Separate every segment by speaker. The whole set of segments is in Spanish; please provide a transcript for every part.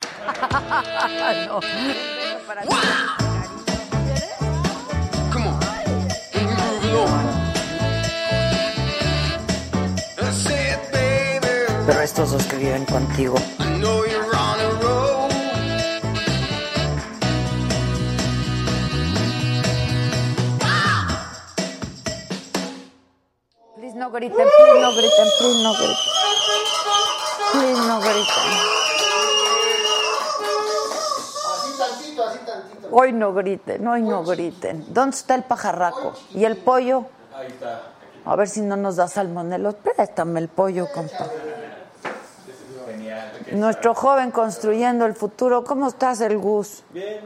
Speaker 1: No. Come on. Keep moving on. That's it, baby.
Speaker 2: Pero estos dos que viven contigo.
Speaker 1: I know you're on a roll.
Speaker 3: Please no griten, please no griten, please no griten. Please no griten. Hoy no griten, hoy no griten. ¿Dónde está el pajarraco? ¿Y el pollo? A ver si no nos da salmonelos. Préstame el pollo, compa. Nuestro joven construyendo el futuro. ¿Cómo estás, el Gus?
Speaker 4: ¿eh?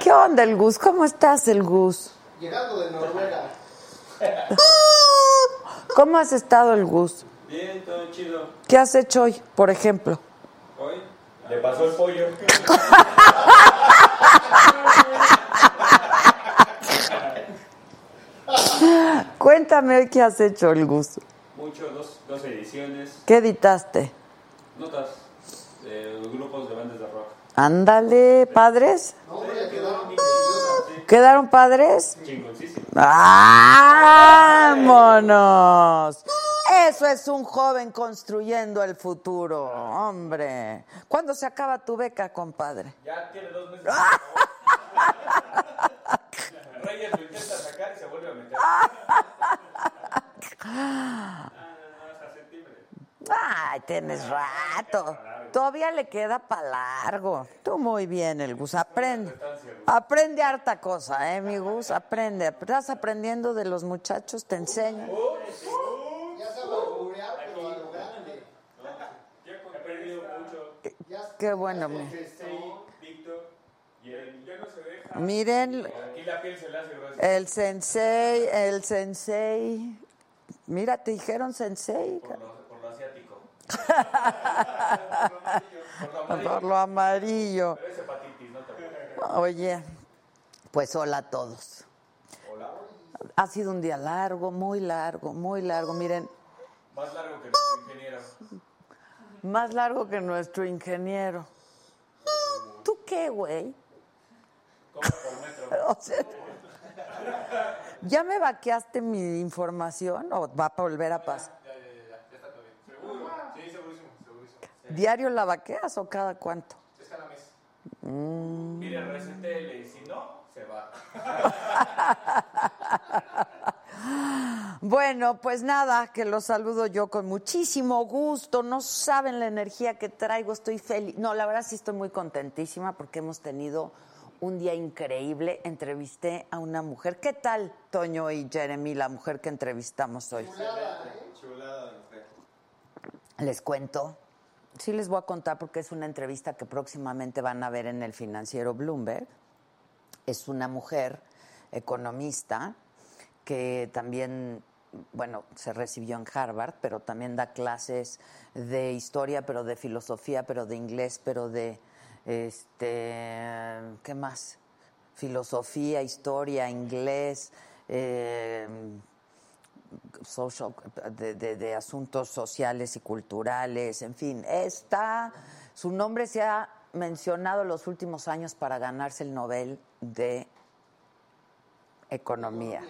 Speaker 3: ¿Qué onda, el Gus? ¿Cómo estás, el Gus? Llegando de Noruega. ¿Cómo has estado, el Gus?
Speaker 4: Bien, todo chido.
Speaker 3: ¿Qué has hecho hoy, por ejemplo?
Speaker 4: Hoy le pasó el pollo.
Speaker 3: Cuéntame hoy qué has hecho, el Gus.
Speaker 4: Mucho, dos, dos ediciones,
Speaker 3: ¿Qué editaste?
Speaker 4: notas de grupos de bandas de rock.
Speaker 3: Ándale, padres. ¿Quedaron padres? Ah,
Speaker 4: Chingoncísimo.
Speaker 3: ¡Vámonos! Eso es un joven construyendo el futuro, hombre. ¿Cuándo se acaba tu beca, compadre?
Speaker 4: Ya tiene dos meses. Reyes lo intenta sacar y se vuelve a meter.
Speaker 3: Ah, Ay, tienes rato. Todavía le queda para largo. Tú muy bien, el Gus. Aprende. Aprende harta cosa, ¿eh, mi Gus? Aprende. Estás aprendiendo de los muchachos, te enseño.
Speaker 4: He perdido mucho. Este,
Speaker 3: Qué bueno. mi-
Speaker 4: Víctor. Y él ya no se deja.
Speaker 3: Miren,
Speaker 4: Aquí la piel se le hace gruesa.
Speaker 3: El sensei, el sensei. Mira, te dijeron sensei
Speaker 4: Por lo, por lo asiático.
Speaker 3: por lo amarillo.
Speaker 4: Es hepatitis, no te preocupes.
Speaker 3: Oye, pues hola a todos. Ha sido un día largo, muy largo, muy largo. Miren,
Speaker 4: Más largo que nuestro ingeniero.
Speaker 3: más largo que nuestro ingeniero. ¿Tú qué, güey?
Speaker 4: Compra por metro.
Speaker 3: O sea, ¿Ya me vaqueaste mi información o va a volver a pasar? ¿Diario la vaqueas o cada cuánto? Mm.
Speaker 4: Mire, resetéle. Si no, se va.
Speaker 3: Bueno, pues nada, que los saludo yo con muchísimo gusto. No saben la energía que traigo, estoy feliz. No, la verdad sí estoy muy contentísima porque hemos tenido un día increíble. Entrevisté a una mujer. ¿Qué tal, Toño y Jeremy, la mujer que entrevistamos hoy? Les cuento. Sí les voy a contar porque es una entrevista que próximamente van a ver en el financiero Bloomberg. Es una mujer economista que también, bueno, se recibió en Harvard, pero también da clases de historia, pero de filosofía, pero de inglés, pero de, este, ¿qué más? Filosofía, historia, inglés, eh, social, de, de- de asuntos sociales y culturales, en fin, está, su nombre se ha mencionado los últimos años para ganarse el Nobel de Economía.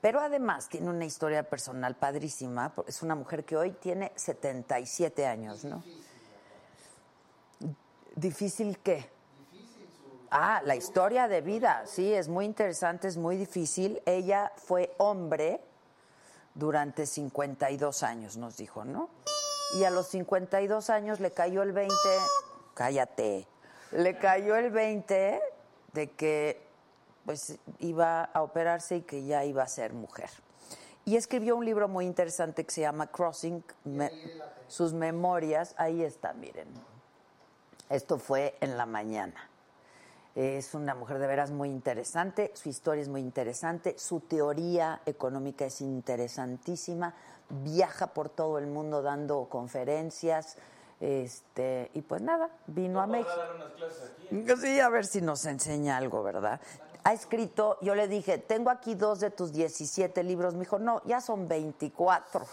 Speaker 3: Pero además tiene una historia personal padrísima, porque es una mujer que hoy tiene 77 años, ¿no? ¿Difícil qué? Ah, la historia de vida, sí, es muy interesante, es muy difícil. Ella fue hombre durante 52 años, nos dijo, ¿no? Y a los 52 años le cayó el 20, cállate, le cayó el 20 de que pues iba a operarse y que ya iba a ser mujer. Y escribió un libro muy interesante que se llama Crossing, me- sus memorias, ahí está, miren. Esto fue en la mañana. Es una mujer de veras muy interesante, su historia es muy interesante, su teoría económica es interesantísima, viaja por todo el mundo dando conferencias, este, y pues nada, vino a México. Sí, a ver si nos enseña algo, ¿verdad? Ha escrito, yo le dije, tengo aquí dos de tus 17 libros. Me dijo, no, ya son 24.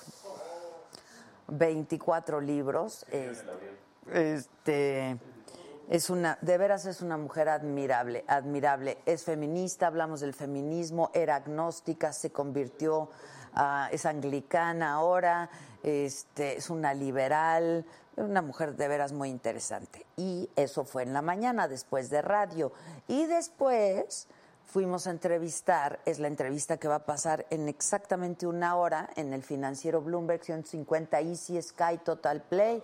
Speaker 3: 24 libros. Este, este, es una, de veras es una mujer admirable, admirable. Es feminista, hablamos del feminismo, era agnóstica, se convirtió, a- es anglicana ahora, este, es una liberal, una mujer de veras muy interesante. Y eso fue en la mañana, después de radio. Y después fuimos a entrevistar, es la entrevista que va a pasar en exactamente una hora en el financiero Bloomberg 150 Easy Sky Total Play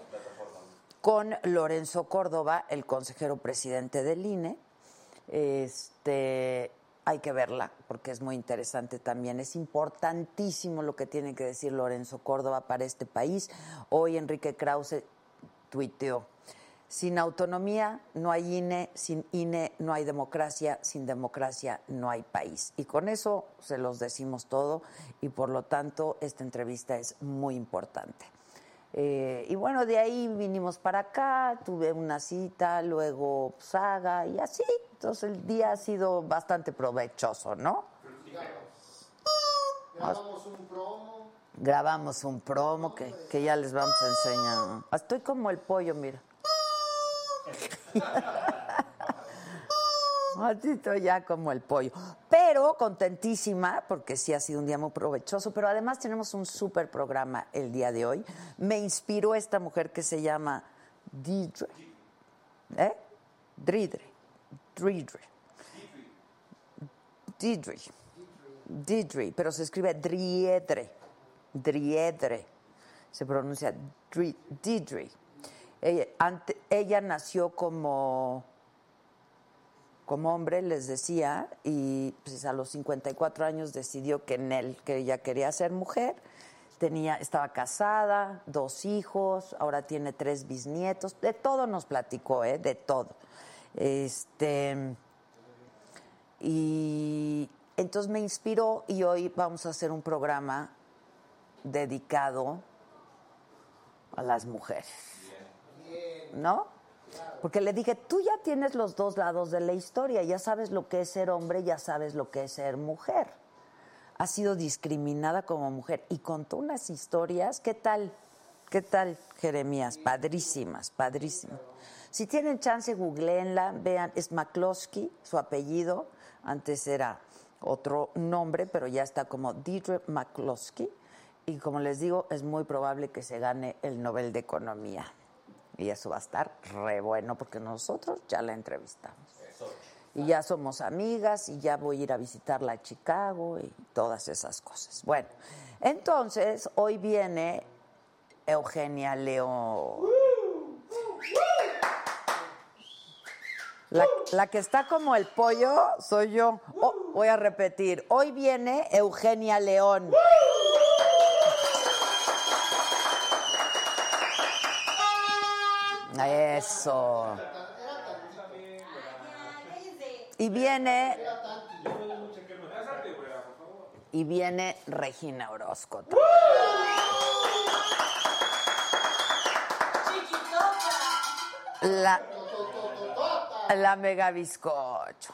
Speaker 3: con Lorenzo Córdoba, el consejero presidente del INE. Este, hay que verla porque es muy interesante también. Es importantísimo lo que tiene que decir Lorenzo Córdoba para este país. Hoy Enrique Krause tuiteó. Sin autonomía no hay INE, sin INE no hay democracia, sin democracia no hay país. Y con eso se los decimos todo y por lo tanto esta entrevista es muy importante. Eh, y bueno, de ahí vinimos para acá, tuve una cita, luego saga y así. Entonces el día ha sido bastante provechoso, ¿no? Ah. Grabamos un promo que, que ya les vamos a enseñar. Estoy como el pollo, mira. Así estoy ya como el pollo. Pero contentísima, porque sí ha sido un día muy provechoso, pero además tenemos un súper programa el día de hoy. Me inspiró esta mujer que se llama Didre. ¿Eh? Dridre. Dridre. Didre. Didre, pero se escribe Driedre. Driedre. Se pronuncia Dri- Didre. Ella, ante- ella nació como como hombre, les decía, y pues a los 54 años decidió que en él, que ella quería ser mujer, tenía, estaba casada, dos hijos, ahora tiene tres bisnietos, de todo nos platicó, ¿eh? de todo. Este, y entonces me inspiró y hoy vamos a hacer un programa dedicado a las mujeres. ¿No? Porque le dije, tú ya tienes los dos lados de la historia, ya sabes lo que es ser hombre, ya sabes lo que es ser mujer. Ha sido discriminada como mujer y contó unas historias, ¿qué tal? ¿Qué tal, Jeremías? Padrísimas, padrísimas. Si tienen chance, googleenla, vean, es McCloskey, su apellido, antes era otro nombre, pero ya está como Deidre McCloskey, y como les digo, es muy probable que se gane el Nobel de Economía. Y eso va a estar re bueno porque nosotros ya la entrevistamos. Y ya somos amigas y ya voy a ir a visitarla a Chicago y todas esas cosas. Bueno, entonces hoy viene Eugenia León. La, la que está como el pollo soy yo. Oh, voy a repetir. Hoy viene Eugenia León. Eso. Y viene. Y viene Regina Orozco. La, la mega bizcocho.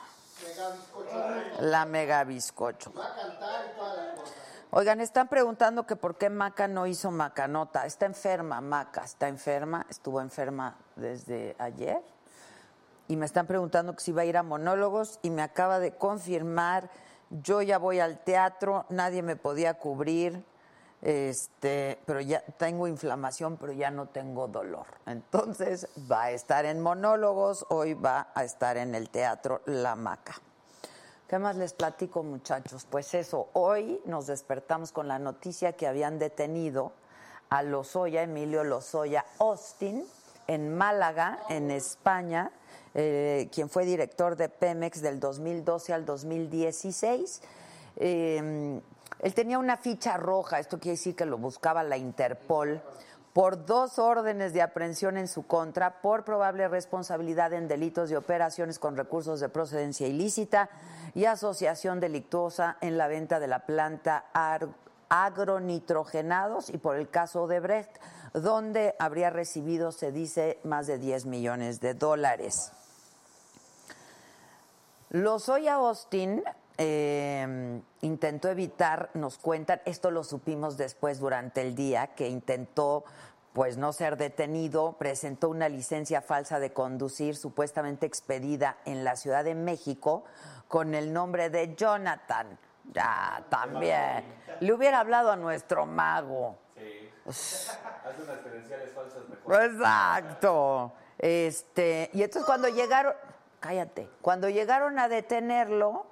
Speaker 3: La mega bizcocho. Oigan, están preguntando que por qué Maca no hizo Macanota. Está enferma, Maca, está enferma, estuvo enferma desde ayer. Y me están preguntando que si va a ir a monólogos y me acaba de confirmar yo ya voy al teatro, nadie me podía cubrir, este, pero ya tengo inflamación, pero ya no tengo dolor. Entonces va a estar en monólogos, hoy va a estar en el teatro La Maca. ¿Qué más les platico, muchachos? Pues eso, hoy nos despertamos con la noticia que habían detenido a Lozoya, Emilio Lozoya Austin, en Málaga, en España, eh, quien fue director de Pemex del 2012 al 2016. Eh, él tenía una ficha roja, esto quiere decir que lo buscaba la Interpol por dos órdenes de aprehensión en su contra por probable responsabilidad en delitos de operaciones con recursos de procedencia ilícita y asociación delictuosa en la venta de la planta ar- agronitrogenados y por el caso de Brecht, donde habría recibido, se dice, más de 10 millones de dólares. Lozoya Austin eh, intentó evitar, nos cuentan, esto lo supimos después durante el día, que intentó pues no ser detenido, presentó una licencia falsa de conducir supuestamente expedida en la Ciudad de México con el nombre de Jonathan. Ya, también. Le hubiera hablado a nuestro mago.
Speaker 4: Hace unas credenciales falsas mejor.
Speaker 3: Exacto. Este, y entonces cuando llegaron, cállate, cuando llegaron a detenerlo,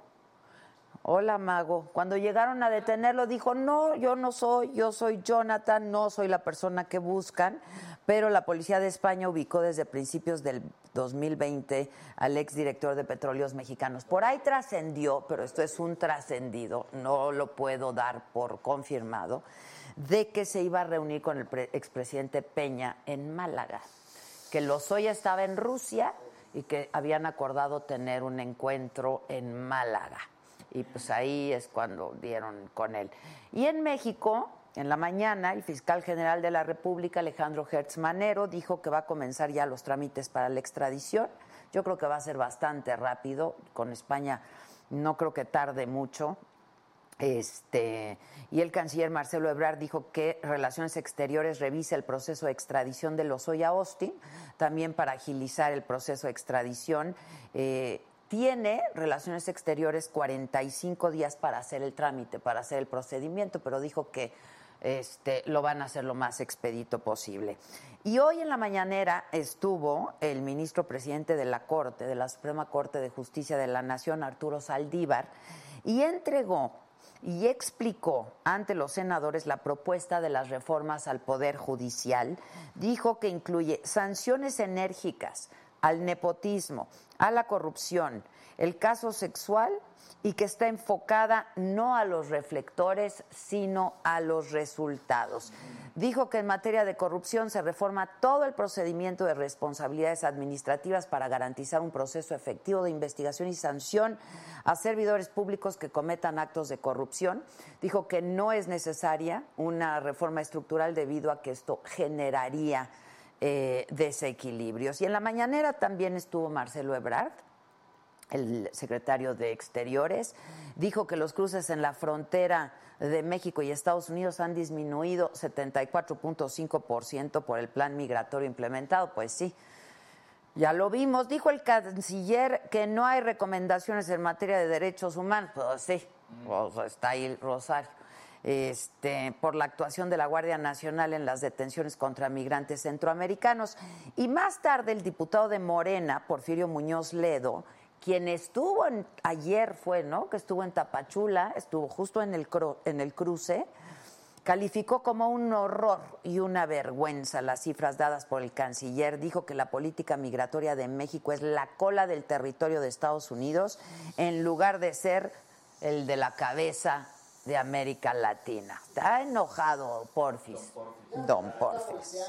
Speaker 3: hola mago, cuando llegaron a detenerlo dijo, no, yo no soy, yo soy Jonathan, no soy la persona que buscan, pero la policía de España ubicó desde principios del 2020 al exdirector de Petróleos Mexicanos. Por ahí trascendió, pero esto es un trascendido, no lo puedo dar por confirmado, de que se iba a reunir con el pre- expresidente Peña en Málaga, que Lozoya estaba en Rusia y que habían acordado tener un encuentro en Málaga. Y pues ahí es cuando dieron con él. Y en México, en la mañana, el fiscal general de la República, Alejandro Hertz Manero, dijo que va a comenzar ya los trámites para la extradición. Yo creo que va a ser bastante rápido. Con España no creo que tarde mucho. Este, y el canciller Marcelo Ebrard dijo que Relaciones Exteriores revisa el proceso de extradición de Lozoya Austin, también para agilizar el proceso de extradición. Eh, tiene Relaciones Exteriores 45 días para hacer el trámite, para hacer el procedimiento, pero dijo que este, lo van a hacer lo más expedito posible. Y hoy en la mañanera estuvo el ministro presidente de la Corte, de la Suprema Corte de Justicia de la Nación, Arturo Saldívar, y entregó y explicó ante los senadores la propuesta de las reformas al Poder Judicial. Dijo que incluye sanciones enérgicas al nepotismo, a la corrupción, el caso sexual y que está enfocada no a los reflectores, sino a los resultados. Dijo que en materia de corrupción se reforma todo el procedimiento de responsabilidades administrativas para garantizar un proceso efectivo de investigación y sanción a servidores públicos que cometan actos de corrupción. Dijo que no es necesaria una reforma estructural debido a que esto generaría eh, desequilibrios. Y en la mañanera también estuvo Marcelo Ebrard, el secretario de Exteriores, dijo que los cruces en la frontera de México y Estados Unidos han disminuido 74.5% por el plan migratorio implementado. Pues sí, ya lo vimos. Dijo el canciller que no hay recomendaciones en materia de derechos humanos. Pues sí, pues está ahí el Rosario. Este, por la actuación de la Guardia Nacional en las detenciones contra migrantes centroamericanos. Y más tarde, el diputado de Morena, Porfirio Muñoz Ledo, quien estuvo en- ayer fue, ¿no? Que estuvo en Tapachula, estuvo justo en el, cro- en el cruce, calificó como un horror y una vergüenza las cifras dadas por el canciller. Dijo que la política migratoria de México es la cola del territorio de Estados Unidos en lugar de ser el de la cabeza de América Latina. Está enojado Porfis. Don Porfis.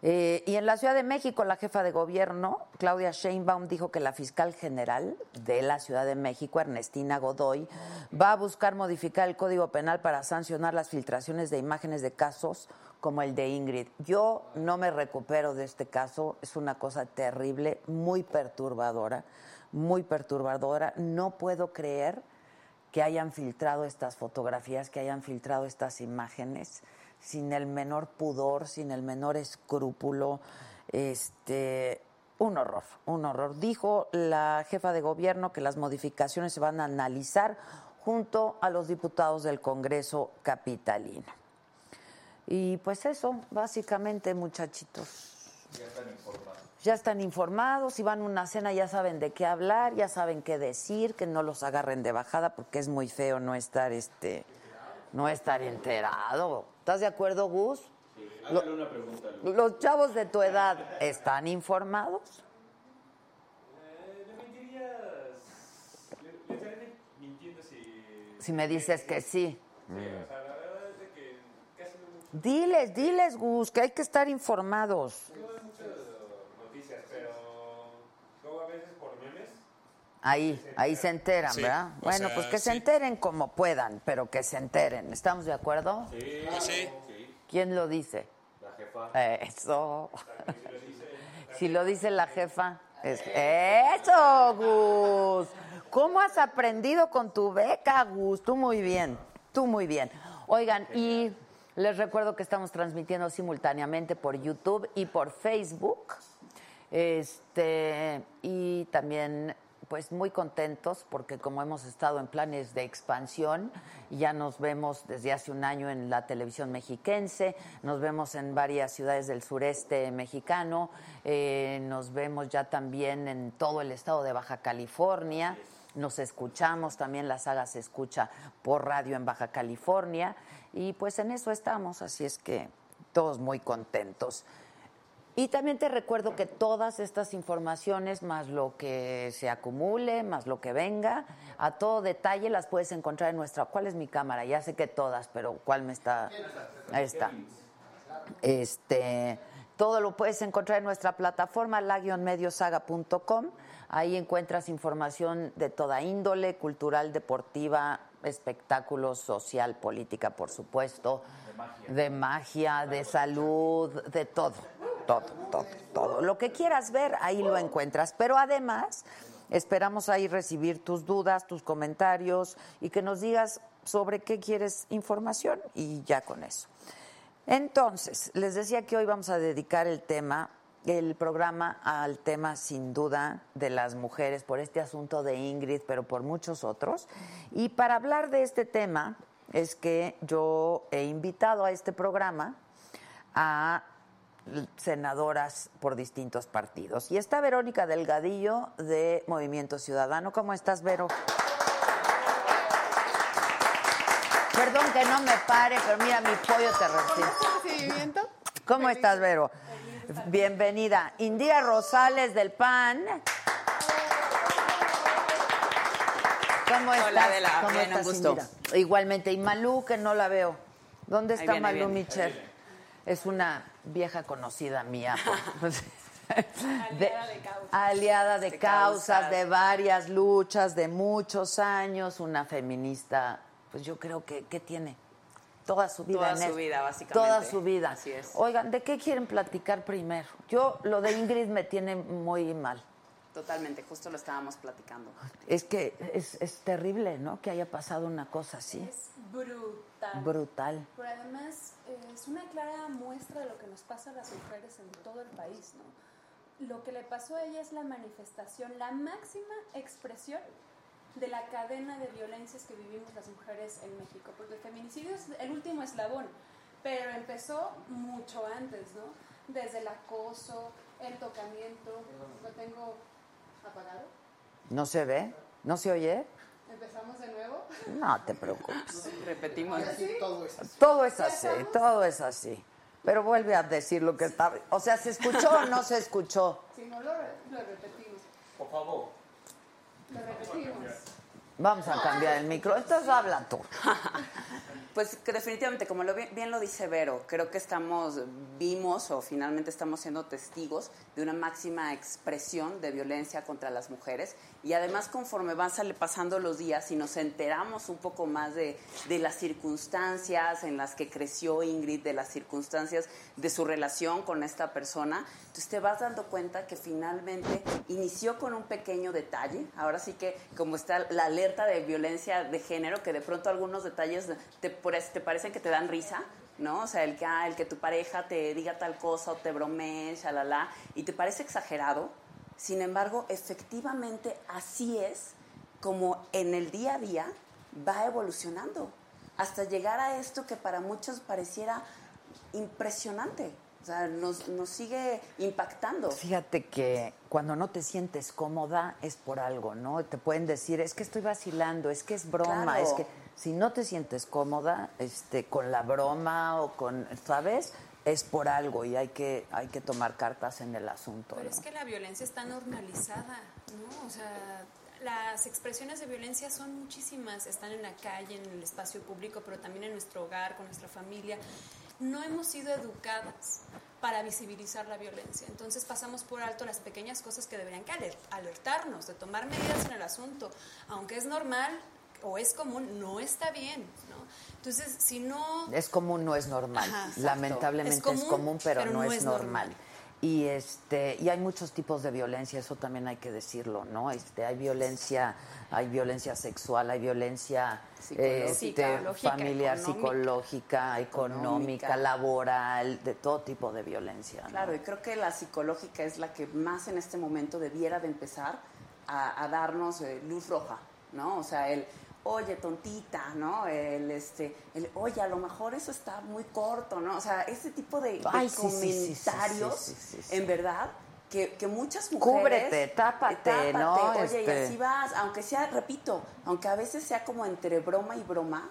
Speaker 3: Eh, y en la Ciudad de México, la jefa de gobierno, Claudia Sheinbaum, dijo que la fiscal general de la Ciudad de México, Ernestina Godoy, va a buscar modificar el Código Penal para sancionar las filtraciones de imágenes de casos como el de Ingrid. Yo no me recupero de este caso, es una cosa terrible, muy perturbadora, muy perturbadora. No puedo creer que hayan filtrado estas fotografías, que hayan filtrado estas imágenes sin el menor pudor, sin el menor escrúpulo. Este, Un horror, un horror. Dijo la jefa de gobierno que las modificaciones se van a analizar junto a los diputados del Congreso Capitalino. Y pues eso, básicamente, muchachitos. Ya están informados, si van a una cena ya saben de qué hablar, ya saben qué decir, que no los agarren de bajada porque es muy feo no estar este no estar enterado. ¿Estás de acuerdo, Gus? Lo-
Speaker 4: Hágale una pregunta, Lu.
Speaker 3: los chavos de tu edad están informados?
Speaker 4: Eh, ¿Le mentirías? ¿Le, le estaré mintiendo si...
Speaker 3: Si me dices que sí.
Speaker 4: O sea, la verdad es de que casi no mucho
Speaker 3: Diles, diles, Gus, que hay que estar informados.
Speaker 4: noticias, pero luego a veces por memes.
Speaker 3: Ahí, ahí se enteran,
Speaker 2: Sí,
Speaker 3: ¿verdad?
Speaker 2: o
Speaker 3: Bueno,
Speaker 2: sea,
Speaker 3: pues que se
Speaker 2: sí.
Speaker 3: enteren como puedan, pero que se enteren. ¿Estamos de acuerdo?
Speaker 2: Pues sí.
Speaker 3: ¿Quién lo dice? Eh,
Speaker 4: La jefa.
Speaker 3: Eso. Si lo dice la jefa. es- Eso, Gus. ¿Cómo has aprendido con tu beca, Gus? Tú muy bien, tú muy bien. Oigan, y les recuerdo que estamos transmitiendo simultáneamente por YouTube y por Facebook. Este, y también, pues muy contentos porque como hemos estado en planes de expansión, ya nos vemos desde hace un año en la televisión mexiquense, nos vemos en varias ciudades del sureste mexicano, eh, nos vemos ya también en todo el estado de Baja California. Nos escuchamos, también la saga se escucha por radio en Baja California y pues en eso estamos, así es que todos muy contentos. Y también te recuerdo que todas estas informaciones, más lo que se acumule, más lo que venga, a todo detalle las puedes encontrar en nuestra. ¿Cuál es mi cámara? Ya sé que todas, pero ¿cuál me está? Ahí está. Este, todo lo puedes encontrar en nuestra plataforma la-mediosaga.com. Ahí encuentras información de toda índole, cultural, deportiva, espectáculos, social, política, por supuesto, de magia, de salud, de todo, todo, todo, todo. Lo que quieras ver, ahí lo encuentras. Pero además, esperamos ahí recibir tus dudas, tus comentarios y que nos digas sobre qué quieres información y ya con eso. Entonces, les decía que hoy vamos a dedicar el tema, el programa al tema sin duda de las mujeres por este asunto de Ingrid, pero por muchos otros. Y para hablar de este tema es que yo he invitado a este programa a senadoras por distintos partidos. Y está Verónica Delgadillo de Movimiento Ciudadano. ¿Cómo estás, Vero? Perdón que no me pare, pero mira, mi pollo te recibe.
Speaker 5: recibimiento.
Speaker 3: ¿Cómo estás, Vero? Bienvenida. Indira Rosales del PAN. ¿Cómo estás?
Speaker 6: Hola, Adela.
Speaker 3: ¿Cómo
Speaker 6: Bien, un
Speaker 3: estás,
Speaker 6: gusto.
Speaker 3: Indira? Igualmente. Y Malú, que no la veo. ¿Dónde está
Speaker 6: viene,
Speaker 3: Malú
Speaker 6: viene.
Speaker 3: Michel? Es una vieja conocida mía. aliada de causas. Aliada de,
Speaker 6: De
Speaker 3: causas,
Speaker 6: causas.
Speaker 3: de varias luchas, de muchos años, una feminista. Pues yo creo que, ¿qué tiene? Toda su vida.
Speaker 6: Toda
Speaker 3: en
Speaker 6: su
Speaker 3: esto.
Speaker 6: vida, básicamente.
Speaker 3: Toda su vida.
Speaker 6: Así es.
Speaker 3: Oigan, ¿de qué quieren platicar primero? Yo, lo de Ingrid me tiene muy mal.
Speaker 6: Totalmente, justo lo estábamos platicando.
Speaker 3: Es que es, es terrible, ¿no? Que haya pasado una cosa así.
Speaker 7: Es brutal.
Speaker 3: Brutal.
Speaker 7: Pero además eh, es una clara muestra de lo que nos pasa a las mujeres en todo el país, ¿no? Lo que le pasó a ella es la manifestación, la máxima expresión de la cadena de violencias que vivimos las mujeres en México, porque el feminicidio es el último eslabón, pero empezó mucho antes, ¿no? Desde el acoso, el tocamiento, lo tengo apagado.
Speaker 3: ¿No se ve? ¿No se oye?
Speaker 7: Empezamos de nuevo.
Speaker 3: No te preocupes.
Speaker 6: Repetimos.
Speaker 3: Todo es así, todo es así. Pero vuelve a decir lo que estaba. O sea, ¿se escuchó o no se escuchó?
Speaker 7: Si no lo, re- lo repetimos,
Speaker 4: Por favor.
Speaker 7: lo repetimos.
Speaker 3: Vamos a cambiar el micro. Entonces habla tú.
Speaker 6: Pues que definitivamente, como lo bien, bien lo dice Vero, creo que estamos, vimos o finalmente estamos siendo testigos de una máxima expresión de violencia contra las mujeres y además conforme van sale- pasando los días y nos enteramos un poco más de, de las circunstancias en las que creció Ingrid, de las circunstancias de su relación con esta persona, entonces te vas dando cuenta que finalmente inició con un pequeño detalle, ahora sí que como está la alerta de violencia de género, que de pronto algunos detalles te, pare- te parecen que te dan risa, ¿no? O sea, el que, ah, el que tu pareja te diga tal cosa o te bromee, shalala, y te parece exagerado, Sin embargo, efectivamente así es como en el día a día va evolucionando hasta llegar a esto que para muchos pareciera impresionante. O sea, nos, nos sigue impactando.
Speaker 3: Fíjate que cuando no te sientes cómoda es por algo, ¿no? Te pueden decir, es que estoy vacilando, es que es broma,
Speaker 6: Claro.
Speaker 3: es que si no te sientes cómoda este, con la broma o con, ¿sabes? Es por algo y hay que, hay que tomar cartas en el asunto.
Speaker 2: Pero
Speaker 3: ¿no?
Speaker 2: es que la violencia está normalizada, ¿no? O sea, las expresiones de violencia son muchísimas. Están en la calle, en el espacio público, pero también en nuestro hogar, con nuestra familia. No hemos sido educadas para visibilizar la violencia. Entonces pasamos por alto las pequeñas cosas que deberían que aler- alertarnos, de tomar medidas en el asunto. Aunque es normal o es común, no está bien, ¿no? Entonces, si no...
Speaker 3: Es común, no es normal.
Speaker 2: Ajá, exacto.
Speaker 3: Lamentablemente es
Speaker 2: Es
Speaker 3: común,
Speaker 2: común,
Speaker 3: pero,
Speaker 2: pero
Speaker 3: no, es, normal. Y este y hay muchos tipos de violencia, eso también hay que decirlo, ¿no? Este, hay violencia, hay violencia sexual, hay violencia
Speaker 6: Psicológica.
Speaker 3: este,
Speaker 2: Psicológica,
Speaker 3: familiar,
Speaker 2: económica.
Speaker 3: psicológica, económica,
Speaker 6: Económica.
Speaker 3: laboral, de todo tipo de violencia. ¿no?
Speaker 6: Claro, y creo que la psicológica es la que más en este momento debiera de empezar a, a darnos eh, luz roja, ¿no? O sea, el, oye, tontita, ¿no? El, este, el, oye, a lo mejor eso está muy corto, ¿no? O sea, ese tipo de, de
Speaker 3: Ay, sí, sí, sí, sí,
Speaker 6: comentarios,
Speaker 3: sí, sí, sí, sí.
Speaker 6: en verdad, que, que muchas mujeres...
Speaker 3: Cúbrete, tápate, ¿no?
Speaker 6: Oye, y
Speaker 3: Este-
Speaker 6: así vas, aunque sea, repito, aunque a veces sea como entre broma y broma,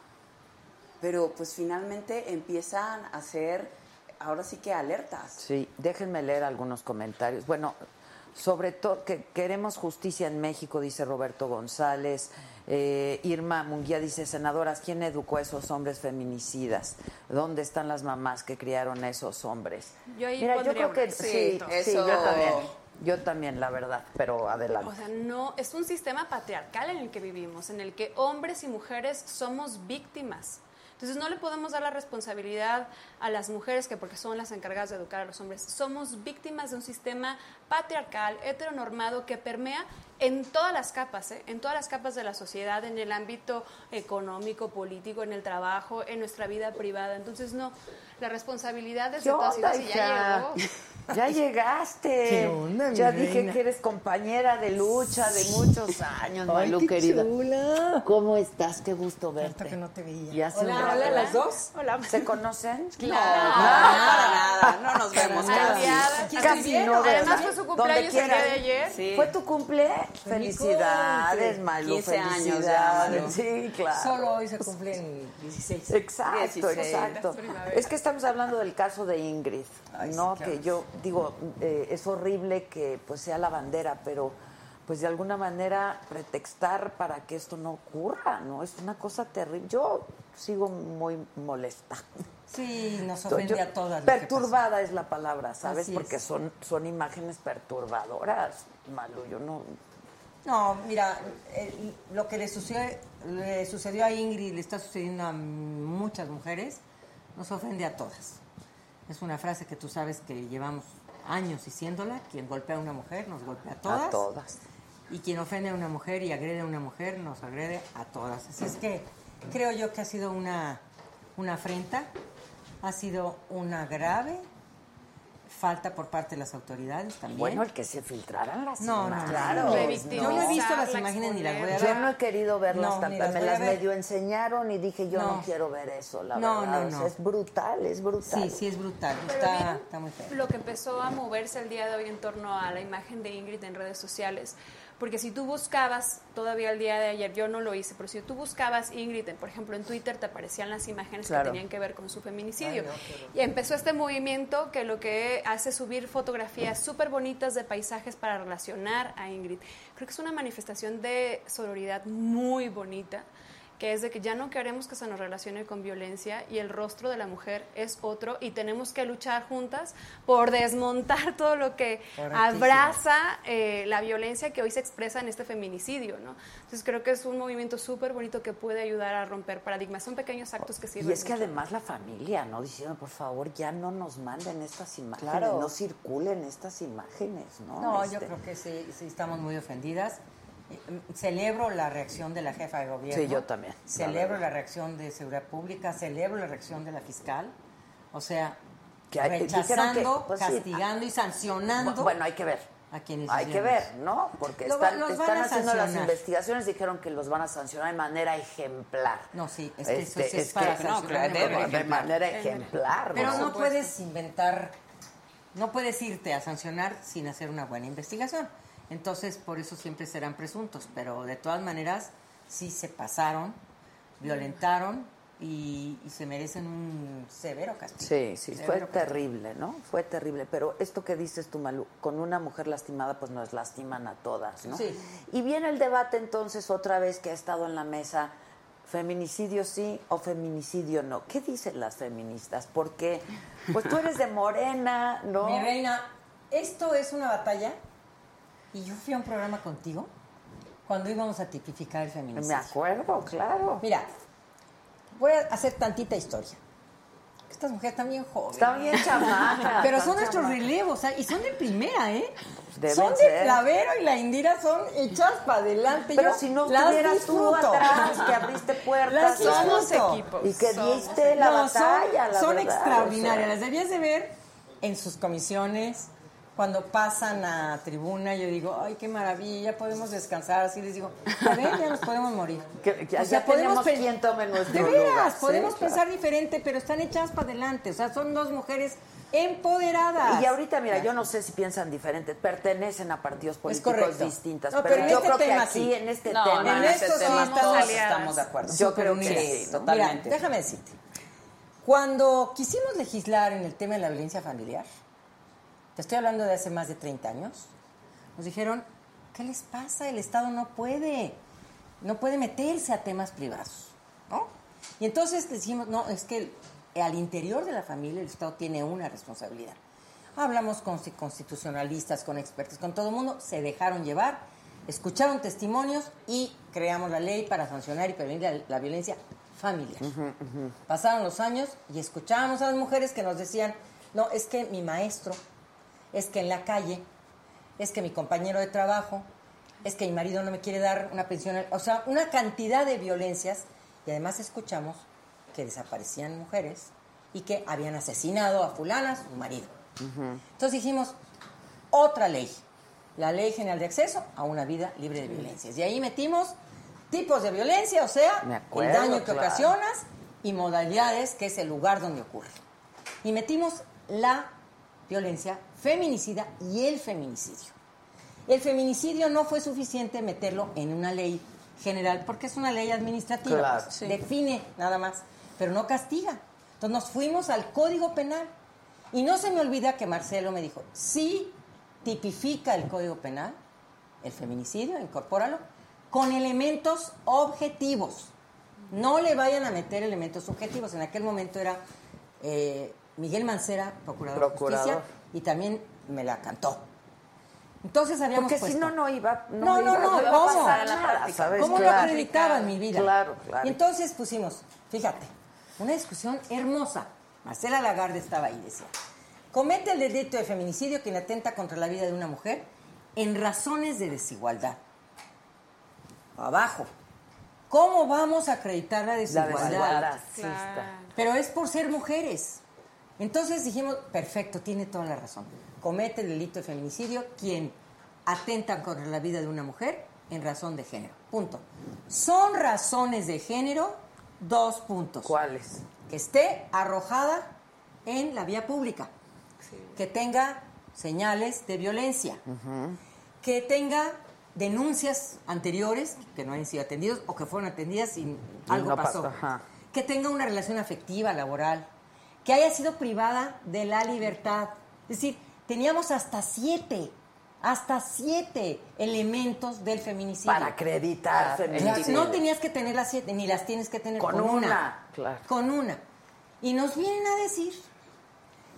Speaker 6: pero pues finalmente empiezan a ser, ahora sí que alertas.
Speaker 3: Sí, déjenme leer algunos comentarios. Bueno, sobre todo que queremos justicia en México, dice Roberto González. Eh, Irma Munguía dice, senadoras, ¿quién educó a esos hombres feminicidas? ¿Dónde están las mamás que criaron a esos hombres?
Speaker 2: Yo ahí
Speaker 3: Mira, yo
Speaker 2: pondría
Speaker 3: creo que
Speaker 2: una.
Speaker 3: sí,
Speaker 6: Sí,
Speaker 3: sí,
Speaker 6: eso-
Speaker 3: yo también. Yo también, la verdad, pero adelante.
Speaker 2: O sea, no, es un sistema patriarcal en el que vivimos, en el que hombres y mujeres somos víctimas. Entonces no le podemos dar la responsabilidad a las mujeres que porque son las encargadas de educar a los hombres. Somos víctimas de un sistema patriarcal, heteronormado, que permea en todas las capas, ¿eh? en todas las capas de la sociedad, en el ámbito económico, político, en el trabajo, en nuestra vida privada. Entonces no, la responsabilidad es
Speaker 3: ¿Qué
Speaker 2: de todas y
Speaker 3: onda,
Speaker 2: todos y ya
Speaker 3: hija?
Speaker 2: llegó.
Speaker 3: Ya llegaste.
Speaker 5: ¿Qué onda, mi
Speaker 3: ya dije
Speaker 5: reina?
Speaker 3: que eres compañera de lucha de muchos años,
Speaker 5: Ay,
Speaker 3: Malu,
Speaker 5: qué
Speaker 3: querida.
Speaker 5: chula.
Speaker 3: ¿Cómo estás? Qué gusto
Speaker 5: Tanto
Speaker 3: verte.
Speaker 5: que no te veía.
Speaker 3: Y hace un rato,
Speaker 2: hola,
Speaker 3: ¿verdad?
Speaker 2: las dos. Hola.
Speaker 3: ¿Se conocen?
Speaker 6: No, para nada, no nos vemos casi.
Speaker 2: Cambiadas.
Speaker 3: Casi no, ¿verdad?
Speaker 2: Además fue su
Speaker 3: Donde
Speaker 2: cumpleaños el día
Speaker 3: quiera.
Speaker 2: de ayer.
Speaker 6: Sí.
Speaker 3: ¿Fue tu cumple? Felicidades, Malu.
Speaker 6: 15 años ya,
Speaker 3: felicidades.
Speaker 6: Malu.
Speaker 3: Sí, claro.
Speaker 5: Solo hoy se cumplen 16.
Speaker 3: Exacto,
Speaker 6: 16.
Speaker 3: exacto. Es que estamos hablando del caso de Ingrid,
Speaker 5: Ay, sí,
Speaker 3: ¿no?
Speaker 5: qué
Speaker 3: que
Speaker 5: horror.
Speaker 3: yo digo, eh, es horrible que pues sea la bandera, pero pues de alguna manera pretextar para que esto no ocurra, ¿no? Es una cosa terrible. Yo sigo muy molesta.
Speaker 5: Sí, nos
Speaker 3: Yo-
Speaker 5: ofende a todas. lo que
Speaker 3: perturbada es la palabra, ¿sabes?
Speaker 5: Así es.
Speaker 3: Porque son, son imágenes perturbadoras, Malu, yo no...
Speaker 5: pasa. No, mira, eh, lo que le sucedió, le sucedió a Ingrid le está sucediendo a muchas mujeres, nos ofende a todas. Es una frase que tú sabes que llevamos años diciéndola, quien golpea a una mujer nos golpea a todas.
Speaker 3: A todas.
Speaker 5: Y quien ofende a una mujer y agrede a una mujer, nos agrede a todas. Así es que creo yo que ha sido una, una afrenta, ha sido una grave falta por parte de las autoridades también.
Speaker 3: Bueno, el que se filtraran las
Speaker 5: no, no, no,
Speaker 3: imágenes.
Speaker 5: claro. Yo no he visto las
Speaker 2: Revictimizarla,
Speaker 5: imágenes ni las voy a
Speaker 3: Ah, Yo
Speaker 5: ver.
Speaker 3: no he querido verlas
Speaker 5: No, ni
Speaker 3: tantas,
Speaker 5: las
Speaker 3: me
Speaker 5: voy a
Speaker 3: las
Speaker 5: ver.
Speaker 3: medio enseñaron y dije yo no,
Speaker 5: No.
Speaker 3: quiero ver eso, la
Speaker 5: No,
Speaker 3: verdad.
Speaker 5: no,
Speaker 3: O sea,
Speaker 5: no.
Speaker 3: es brutal, es brutal.
Speaker 5: Sí, sí, es brutal.
Speaker 2: Pero
Speaker 5: Está,
Speaker 2: ¿vieron
Speaker 5: está muy feo.
Speaker 2: Lo que empezó a moverse el día de hoy en torno a la imagen de Ingrid en redes sociales. Porque si tú buscabas, todavía el día de ayer yo no lo hice, pero si tú buscabas Ingrid, en- por ejemplo, en Twitter te aparecían las imágenes
Speaker 3: Claro.
Speaker 2: que tenían que ver con su feminicidio. y empezó este movimiento que lo que hace es subir fotografías súper bonitas de paisajes para relacionar a Ingrid. Creo que es una manifestación de sororidad muy bonita que es de que ya no queremos que se nos relacione con violencia y el rostro de la mujer es otro y tenemos que luchar juntas por desmontar todo lo que
Speaker 5: Correctísimo.
Speaker 2: abraza eh, la violencia que hoy se expresa en este feminicidio, ¿no? Entonces creo que es un movimiento súper bonito que puede ayudar a romper paradigmas. Son pequeños actos que sirven.
Speaker 3: Y es que
Speaker 2: mucho.
Speaker 3: además la familia, ¿no? Diciendo, por favor, ya no nos manden estas imágenes,
Speaker 5: Claro.
Speaker 3: no circulen estas imágenes, ¿no?
Speaker 5: No,
Speaker 3: Este,
Speaker 5: yo creo que sí, sí estamos muy ofendidas. Eh, mm, Celebro la reacción de la jefa de gobierno.
Speaker 3: Sí, yo también, la
Speaker 5: Celebro
Speaker 3: verdad.
Speaker 5: la reacción de Seguridad Pública, celebro la reacción de la fiscal. O sea,
Speaker 3: Que hay- dijeron que-
Speaker 5: rechazando,
Speaker 3: pues sí.
Speaker 5: castigando y sancionando.
Speaker 3: bu- Bueno, hay que ver.
Speaker 5: a quienes
Speaker 3: Hay que
Speaker 5: hicieron
Speaker 3: ver, ¿no? Porque
Speaker 5: Lo va-
Speaker 3: están,
Speaker 5: los
Speaker 3: están
Speaker 5: van a
Speaker 3: haciendo las
Speaker 5: sancionar.
Speaker 3: investigaciones, dijeron que los van a sancionar de manera ejemplar.
Speaker 5: No, sí, es que eso
Speaker 3: Este,
Speaker 5: sí es, para
Speaker 3: que-
Speaker 6: no,
Speaker 5: sancionar
Speaker 6: claro,
Speaker 5: manera
Speaker 6: debe.
Speaker 3: de
Speaker 5: ejemplar.
Speaker 3: manera ejemplar.
Speaker 5: Pero
Speaker 3: ¿no?
Speaker 5: no puedes inventar, no puedes irte a sancionar sin hacer una buena investigación. Entonces, por eso siempre serán presuntos, pero de todas maneras, sí se pasaron, violentaron y, y se merecen un severo castigo.
Speaker 3: Sí, sí, fue
Speaker 5: Severo castigo.
Speaker 3: terrible, ¿no? Fue terrible. Pero esto que dices tú, Malú, con una mujer lastimada, pues nos lastiman a todas, ¿no?
Speaker 5: Sí.
Speaker 3: Y viene el debate entonces otra vez que ha estado en la mesa, feminicidio sí o feminicidio no. ¿Qué dicen las feministas? Porque, pues tú eres de Morena, ¿no?
Speaker 5: Mi reina, esto es una batalla. Y yo fui a un programa contigo cuando íbamos a tipificar el feminismo.
Speaker 3: Me acuerdo, claro.
Speaker 5: Mira, voy a hacer tantita historia. Estas mujeres están bien jóvenes.
Speaker 3: Están bien chamacas.
Speaker 5: Pero
Speaker 3: están
Speaker 5: son nuestros
Speaker 3: chamacas.
Speaker 5: relevos, o sea, y son de primera, ¿eh?
Speaker 3: Pues Deben
Speaker 5: son de
Speaker 3: ser.
Speaker 5: Clavero y la Indira son hechas para adelante.
Speaker 3: Pero
Speaker 5: Yo
Speaker 3: si no
Speaker 5: las
Speaker 3: estuvieras tú
Speaker 5: disfruto.
Speaker 3: atrás, que abriste puertas.
Speaker 5: Las
Speaker 3: Somos
Speaker 5: disfruto.
Speaker 3: equipo. Y que diste la
Speaker 5: No, son-
Speaker 3: batalla, la
Speaker 5: son,
Speaker 3: verdad, o sea.
Speaker 5: extraordinarias. Las debías de ver en sus comisiones. Cuando pasan a tribuna, yo digo, ay, qué maravilla, podemos descansar. Así les digo, a ver, ya nos podemos morir.
Speaker 3: Que- que ya tenemos
Speaker 5: pe-
Speaker 3: quien tome
Speaker 5: De
Speaker 3: nuestro
Speaker 5: veras,
Speaker 3: lugar, sí,
Speaker 5: podemos
Speaker 3: claro.
Speaker 5: pensar diferente, pero están echadas para adelante. O sea, son dos mujeres empoderadas.
Speaker 3: Y ahorita, mira, yo no sé si piensan diferente, pertenecen a partidos
Speaker 5: Es
Speaker 3: políticos
Speaker 5: correcto.
Speaker 3: distintos,
Speaker 5: No,
Speaker 3: pero,
Speaker 5: pero en
Speaker 3: yo
Speaker 5: este
Speaker 3: creo que
Speaker 5: tema
Speaker 3: aquí,
Speaker 5: sí.
Speaker 3: en este
Speaker 6: No,
Speaker 3: tema,
Speaker 6: no, en este
Speaker 5: esto sí
Speaker 6: tema
Speaker 5: estamos
Speaker 6: todos
Speaker 5: aliadas.
Speaker 6: estamos de acuerdo.
Speaker 3: Yo creo que
Speaker 5: Superunidas.
Speaker 3: sí,
Speaker 6: totalmente.
Speaker 5: Mira, déjame decirte. Cuando quisimos legislar en el tema de la violencia familiar, te estoy hablando de hace más de 30 años, nos dijeron, ¿qué les pasa? El Estado no puede, no puede meterse a temas privados, ¿no? Y entonces decimos, no, es que el- al interior de la familia el Estado tiene una responsabilidad. Hablamos con si- constitucionalistas, con expertos, con todo el mundo, se dejaron llevar, escucharon testimonios y creamos la ley para sancionar y prevenir la, la violencia familiar. Pasaron los años y escuchábamos a las mujeres que nos decían, no, es que mi maestro, es que en la calle, es que mi compañero de trabajo, es que mi marido no me quiere dar una pensión, o sea, una cantidad de violencias. Y además escuchamos que desaparecían mujeres y que habían asesinado a fulana, su marido. Entonces dijimos, otra ley, la Ley General de Acceso a una vida libre de violencias. Y ahí metimos tipos de violencia, o sea,
Speaker 3: Me acuerdo,
Speaker 5: el daño que
Speaker 3: claro.
Speaker 5: ocasionas y modalidades, que es el lugar donde ocurre. Y metimos la violencia feminicida y el feminicidio. El feminicidio no fue suficiente meterlo en una ley general, porque es una ley administrativa.
Speaker 3: Claro.
Speaker 5: pues, Define nada más, pero no castiga. Entonces nos fuimos al Código Penal. Y no se me olvida que Marcelo me dijo, sí tipifica el Código Penal, el feminicidio, incorpóralo, con elementos objetivos. No le vayan a meter elementos subjetivos. En aquel momento era eh, Miguel Mancera, procurador, de
Speaker 3: Procurador.
Speaker 5: justicia, y también me la cantó. Entonces habíamos
Speaker 3: Porque si
Speaker 5: puesto-
Speaker 3: no, no iba,
Speaker 5: No,
Speaker 3: iba-
Speaker 5: no, no,
Speaker 3: iba a
Speaker 5: ¿cómo?
Speaker 3: pasar a la
Speaker 6: Nada,
Speaker 3: práctica, ¿sabes?
Speaker 5: ¿Cómo
Speaker 3: Claro.
Speaker 5: no acreditaban mi vida?
Speaker 3: Claro, claro.
Speaker 5: Y entonces pusimos, fíjate, una discusión hermosa. Marcela Lagarde estaba ahí, decía. Comete el delito de feminicidio quien atenta contra la vida de una mujer en razones de desigualdad. Abajo. ¿Cómo vamos a acreditar la
Speaker 3: la
Speaker 5: desigualdad?
Speaker 3: desigualdad sí está.
Speaker 5: Pero es por ser mujeres. Entonces dijimos, perfecto, tiene toda la razón. Comete el delito de feminicidio quien atenta contra la vida de una mujer en razón de género. Punto. Son razones de género, dos puntos.
Speaker 3: ¿Cuáles?
Speaker 5: Que esté arrojada en la vía pública. Que tenga señales de violencia. Que tenga denuncias anteriores que no hayan sido atendidas o que fueron atendidas y algo
Speaker 3: no
Speaker 5: pasó
Speaker 3: pasó, ajá.
Speaker 5: que tenga una relación afectiva, laboral, que haya sido privada de la libertad. Es decir, teníamos hasta siete, hasta siete elementos del feminicidio.
Speaker 3: Para acreditar
Speaker 5: Ah, Claro,
Speaker 3: feminicidio.
Speaker 5: no tenías que tener las siete, ni las tienes que tener
Speaker 3: Con
Speaker 5: con,
Speaker 3: una,
Speaker 5: una.
Speaker 3: claro.
Speaker 5: Con una. Y nos vienen a decir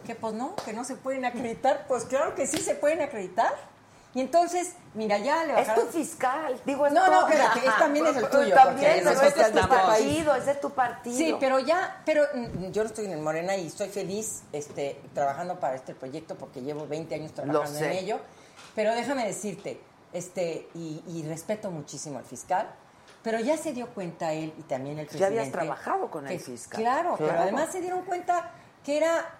Speaker 5: que pues no, que no se pueden acreditar. Pues claro que sí se pueden acreditar. Y entonces, mira, ya le
Speaker 3: Es tu
Speaker 5: bajaron...
Speaker 3: fiscal, digo, es
Speaker 5: No, no,
Speaker 3: todo.
Speaker 5: espérate, es- también es el tuyo, porque
Speaker 3: Pues También,
Speaker 5: es
Speaker 3: pero
Speaker 5: el
Speaker 3: es de
Speaker 5: fiscal
Speaker 3: tu
Speaker 5: de este país.
Speaker 3: partido, es de tu partido.
Speaker 5: Sí, pero ya, pero mm, yo no estoy en el Morena y estoy feliz este, trabajando para este proyecto porque llevo 20 años trabajando
Speaker 3: sé.
Speaker 5: en ello. Pero déjame decirte, este, y, y respeto muchísimo al fiscal, pero ya se dio cuenta él y también el
Speaker 3: Ya
Speaker 5: presidente.
Speaker 3: habías trabajado con el
Speaker 5: que-
Speaker 3: fiscal.
Speaker 5: Claro, pero
Speaker 3: Claro.
Speaker 5: además se dieron cuenta que era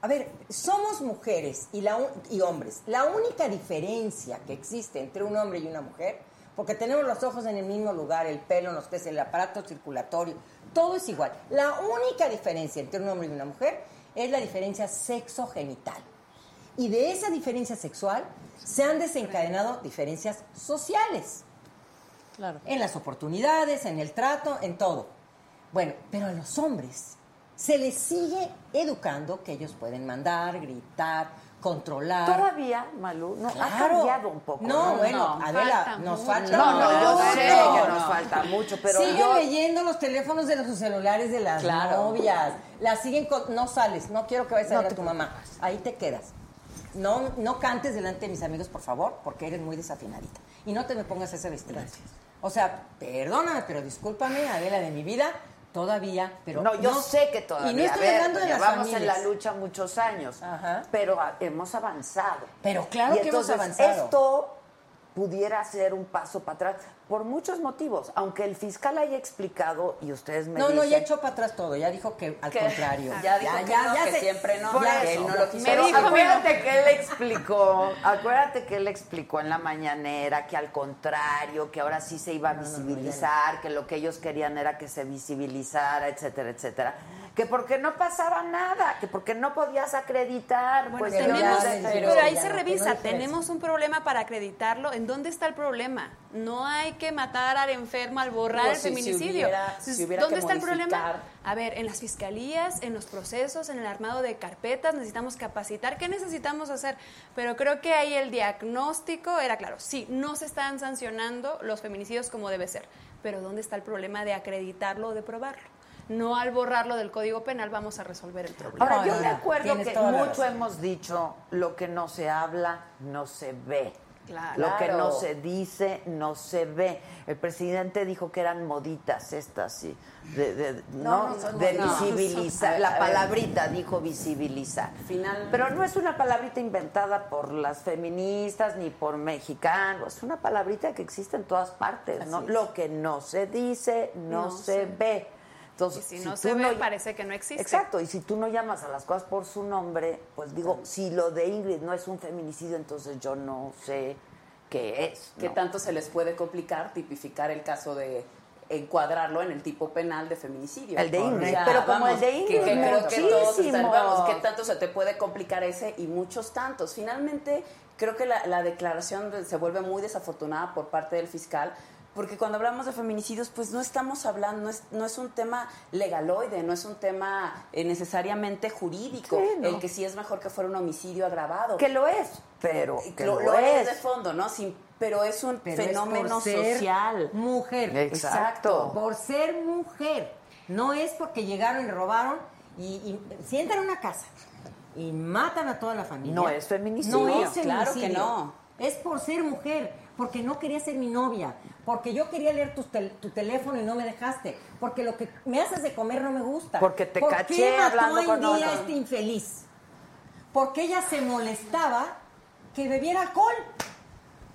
Speaker 5: A ver, somos mujeres y, la un- y hombres. La única diferencia que existe entre un hombre y una mujer, porque tenemos los ojos en el mismo lugar, el pelo, los pies, el aparato circulatorio, todo es igual. La única diferencia entre un hombre y una mujer es la diferencia sexo-genital. Y de esa diferencia sexual se han desencadenado diferencias sociales.
Speaker 8: Claro.
Speaker 5: En las oportunidades, en el trato, en todo. Bueno, pero a los hombres se les sigue educando que ellos pueden mandar, gritar, controlar.
Speaker 3: Todavía, Malú, no, ha
Speaker 5: Claro.
Speaker 3: cambiado un poco.
Speaker 5: No, bueno,
Speaker 6: No,
Speaker 5: Adela,
Speaker 2: falta
Speaker 5: nos
Speaker 2: mucho.
Speaker 5: falta
Speaker 3: No, no, yo
Speaker 5: mucho.
Speaker 3: sé que nos falta mucho, pero
Speaker 5: siguen
Speaker 3: yo...
Speaker 5: leyendo los teléfonos de los celulares de las
Speaker 3: Claro.
Speaker 5: novias. Las siguen con, no sales, no quiero que vayas a
Speaker 3: No
Speaker 5: ver a
Speaker 3: te
Speaker 5: tu mamá. Ahí te quedas. No, no cantes delante de mis amigos, por favor, porque eres muy desafinadita. Y no te me pongas ese vestido. O sea, perdóname, pero discúlpame, Adela, de mi vida, todavía, pero
Speaker 3: no, yo sé que
Speaker 5: Y no
Speaker 3: todavía,
Speaker 5: estoy
Speaker 3: a ver,
Speaker 5: hablando de las
Speaker 3: llevamos en
Speaker 5: familias.
Speaker 3: la lucha muchos años,
Speaker 5: Ajá.
Speaker 3: pero ah, hemos avanzado.
Speaker 5: Pero claro
Speaker 3: Y
Speaker 5: que hemos
Speaker 3: entonces,
Speaker 5: avanzado.
Speaker 3: Esto pudiera ser un paso para atrás por muchos motivos, aunque el fiscal haya explicado y ustedes me
Speaker 5: No,
Speaker 3: dicen
Speaker 5: no, ya echó para atrás todo, ya dijo que al
Speaker 3: Que-
Speaker 5: contrario.
Speaker 6: Ya dijo que no, que siempre no,
Speaker 3: Por
Speaker 6: ya
Speaker 3: eso.
Speaker 6: que él no lo quiso.
Speaker 3: Pero
Speaker 6: Me dijo,
Speaker 3: acuérdate que él explicó, acuérdate que él explicó en la mañanera que al contrario, que ahora sí se iba a visibilizar, que lo que ellos querían era que se visibilizara, etcétera, etcétera. Que porque no pasaba nada, que porque no podías acreditar. pues,
Speaker 2: Bueno,
Speaker 3: cuestiones
Speaker 2: tenemos,
Speaker 3: de-
Speaker 5: ya,
Speaker 2: pero
Speaker 5: ya,
Speaker 2: ahí
Speaker 5: ya,
Speaker 2: se
Speaker 5: no,
Speaker 2: revisa,
Speaker 5: no hay
Speaker 2: tenemos un problema para acreditarlo. ¿En dónde está el problema? No hay que matar al enfermo al borrar
Speaker 6: Digo,
Speaker 2: el
Speaker 6: si- si
Speaker 2: feminicidio.
Speaker 6: hubiera-
Speaker 2: Entonces,
Speaker 6: si hubiera
Speaker 2: ¿Dónde
Speaker 6: que
Speaker 2: está el
Speaker 6: modificar.
Speaker 2: problema? A ver, en las fiscalías, en los procesos, en el armado de carpetas, necesitamos capacitar. ¿Qué necesitamos hacer? Pero creo que ahí el diagnóstico era claro. Sí, no se están sancionando los feminicidios como debe ser. Pero ¿dónde está el problema de acreditarlo o de probarlo? No al borrarlo del Código Penal vamos a resolver el problema.
Speaker 3: Ahora,
Speaker 5: No,
Speaker 3: yo
Speaker 5: no,
Speaker 3: me
Speaker 5: no,
Speaker 3: acuerdo
Speaker 5: tienes
Speaker 3: que
Speaker 5: toda la
Speaker 3: mucho
Speaker 5: razón.
Speaker 3: hemos dicho, lo que no se habla, no se ve.
Speaker 2: Claro.
Speaker 3: Lo que no
Speaker 2: Claro.
Speaker 3: se dice, no se ve. El presidente dijo que eran moditas estas, sí. De, de- no,
Speaker 6: no son
Speaker 3: de
Speaker 6: moditas.
Speaker 3: visibilizar.
Speaker 6: A ver,
Speaker 3: la
Speaker 6: a ver.
Speaker 3: palabrita dijo visibilizar.
Speaker 6: Final-
Speaker 3: Pero no es una palabrita inventada por las feministas ni por mexicanos. Es una palabrita que existe en todas partes. ¿no? Lo que no se dice, no,
Speaker 2: No
Speaker 3: se
Speaker 2: se
Speaker 3: ve. Entonces,
Speaker 2: Y si no
Speaker 3: tú
Speaker 2: se ve, parece que no existe.
Speaker 3: Exacto, y si tú no llamas a las cosas por su nombre, pues digo, si lo de Ingrid no es un feminicidio, entonces yo no sé qué es.
Speaker 6: ¿Qué
Speaker 3: ¿no?
Speaker 6: tanto se les puede complicar tipificar el caso de encuadrarlo en el tipo penal de feminicidio?
Speaker 3: El de Ingrid,
Speaker 6: O sea,
Speaker 3: pero como el de
Speaker 6: que-
Speaker 3: Ingrid,
Speaker 6: que creo que todos están-
Speaker 3: muchísimo.
Speaker 6: vamos, ¿qué tanto se te puede complicar ese y muchos tantos? Finalmente, creo que la, la declaración de- se vuelve muy desafortunada por parte del fiscal. Porque cuando hablamos de feminicidios, pues no estamos hablando, no es, no es un tema legaloide, no es un tema eh, necesariamente jurídico,
Speaker 3: Sí, no.
Speaker 6: el que sí es mejor que fuera un homicidio agravado.
Speaker 3: Que lo es, pero que
Speaker 6: lo,
Speaker 3: lo,
Speaker 6: lo
Speaker 3: es.
Speaker 6: es de fondo, ¿no? Sin- pero es un
Speaker 5: Pero es
Speaker 6: fenómeno
Speaker 5: por ser
Speaker 6: social.
Speaker 5: Mujer.
Speaker 3: Exacto.
Speaker 5: Por ser mujer. No es porque llegaron y robaron y, y si entran a una casa y matan a toda la familia.
Speaker 3: No es feminicidio.
Speaker 5: No es
Speaker 6: Claro que
Speaker 5: feminicidio.
Speaker 6: no.
Speaker 5: Es por ser mujer, porque no quería ser mi novia, porque yo quería leer tu, tel- tu teléfono y no me dejaste, porque lo que me haces de comer no me gusta.
Speaker 3: Porque te
Speaker 5: ¿Por
Speaker 3: caché
Speaker 5: qué mató
Speaker 3: hablando
Speaker 5: a
Speaker 3: con
Speaker 5: Indira
Speaker 3: otro?
Speaker 5: este infeliz? Porque ella se molestaba que bebiera alcohol.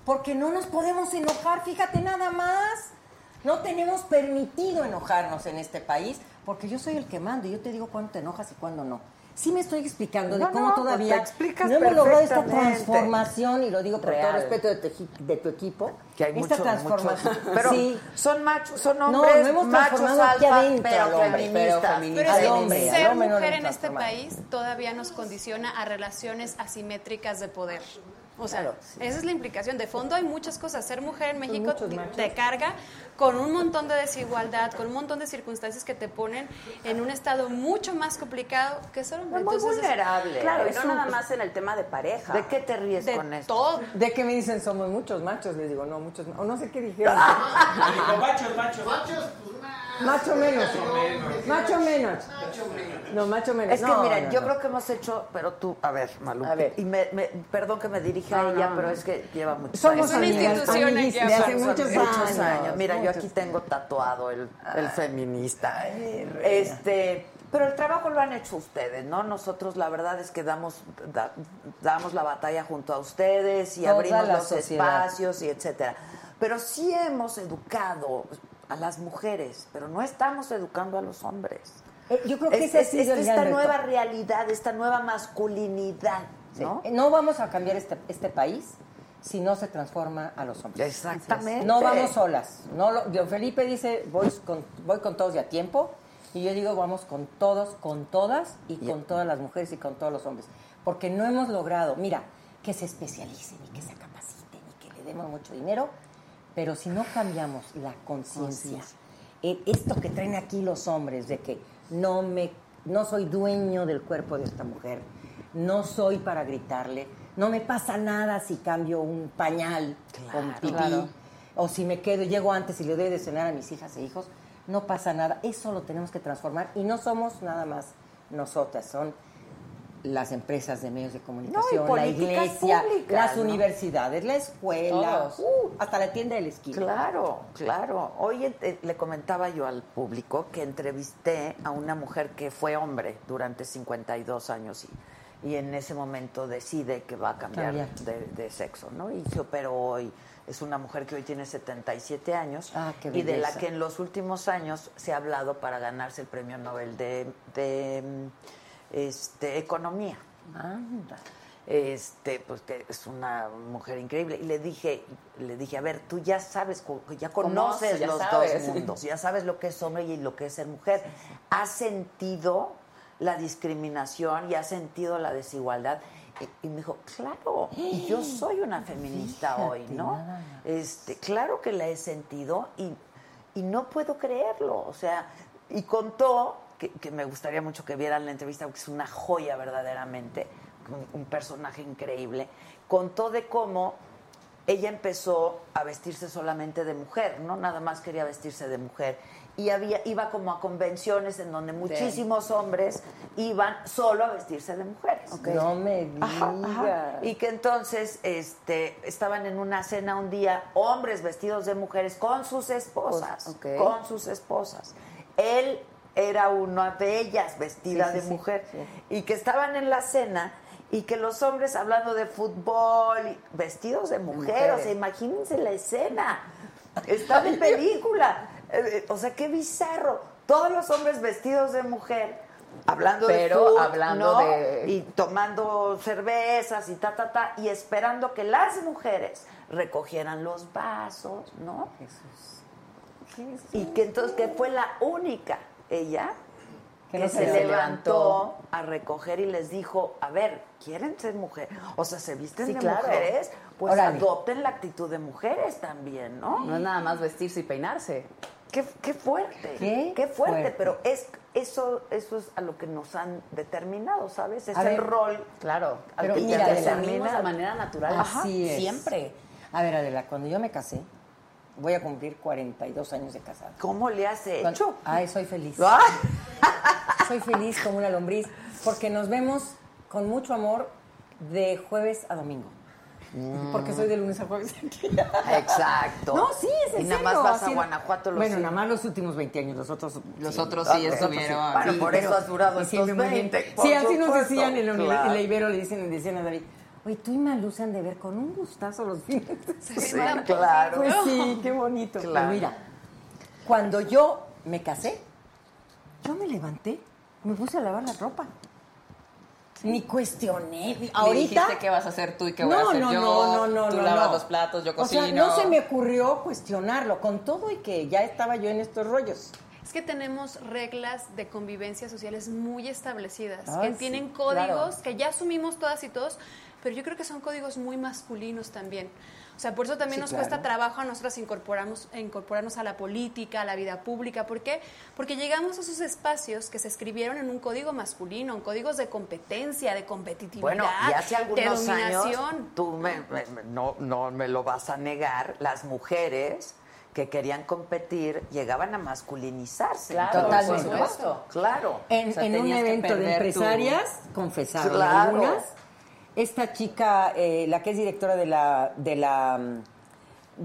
Speaker 5: Porque no nos podemos enojar, fíjate nada más. No tenemos permitido enojarnos en este país, porque yo soy el que mando y yo te digo cuándo te enojas y cuándo no. Sí me estoy explicando
Speaker 3: No,
Speaker 5: de cómo
Speaker 3: no, pues
Speaker 5: todavía
Speaker 3: te explicas
Speaker 5: no hemos logrado esta
Speaker 3: perfectamente.
Speaker 5: transformación, y lo digo con
Speaker 3: Real.
Speaker 5: todo respeto de tu, eji- de tu equipo,
Speaker 3: Que hay
Speaker 5: esta
Speaker 3: mucho,
Speaker 5: transformación.
Speaker 3: mucho- Pero
Speaker 5: sí,
Speaker 3: son machos, son
Speaker 5: No,
Speaker 3: hombres,
Speaker 5: no hemos
Speaker 3: machos
Speaker 5: transformado aquí
Speaker 3: alfa,
Speaker 5: adentro al
Speaker 3: pero
Speaker 5: hombre, pero
Speaker 3: feministas.
Speaker 2: Pero
Speaker 5: Al
Speaker 2: ser,
Speaker 5: hombre, al
Speaker 2: ser
Speaker 5: hombre no lo
Speaker 2: mujer en este
Speaker 5: transformaron.
Speaker 2: país todavía nos condiciona a relaciones asimétricas de poder. O sea,
Speaker 3: Claro, sí.
Speaker 2: esa es la implicación. De fondo hay muchas cosas. Ser mujer en México te- te carga con un montón de desigualdad, con un montón de circunstancias que te ponen en un estado mucho más complicado que ser hombre.
Speaker 3: Pues Muy
Speaker 2: Entonces,
Speaker 3: vulnerable.
Speaker 6: Claro, y
Speaker 3: Es
Speaker 6: no
Speaker 3: un-
Speaker 6: nada más en el tema de pareja.
Speaker 3: ¿De qué te ríes con
Speaker 2: de
Speaker 3: esto?
Speaker 2: todo.
Speaker 5: ¿De qué me dicen somos muchos machos? Les digo, no, muchos ma- O no sé qué dijeron.
Speaker 4: Dijo, machos, machos.
Speaker 6: Pues
Speaker 5: macho menos. Macho menos. No, macho menos.
Speaker 3: Es que
Speaker 5: No,
Speaker 3: miren,
Speaker 5: no,
Speaker 3: yo
Speaker 5: no.
Speaker 3: creo que hemos hecho, pero tú, a ver, Malu,
Speaker 5: A ver.
Speaker 3: y me, me- perdón que me dirija a ella, pero es que lleva muchos
Speaker 5: Somos
Speaker 3: años.
Speaker 2: una
Speaker 5: amigas,
Speaker 2: institución aquí
Speaker 5: amiguis de
Speaker 2: abajo.
Speaker 5: hace muchos, años.
Speaker 3: Mira, yo
Speaker 5: muchos.
Speaker 3: aquí tengo tatuado el, el feminista. este, pero el trabajo lo han hecho ustedes, ¿no? Nosotros la verdad es que damos da- damos la batalla junto a ustedes y
Speaker 5: Toda
Speaker 3: abrimos
Speaker 5: la
Speaker 3: los
Speaker 5: sociedad.
Speaker 3: espacios y etcétera. Pero sí hemos educado a las mujeres, pero no estamos educando a los hombres.
Speaker 5: Eh, yo creo que ese ha sido el gran
Speaker 3: esta
Speaker 5: reto.
Speaker 3: nueva realidad, esta nueva masculinidad, ¿no?
Speaker 5: ¿no? Eh, No vamos a cambiar este, este país si no se transforma a los hombres.
Speaker 3: Exactamente.
Speaker 5: No vamos solas. No lo- Don Felipe dice, voy con, voy con todos y a tiempo. Y yo digo, vamos con todos, con todas y
Speaker 3: Ya.
Speaker 5: con todas las mujeres y con todos los hombres. Porque no hemos logrado, mira, que se especialicen y que se capaciten y que le demos mucho dinero. Pero si no cambiamos la conciencia, eh, esto que traen aquí los hombres de que no, me, no soy dueño del cuerpo de esta mujer, no soy para gritarle, no me pasa nada si cambio un pañal con pipí, o si me quedo, llego antes y le doy de cenar a mis hijas e hijos, no pasa nada. Eso lo tenemos que transformar y no somos nada más nosotras, son las empresas de medios de comunicación, la
Speaker 3: políticas
Speaker 5: iglesia,
Speaker 3: públicas,
Speaker 5: las
Speaker 3: ¿no?
Speaker 5: universidades, la escuela,
Speaker 3: Todos.
Speaker 5: uh, hasta la tienda del esquí.
Speaker 3: Claro, claro. Hoy eh, le comentaba yo al público que entrevisté a una mujer que fue hombre durante 52 años y, y en ese momento decide que va a cambiar
Speaker 5: Cambiar.
Speaker 3: de, de sexo, ¿no? Y se operó hoy. Es una mujer que hoy tiene 77 años
Speaker 5: Ah, qué
Speaker 3: y de la
Speaker 5: belleza.
Speaker 3: que en los últimos años se ha hablado para ganarse el premio Nobel de, de, mm, este, Economía. Este, pues que es una mujer increíble. Y le dije, le dije, a ver, tú ya sabes, cu- ya conoces
Speaker 6: Conoces, ya
Speaker 3: los
Speaker 6: sabes.
Speaker 3: dos mundos, ya sabes lo que es hombre y lo que es ser mujer. ¿Has sentido la discriminación y has sentido la desigualdad? Y, y me dijo, claro, y yo soy una feminista hoy, ¿no?
Speaker 5: nada más.
Speaker 3: Este, claro que la he sentido y, y no puedo creerlo. O sea, y contó, que, que me gustaría mucho que vieran la entrevista, porque es una joya verdaderamente, un, un personaje increíble, contó de cómo ella empezó a vestirse solamente de mujer, ¿no? Nada más quería vestirse de mujer. Y había, iba como a convenciones en donde muchísimos hombres iban solo a vestirse de mujeres.
Speaker 5: No me digas.
Speaker 3: Ajá, ajá. Y que entonces este, estaban en una cena un día hombres vestidos de mujeres con sus esposas,
Speaker 6: Ok.
Speaker 3: con sus esposas. Él era una de ellas vestida
Speaker 5: Sí, sí,
Speaker 3: de
Speaker 5: sí,
Speaker 3: mujer
Speaker 5: sí.
Speaker 3: y que estaban en la cena y que los hombres hablando de fútbol y- vestidos de mujer, o sea,
Speaker 5: mujeres.
Speaker 3: imagínense la escena. Está de película. Eh, eh, O sea, qué bizarro. Todos los hombres vestidos de mujer hablando
Speaker 6: Pero
Speaker 3: de fútbol,
Speaker 6: hablando
Speaker 3: ¿no?
Speaker 6: de-
Speaker 3: y tomando cervezas y ta, ta, ta, y esperando que las mujeres recogieran los vasos, ¿no? Y que entonces que fue la única ella que,
Speaker 5: Que no
Speaker 3: se,
Speaker 5: se
Speaker 3: levantó
Speaker 5: levantó.
Speaker 3: a recoger y les dijo, a ver, ¿quieren ser mujeres? O sea, ¿se visten
Speaker 6: Sí,
Speaker 3: de
Speaker 6: claro.
Speaker 3: mujeres? Pues
Speaker 5: Órale.
Speaker 3: adopten la actitud de mujeres también, ¿no?
Speaker 6: No es nada más vestirse y peinarse.
Speaker 3: Qué, qué fuerte,
Speaker 5: Qué
Speaker 3: fuerte,
Speaker 5: fuerte.
Speaker 3: pero es eso eso es a lo que nos han determinado, ¿sabes? Es
Speaker 5: A
Speaker 3: el
Speaker 5: ver,
Speaker 3: rol
Speaker 6: Claro.
Speaker 3: Pero
Speaker 6: Pero y
Speaker 5: mira,
Speaker 6: que
Speaker 5: Adela,
Speaker 6: asumimos de manera natural.
Speaker 5: Así es.
Speaker 6: Siempre.
Speaker 5: A ver, Adela, cuando yo me casé, voy a cumplir 42 años de casada.
Speaker 3: ¿Cómo le has hecho?
Speaker 5: Cuando- Ay, soy feliz.
Speaker 3: ¡Ah!
Speaker 5: Soy feliz como una lombriz, porque nos vemos con mucho amor de jueves a domingo. Porque soy de lunes a jueves aquí.
Speaker 3: Exacto.
Speaker 5: No, sí, es en
Speaker 3: Y nada más
Speaker 5: serio,
Speaker 3: vas a
Speaker 5: así-
Speaker 3: Guanajuato los
Speaker 5: Bueno,
Speaker 3: sí.
Speaker 5: nada más los últimos 20 años, los otros
Speaker 6: Los otros sí
Speaker 5: los otros
Speaker 6: estuvieron,
Speaker 5: Bueno,
Speaker 3: sí,
Speaker 5: por
Speaker 3: pero-
Speaker 5: eso has durado
Speaker 3: y
Speaker 5: estos
Speaker 3: siempre muy bien,
Speaker 5: 20.
Speaker 3: por
Speaker 5: Sí, así nos
Speaker 3: supuesto,
Speaker 5: decían en la, uni-
Speaker 3: claro.
Speaker 5: en la Ibero, le dicen, le decían a David, oye, tú y Malu se han de ver con un gustazo los fines de
Speaker 3: Sí,
Speaker 5: semana".
Speaker 3: claro.
Speaker 5: Pues sí, qué bonito.
Speaker 6: Pues
Speaker 5: Pero
Speaker 3: Claro.
Speaker 5: mira, cuando yo me casé, yo me levanté, me puse a lavar la ropa. Ni cuestioné.
Speaker 6: Ni
Speaker 5: Ahorita.
Speaker 6: dijiste qué vas a hacer tú y qué voy a
Speaker 5: No,
Speaker 6: hacer
Speaker 5: no,
Speaker 6: yo.
Speaker 5: no, no, no.
Speaker 6: Tú
Speaker 5: no,
Speaker 6: lavas
Speaker 5: no.
Speaker 6: los platos, yo cocino.
Speaker 5: O sea, no se me ocurrió cuestionarlo, con todo y que ya estaba yo en estos rollos.
Speaker 2: Es que tenemos reglas de convivencia sociales muy establecidas,
Speaker 5: Ay,
Speaker 2: que
Speaker 5: sí,
Speaker 2: tienen
Speaker 5: claro.
Speaker 2: códigos que ya asumimos todas y todos, pero yo creo que son códigos muy masculinos también. O sea, por eso también
Speaker 5: Sí,
Speaker 2: nos
Speaker 5: claro.
Speaker 2: cuesta trabajo a nosotras incorporamos, incorporarnos a la política, a la vida pública. ¿Por qué? Porque llegamos a esos espacios que se escribieron en un código masculino, en códigos de competencia, de competitividad,
Speaker 3: Bueno, y hace
Speaker 2: de
Speaker 3: algunos años,
Speaker 2: dominación.
Speaker 3: tú me- me- me- no, no me lo vas a negar, las mujeres que querían competir llegaban a masculinizarse.
Speaker 6: Claro,
Speaker 3: Entonces,
Speaker 5: por
Speaker 3: ¿no?
Speaker 6: supuesto.
Speaker 3: Claro.
Speaker 5: En,
Speaker 6: O sea,
Speaker 5: en un
Speaker 6: tenías que
Speaker 5: evento de
Speaker 6: perder tu-
Speaker 5: empresarias, confesar
Speaker 3: Claro.
Speaker 5: algunas. Esta chica, eh, la que es directora de la, de la, mm,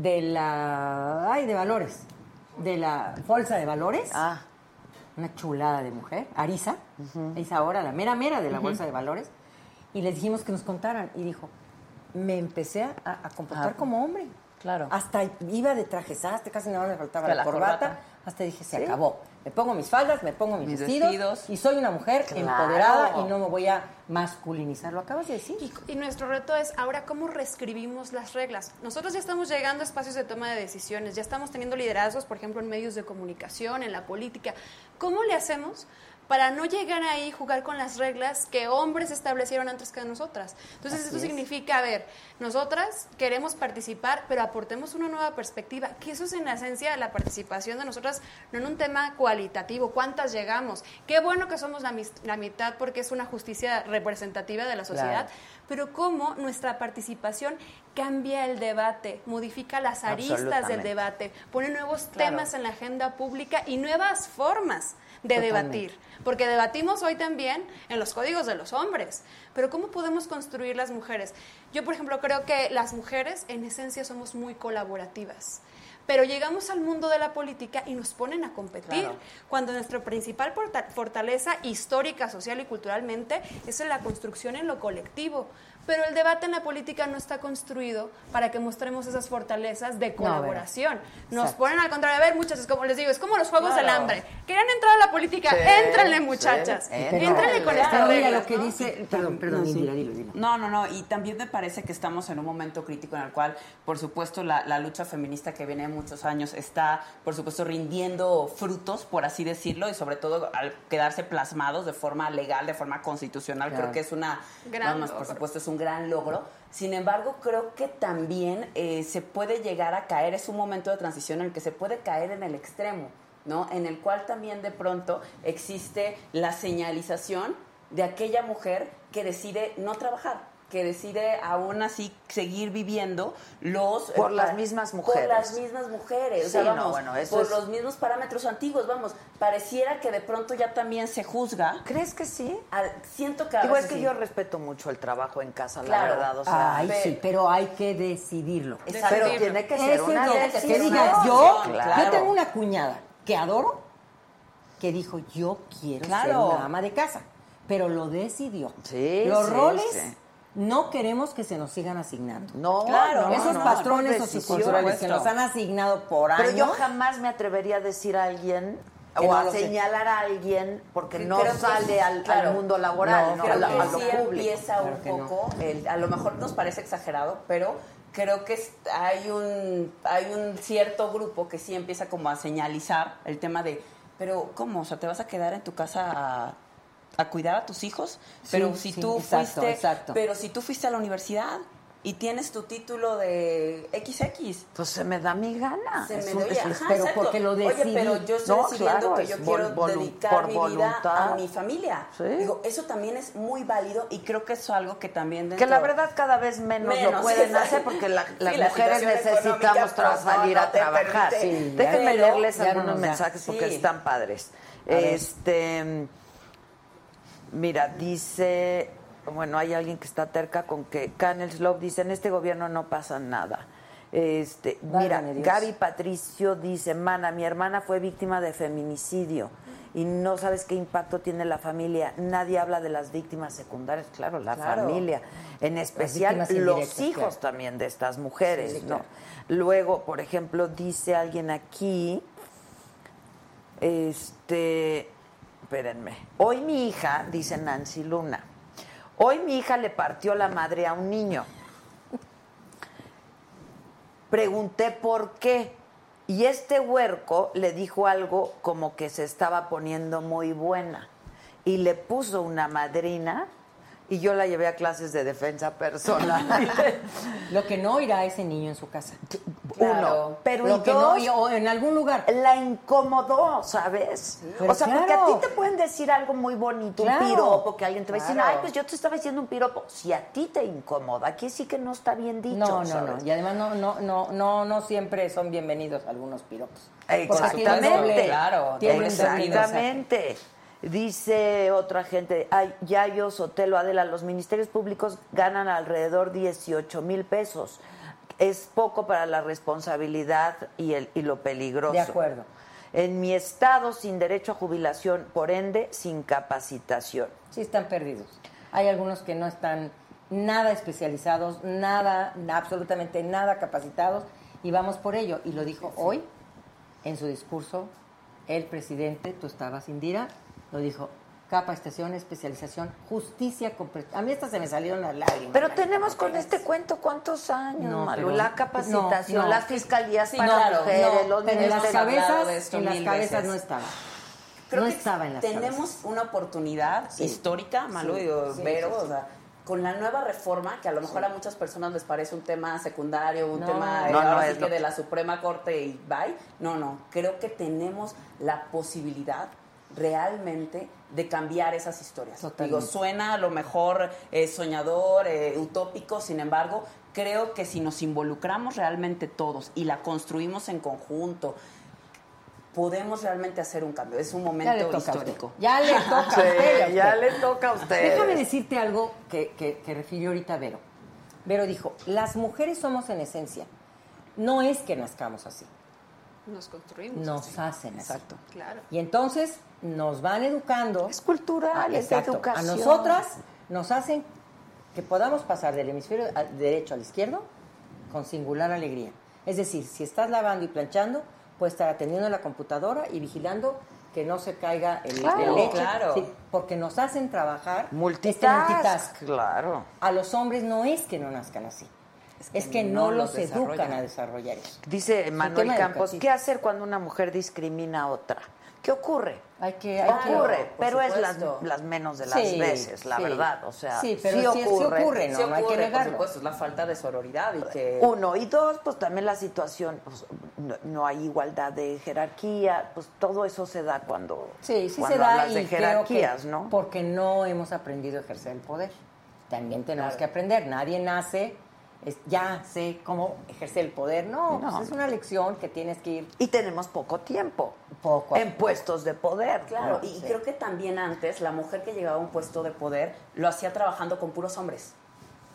Speaker 5: de la, ay, de valores, de la bolsa de valores,
Speaker 3: Ah,
Speaker 5: una chulada de mujer, Arisa, es ahora la mera mera de la bolsa de valores, y les dijimos que nos contaran, y dijo, me empecé a, a comportar
Speaker 3: Ah.
Speaker 5: como hombre.
Speaker 6: Claro.
Speaker 5: Hasta iba de traje sastre, casi nada más me faltaba
Speaker 6: Que la
Speaker 5: la, corbata,
Speaker 6: corbata.
Speaker 5: hasta dije, se acabó. Me pongo mis faldas, me pongo mis,
Speaker 6: Mis
Speaker 5: vestidos,
Speaker 6: vestidos.
Speaker 5: y soy una mujer
Speaker 3: Claro.
Speaker 5: empoderada y no me voy a masculinizar. Lo acabas de decir.
Speaker 2: Y nuestro reto es ahora cómo reescribimos las reglas. Nosotros ya estamos llegando a espacios de toma de decisiones, ya estamos teniendo liderazgos, por ejemplo, en medios de comunicación, en la política. ¿Cómo le hacemos para no llegar ahí y jugar con las reglas que hombres establecieron antes que nosotras? Entonces, esto significa, a ver, nosotras queremos participar, pero aportemos una nueva perspectiva, que eso es en esencia la participación de nosotras, no en un tema cualitativo, cuántas llegamos. Qué bueno que somos la, mis- la mitad porque es una justicia representativa de la sociedad, pero cómo nuestra participación cambia el debate, modifica las aristas del
Speaker 3: Absolutamente.
Speaker 2: debate, pone nuevos temas en la agenda pública y nuevas formas de debatir. Porque debatimos hoy también en los códigos de los hombres, pero ¿cómo podemos construir las mujeres? Yo, por ejemplo, creo que las mujeres en esencia somos muy colaborativas. Pero llegamos al mundo de la política y nos ponen a competir, cuando nuestra principal porta- fortaleza histórica, social y culturalmente es en la construcción en lo colectivo. Pero el debate en la política no está construido para que mostremos esas fortalezas de colaboración. Nos ponen al contrario, a ver, muchachas, como les digo, es como los juegos del hambre. Querían entrar a la política, éntrenle, muchachas.
Speaker 3: éntrenle.
Speaker 2: éntrenle con estas
Speaker 5: Pero mira
Speaker 2: reglas.
Speaker 5: lo que
Speaker 2: ¿no?
Speaker 5: dice. Perdón, perdón, Indira, dilo, dilo.
Speaker 6: No, no, no. Y también me parece que estamos en un momento crítico en el cual, por supuesto, la, la lucha feminista que viene de muchos años está, por supuesto, rindiendo frutos, por así decirlo, y sobre todo al quedarse plasmados de forma legal, de forma constitucional.
Speaker 3: Claro.
Speaker 6: Creo que es una.
Speaker 2: Gran
Speaker 6: vamos, por
Speaker 2: logro.
Speaker 6: supuesto, es un gran logro. Sin embargo, creo que también eh, se puede llegar a caer, es un momento de transición en el que se puede caer en el extremo, ¿no? En el cual también de pronto existe la señalización de aquella mujer que decide no trabajar, que decide aún así seguir viviendo los...
Speaker 3: Por
Speaker 6: eh,
Speaker 3: las
Speaker 6: pa-
Speaker 3: mismas
Speaker 6: Por las
Speaker 3: mujeres.
Speaker 6: mismas mujeres, o
Speaker 3: Sí,
Speaker 6: sea,
Speaker 3: no,
Speaker 6: vamos,
Speaker 3: bueno, eso
Speaker 6: por
Speaker 3: es-
Speaker 6: los mismos parámetros antiguos, vamos, pareciera que de pronto ya también se juzga.
Speaker 3: ¿Crees que sí?
Speaker 6: al- siento que a
Speaker 3: Igual
Speaker 6: veces
Speaker 3: que
Speaker 6: sí.
Speaker 3: yo respeto mucho el trabajo en casa,
Speaker 6: Claro.
Speaker 3: la verdad. O sea,
Speaker 5: Ay,
Speaker 3: pe-
Speaker 5: sí, pero hay que decidirlo.
Speaker 6: Exacto.
Speaker 3: pero tiene que ser
Speaker 5: Eso
Speaker 3: una
Speaker 5: es lo que
Speaker 3: decisión.
Speaker 5: diga yo.
Speaker 3: Claro.
Speaker 5: Yo tengo una cuñada que adoro, que dijo, yo quiero
Speaker 3: Claro.
Speaker 5: ser una ama de casa, pero lo decidió.
Speaker 3: Sí,
Speaker 5: Los
Speaker 3: sí,
Speaker 5: roles
Speaker 3: sí.
Speaker 5: no queremos que se nos sigan asignando.
Speaker 3: No,
Speaker 5: claro,
Speaker 3: no,
Speaker 5: esos
Speaker 3: no,
Speaker 5: patrones
Speaker 3: por
Speaker 5: socioculturales que
Speaker 3: decisión.
Speaker 5: nos han asignado por años.
Speaker 3: Pero yo jamás me atrevería a decir a alguien
Speaker 5: Que
Speaker 3: o
Speaker 5: no
Speaker 3: a
Speaker 5: lo sé.
Speaker 3: señalar a alguien porque no
Speaker 6: creo que
Speaker 3: sale
Speaker 6: sí,
Speaker 3: al, al
Speaker 6: claro.
Speaker 3: mundo laboral,
Speaker 5: No,
Speaker 3: ¿no? a, la-
Speaker 6: creo
Speaker 3: a
Speaker 6: que
Speaker 3: lo
Speaker 6: sí
Speaker 3: público.
Speaker 6: empieza un
Speaker 5: que no.
Speaker 6: poco, el- a lo mejor nos parece exagerado, pero creo que es- hay un, hay un cierto grupo que sí empieza como a señalizar el tema de, pero ¿cómo? O sea, ¿te vas a quedar en tu casa a, a cuidar a tus hijos? Pero si
Speaker 5: sí,
Speaker 6: tú
Speaker 5: exacto,
Speaker 6: fuiste,
Speaker 5: exacto.
Speaker 6: pero si tú fuiste a la universidad y tienes tu título de XX,
Speaker 3: Pues se me da mi gana.
Speaker 6: se
Speaker 3: Es
Speaker 6: me
Speaker 3: un-
Speaker 6: doy,
Speaker 3: es un-
Speaker 6: ajá,
Speaker 5: pero
Speaker 6: exacto.
Speaker 5: porque lo decidí.
Speaker 6: Oye, pero yo estoy
Speaker 3: No,
Speaker 6: decidiendo
Speaker 3: claro,
Speaker 6: que
Speaker 3: es
Speaker 6: yo
Speaker 3: vol-
Speaker 6: quiero
Speaker 3: volu-
Speaker 6: dedicar
Speaker 3: por
Speaker 6: mi vida
Speaker 3: voluntad.
Speaker 6: a mi familia.
Speaker 3: Sí.
Speaker 6: Digo, eso también es muy válido y creo que es algo que también
Speaker 3: Que
Speaker 6: dentro-
Speaker 3: la verdad cada vez menos, lo
Speaker 6: Menos,
Speaker 3: pueden
Speaker 6: exacto.
Speaker 3: hacer porque la-
Speaker 6: Sí,
Speaker 3: las
Speaker 6: la
Speaker 3: mujeres
Speaker 6: situación
Speaker 3: necesitamos
Speaker 6: económica,
Speaker 3: tras
Speaker 6: pues, no,
Speaker 3: salir
Speaker 6: no
Speaker 3: a
Speaker 6: te
Speaker 3: trabajar.
Speaker 6: permite.
Speaker 3: Sí,
Speaker 6: Sí,
Speaker 3: Déjenme
Speaker 6: pero-
Speaker 3: leerles
Speaker 5: ya no
Speaker 3: algunos
Speaker 5: nos da.
Speaker 3: mensajes porque
Speaker 6: Sí.
Speaker 3: están padres.
Speaker 5: ver.
Speaker 3: Este, mira, dice, bueno, hay alguien que está terca con que Canel Slope dice, en este gobierno no pasa nada. Este, mira,
Speaker 5: Válgame Dios.
Speaker 3: Gaby Patricio dice, mana, mi hermana fue víctima de feminicidio y no sabes qué impacto tiene la familia. Nadie habla de las víctimas secundarias, claro, la
Speaker 5: Claro.
Speaker 3: familia, en especial
Speaker 5: víctimas
Speaker 3: los
Speaker 5: indirectas,
Speaker 3: hijos
Speaker 5: claro.
Speaker 3: también de estas mujeres,
Speaker 5: Sí, sí,
Speaker 3: ¿no?
Speaker 5: claro.
Speaker 3: Luego, por ejemplo, dice alguien aquí, este, espérenme, hoy mi hija, dice Nancy Luna, hoy mi hija le partió la madre a un niño. Pregunté por qué. Y este huerco le dijo algo como que se estaba poniendo muy buena. Y le puso una madrina y yo la llevé a clases de defensa personal.
Speaker 5: Lo que no irá a ese niño en su casa.
Speaker 3: Uno. Pero y
Speaker 5: lo que no,
Speaker 3: dos,
Speaker 5: y- o en algún lugar.
Speaker 3: la incomodó, ¿sabes?
Speaker 5: Pero
Speaker 3: o sea, porque
Speaker 5: claro.
Speaker 3: a ti te pueden decir algo muy bonito,
Speaker 5: Claro.
Speaker 3: un piropo, que alguien te va a decir,
Speaker 5: Claro.
Speaker 3: ay, pues yo te estaba diciendo un piropo. Si a ti te incomoda, aquí sí que no está bien dicho.
Speaker 5: No, no,
Speaker 3: ¿sabes?
Speaker 5: no. Y además no, no, no, no, no siempre son bienvenidos algunos piropos.
Speaker 3: Exactamente.
Speaker 6: claro,
Speaker 5: tienen
Speaker 3: Exactamente. Dice otra gente, ay, Yayo, Sotelo, Adela, los ministerios públicos ganan alrededor 18 mil pesos. Es poco para la responsabilidad y, el, y lo peligroso.
Speaker 5: De acuerdo.
Speaker 3: En mi estado, sin derecho a jubilación, por ende, sin capacitación.
Speaker 5: Sí están perdidos. Hay algunos que no están nada especializados, nada, absolutamente nada capacitados y vamos por ello. Y lo dijo hoy en su discurso el presidente, tú estabas Indira, lo dijo, capacitación, especialización, justicia, compre- a mí estas se me salieron las lágrimas.
Speaker 3: Pero
Speaker 5: Marita,
Speaker 3: tenemos
Speaker 5: porque
Speaker 3: con este cuento cuántos años,
Speaker 5: No,
Speaker 3: Malu,
Speaker 5: pero-
Speaker 3: la capacitación,
Speaker 5: no, no.
Speaker 3: las fiscalías
Speaker 6: Sí,
Speaker 3: para
Speaker 6: claro,
Speaker 3: mujeres,
Speaker 6: no,
Speaker 3: los
Speaker 6: pero
Speaker 5: en las
Speaker 3: ministerios.
Speaker 6: hablado
Speaker 5: cabezas,
Speaker 6: de esto
Speaker 5: en las
Speaker 6: mil
Speaker 5: cabezas
Speaker 6: veces.
Speaker 5: no estaba.
Speaker 6: Creo
Speaker 5: no
Speaker 6: que
Speaker 5: estaba en las
Speaker 6: Tenemos
Speaker 5: cabezas.
Speaker 6: una oportunidad histórica, Malu,
Speaker 5: Sí,
Speaker 6: digo,
Speaker 5: sí,
Speaker 6: Vero,
Speaker 5: sí, sí.
Speaker 6: o sea, con la nueva reforma, que a lo mejor a muchas personas les parece un tema secundario, un
Speaker 5: No.
Speaker 6: tema eh,
Speaker 3: No, no
Speaker 6: ahora
Speaker 3: es
Speaker 6: sí
Speaker 3: lo-
Speaker 6: que de la Suprema Corte y bye. No, no, creo que tenemos la posibilidad realmente de cambiar esas historias.
Speaker 5: Totalmente.
Speaker 6: Digo, suena a lo mejor eh, soñador, eh, utópico, sin embargo, creo que si nos involucramos realmente todos y la construimos en conjunto, podemos realmente hacer un cambio. Es un
Speaker 5: Ya le
Speaker 6: momento
Speaker 5: toca a usted.
Speaker 6: histórico.
Speaker 5: Ya le toca a
Speaker 3: Sí,
Speaker 5: usted. a
Speaker 3: ya
Speaker 5: usted.
Speaker 3: le toca a usted.
Speaker 5: Déjame decirte algo que, que, que refirió ahorita Vero. Vero dijo, las mujeres somos en esencia. No es que nazcamos así,
Speaker 2: Nos construimos.
Speaker 5: nos hacen así.
Speaker 6: Exacto.
Speaker 2: Claro.
Speaker 5: Y entonces nos van educando.
Speaker 3: Es cultural,
Speaker 5: Ah,
Speaker 3: es de
Speaker 5: exacto.
Speaker 3: educación.
Speaker 5: A nosotras nos hacen que podamos pasar del hemisferio al- derecho al izquierdo con singular alegría. Es decir, si estás lavando y planchando, puedes estar atendiendo la computadora y vigilando que no se caiga el, el
Speaker 3: Claro.
Speaker 5: leche.
Speaker 6: Claro.
Speaker 5: Sí, porque nos hacen trabajar este
Speaker 3: multitask,
Speaker 5: multitask.
Speaker 3: Claro.
Speaker 5: A los hombres no es que no nazcan así. Es que,
Speaker 6: no
Speaker 5: no, los,
Speaker 6: los
Speaker 5: educan
Speaker 6: desarrollan.
Speaker 5: a desarrollar eso.
Speaker 3: Dice Manuel
Speaker 5: tema
Speaker 3: Campos,
Speaker 5: educativo.
Speaker 3: ¿qué hacer cuando una mujer discrimina a otra? ¿Qué ocurre?
Speaker 5: Hay que, hay que-
Speaker 3: Ocurre,
Speaker 6: por
Speaker 3: pero es las,
Speaker 6: supuesto.
Speaker 3: las menos de las
Speaker 5: Sí,
Speaker 3: veces, la
Speaker 5: sí.
Speaker 3: verdad. O sea,
Speaker 5: Sí, pero sí- sí ocurre,
Speaker 6: Sí
Speaker 5: No, no hay que
Speaker 6: ocurre, por
Speaker 5: negarlo.
Speaker 6: supuesto, es la falta de sororidad y que...
Speaker 3: Uno, y dos, pues también la situación, pues, no, no hay igualdad de jerarquía, pues todo eso se da cuando,
Speaker 5: Sí, sí
Speaker 3: cuando
Speaker 5: se da
Speaker 3: hablas
Speaker 5: y creo
Speaker 3: de
Speaker 5: que
Speaker 3: jerarquías, ¿no?
Speaker 5: porque no hemos aprendido a ejercer el poder. También tenemos que aprender. Nadie nace, es, ya sé cómo ejercer el poder. No,
Speaker 3: No.
Speaker 5: pues es una lección que tienes que ir
Speaker 3: Y tenemos poco tiempo
Speaker 5: poco a
Speaker 3: en puestos de poder.
Speaker 6: Claro,
Speaker 3: ¿no?
Speaker 6: y y creo que también antes la mujer que llegaba a un puesto de poder lo hacía trabajando con puros hombres.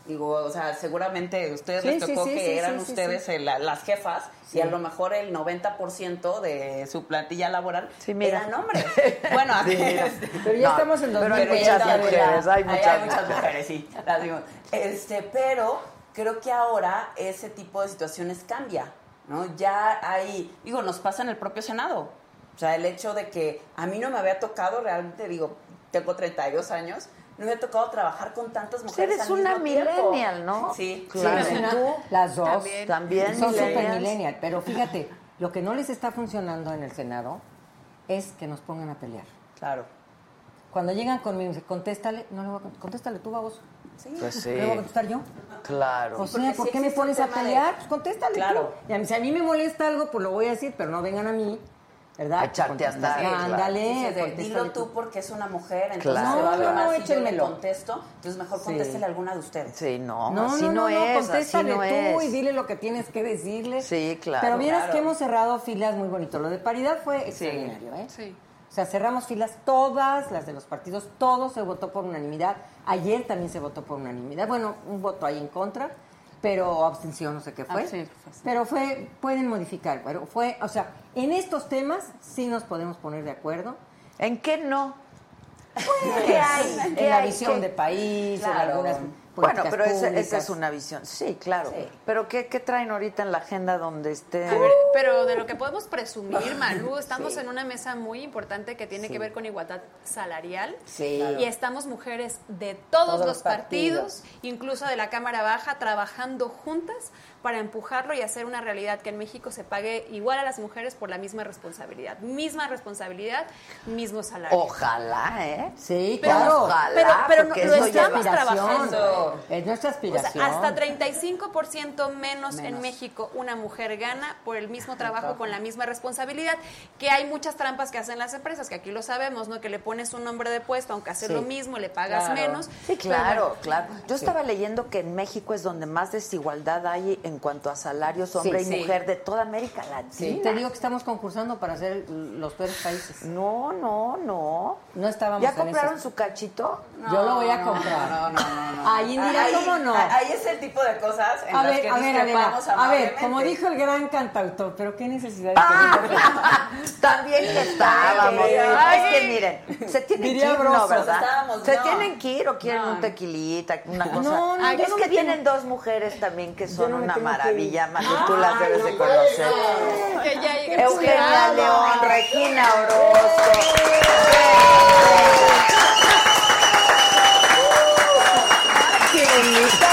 Speaker 6: Digo, o sea, seguramente a ustedes
Speaker 5: Sí,
Speaker 6: les
Speaker 5: sí,
Speaker 6: tocó
Speaker 5: sí,
Speaker 6: que
Speaker 5: sí,
Speaker 6: eran
Speaker 5: sí, sí,
Speaker 6: ustedes eh, la- las jefas
Speaker 5: Sí.
Speaker 6: y a lo mejor el 90% de su plantilla laboral
Speaker 3: Sí, mira.
Speaker 6: eran hombres. Bueno,
Speaker 3: Sí, mira.
Speaker 6: este,
Speaker 5: Pero ya estamos en
Speaker 3: pero hay
Speaker 5: 2020,
Speaker 3: muchas
Speaker 5: ya,
Speaker 3: mujeres,
Speaker 5: ¿verdad?
Speaker 3: hay
Speaker 6: Ahí
Speaker 3: muchas, mujeres.
Speaker 6: mujeres, sí, las digo. Este, pero creo que ahora ese tipo de situaciones cambia, ¿no? Ya hay, digo, nos pasa en el propio Senado. O sea, el hecho de que a mí no me había tocado realmente, digo, tengo 32 años, no me ha tocado trabajar con tantas
Speaker 5: Pues
Speaker 6: mujeres.
Speaker 3: eres
Speaker 6: al
Speaker 3: una
Speaker 6: mismo tiempo.
Speaker 3: millennial, ¿no?
Speaker 6: Sí,
Speaker 3: Claro.
Speaker 6: sí,
Speaker 3: Tú,
Speaker 5: las dos.
Speaker 2: También.
Speaker 3: También
Speaker 5: son super
Speaker 3: millennials.
Speaker 5: millennial. Pero fíjate, lo que no les está funcionando en el Senado es que nos pongan a pelear.
Speaker 6: Claro.
Speaker 5: Cuando llegan conmigo, me dicen, contéstale, no le voy a cont- contéstale tú, baboso.
Speaker 3: Pues
Speaker 5: ¿Le
Speaker 3: sí,
Speaker 5: voy a contestar yo?
Speaker 3: claro.
Speaker 5: O
Speaker 6: porque
Speaker 5: sea, ¿por
Speaker 6: sí
Speaker 5: qué me
Speaker 6: existe un
Speaker 5: pones a
Speaker 6: tema de-
Speaker 5: pelear? Pues contéstale.
Speaker 6: Claro.
Speaker 5: tú. Y a mí, si a mí me molesta algo, pues lo voy a decir, pero no vengan a mí, ¿verdad?
Speaker 3: A echarte
Speaker 5: Contesta-
Speaker 3: hasta- claro.
Speaker 5: Ándale,
Speaker 6: Dices de,
Speaker 5: contéstale
Speaker 6: pues dilo tú porque es una mujer, entonces
Speaker 3: Claro.
Speaker 6: se va a
Speaker 3: No, no,
Speaker 6: clavar
Speaker 5: no,
Speaker 6: si yo le
Speaker 5: échenmelo.
Speaker 6: contesto, entonces mejor
Speaker 5: Sí.
Speaker 6: contéstele alguna de ustedes.
Speaker 3: Sí, no,
Speaker 5: No,
Speaker 3: así
Speaker 5: no,
Speaker 3: no,
Speaker 5: no, no,
Speaker 3: es, así
Speaker 5: contéstale
Speaker 3: no
Speaker 5: tú
Speaker 3: es.
Speaker 5: y dile lo que tienes que decirle.
Speaker 3: Sí, claro.
Speaker 5: Pero vieras
Speaker 6: Claro.
Speaker 5: que hemos cerrado filas muy bonito. Lo de paridad fue extraordinario, ¿eh?
Speaker 2: Sí.
Speaker 5: O sea, cerramos filas todas, las de los partidos, todo se votó por unanimidad. Ayer también se votó por unanimidad. Bueno, un voto ahí en contra, pero abstención, no sé qué fue.
Speaker 2: Ah, sí, fue así.
Speaker 5: Pero fue, pueden modificar, pero fue, o sea, en estos temas sí nos podemos poner de acuerdo.
Speaker 3: ¿En qué no? ¿Qué hay? ¿Qué
Speaker 5: en la
Speaker 3: hay?
Speaker 5: visión
Speaker 3: ¿Qué?
Speaker 5: de país, en
Speaker 6: Claro.
Speaker 5: algunas
Speaker 3: Bueno,
Speaker 5: políticas
Speaker 3: pero esa, esa
Speaker 5: públicas.
Speaker 3: es una visión. Sí, claro.
Speaker 5: Sí.
Speaker 3: Pero ¿qué, ¿qué traen ahorita en la agenda donde esté?
Speaker 2: A ver, pero de lo que podemos presumir, Malú, estamos en una mesa muy importante que tiene que ver con igualdad salarial.
Speaker 5: Sí. Claro.
Speaker 2: Y estamos mujeres de todos,
Speaker 5: Todos
Speaker 2: los
Speaker 5: los partidos.
Speaker 2: partidos, incluso de la Cámara Baja, trabajando juntas para empujarlo y hacer una realidad que en México se pague igual a las mujeres por la misma responsabilidad. Misma responsabilidad, mismo salario.
Speaker 3: Ojalá, ¿eh?
Speaker 5: Sí,
Speaker 2: Pero-
Speaker 5: claro.
Speaker 3: Ojalá,
Speaker 2: pero- pero no-
Speaker 3: porque
Speaker 2: lo
Speaker 3: eso ya
Speaker 2: estamos
Speaker 3: va-
Speaker 2: trabajando.
Speaker 5: Es
Speaker 2: O sea,
Speaker 5: nuestra aspiración.
Speaker 2: hasta 35% menos, en México una mujer gana por el mismo trabajo con la misma responsabilidad, que hay muchas trampas que hacen las empresas, que aquí lo sabemos, ¿no? Que le pones un nombre de puesto, aunque hace
Speaker 5: Sí.
Speaker 2: lo mismo, le pagas
Speaker 6: Claro.
Speaker 2: menos.
Speaker 3: Sí,
Speaker 2: Pero bueno,
Speaker 3: claro, claro. Yo estaba leyendo que en México es donde más desigualdad hay en cuanto a salarios hombre
Speaker 5: Sí,
Speaker 3: y
Speaker 5: sí.
Speaker 3: mujer de toda América Latina.
Speaker 5: Sí, te digo que estamos concursando para ser los peores países.
Speaker 3: No, no, no.
Speaker 5: No estábamos
Speaker 3: ¿Ya
Speaker 5: en
Speaker 3: compraron
Speaker 5: esas.
Speaker 3: su cachito?
Speaker 5: Yo lo voy a comprar.
Speaker 6: No, no, no, no, no.
Speaker 5: Ahí Indira, ¿cómo no?
Speaker 6: Ahí es el tipo de cosas en
Speaker 5: A
Speaker 6: las
Speaker 5: ver,
Speaker 6: que
Speaker 5: a ver, Adela,
Speaker 6: discrepamos
Speaker 5: a ver, como
Speaker 6: amablemente.
Speaker 5: dijo el gran cantautor, pero qué necesidad de
Speaker 3: Ah, También que estábamos.
Speaker 6: Ay,
Speaker 3: Ay, es que miren, se tienen
Speaker 5: Diría
Speaker 3: que ir, no,
Speaker 5: Broso.
Speaker 3: ¿verdad?
Speaker 6: Estábamos,
Speaker 3: se
Speaker 6: no.
Speaker 3: tienen que ir o quieren
Speaker 6: No.
Speaker 3: un tequilita, una cosa. Ah,
Speaker 5: No, no, yo
Speaker 3: es
Speaker 5: no
Speaker 3: que
Speaker 5: me
Speaker 3: vienen dos mujeres también que son
Speaker 5: no me
Speaker 3: una
Speaker 5: tengo que
Speaker 3: maravilla,
Speaker 5: ir.
Speaker 3: Manu, tú las debes de conocer.
Speaker 2: Que ya llegué.
Speaker 3: Eugenia León, Regina Orozco. ¡Qué bonita!